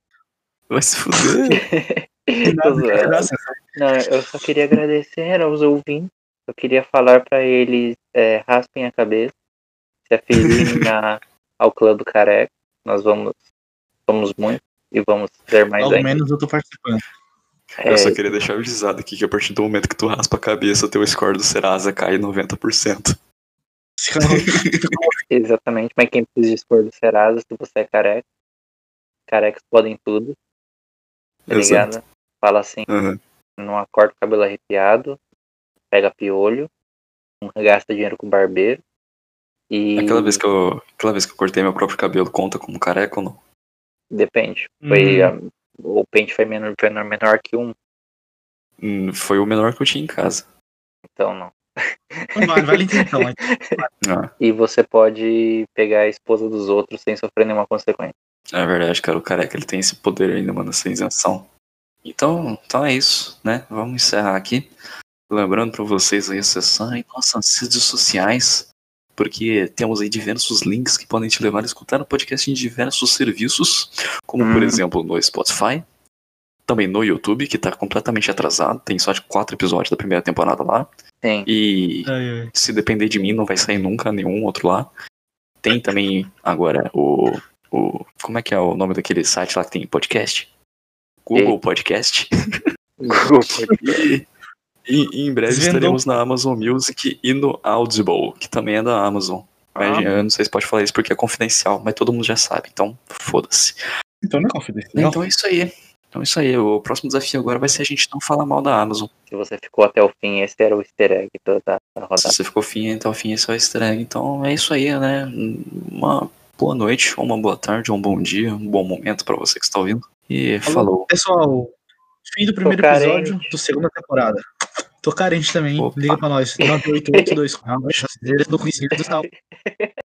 [SPEAKER 3] Vai se fuder.
[SPEAKER 2] Tô Tá zoando. Não, eu só queria agradecer aos ouvintes. Eu queria falar pra eles é, raspem a cabeça, se afiliem na, ao clã do careca. Nós vamos, somos muito e vamos ser mais
[SPEAKER 1] Ao
[SPEAKER 2] ainda.
[SPEAKER 1] menos eu tô participando.
[SPEAKER 3] Eu só
[SPEAKER 2] É,
[SPEAKER 3] queria deixar avisado aqui que a partir do momento que tu raspa a cabeça, teu score do Serasa cai 90%.
[SPEAKER 1] Se eu-
[SPEAKER 2] exatamente, mas quem precisa dispor do Serasa, se você é careca, carecas podem tudo, tá
[SPEAKER 3] Exato.
[SPEAKER 2] ligado? Fala assim,
[SPEAKER 3] Aham.
[SPEAKER 2] não acorda com o cabelo arrepiado, pega piolho, não gasta dinheiro com barbeiro. E
[SPEAKER 3] Aquela, vez que eu, aquela vez que eu cortei meu próprio cabelo, conta como careca ou não?
[SPEAKER 2] Depende. Foi, a-
[SPEAKER 3] Uhum.
[SPEAKER 2] o pente foi menor, foi menor que um,
[SPEAKER 3] Hum, Foi o menor que eu tinha em casa.
[SPEAKER 2] então não.
[SPEAKER 1] Não vale, vale então. mas
[SPEAKER 3] Ah,
[SPEAKER 2] E você pode pegar a esposa dos outros sem sofrer nenhuma consequência.
[SPEAKER 3] é verdade, cara. O careca ele tem esse poder ainda, mano, essa isenção. Então, então é isso, né? Vamos encerrar aqui. Lembrando pra vocês aí acessarem nossas redes sociais, porque temos aí diversos links que podem te levar a escutar o podcast em diversos serviços, como por
[SPEAKER 2] Hum.
[SPEAKER 3] exemplo no Spotify, também no YouTube, que tá completamente atrasado, tem só de quatro episódios da primeira temporada lá.
[SPEAKER 2] Sim.
[SPEAKER 3] E
[SPEAKER 1] Ai, ai.
[SPEAKER 3] se depender de mim, não vai sair nunca nenhum outro lá. Tem também agora o. o como é que é o nome daquele site lá que tem podcast? Google Podcast. E, e em breve
[SPEAKER 1] Desvendou.
[SPEAKER 3] estaremos na Amazon Music e no Audible, que também é da Amazon. Mas eu não sei se pode falar isso porque é confidencial, mas todo mundo já sabe, então foda-se.
[SPEAKER 1] Então não é confidencial.
[SPEAKER 3] Então é isso aí. Então é isso aí. O próximo desafio agora vai ser a gente não falar mal da Amazon.
[SPEAKER 2] Se você ficou até o fim, esse era o easter egg do- da, da
[SPEAKER 3] Se
[SPEAKER 2] rodada.
[SPEAKER 3] você ficou fim até o fim, esse é o easter egg. Então é isso aí, né? Uma boa noite, ou uma boa tarde, ou um bom dia, um bom momento pra você que está ouvindo. E falou.
[SPEAKER 1] Pessoal, fim do primeiro
[SPEAKER 2] Tô carente.
[SPEAKER 1] episódio do segunda temporada. Tô carente também. hein?
[SPEAKER 3] Opa.
[SPEAKER 1] Liga pra nós. 98824. Não conhecido e tal.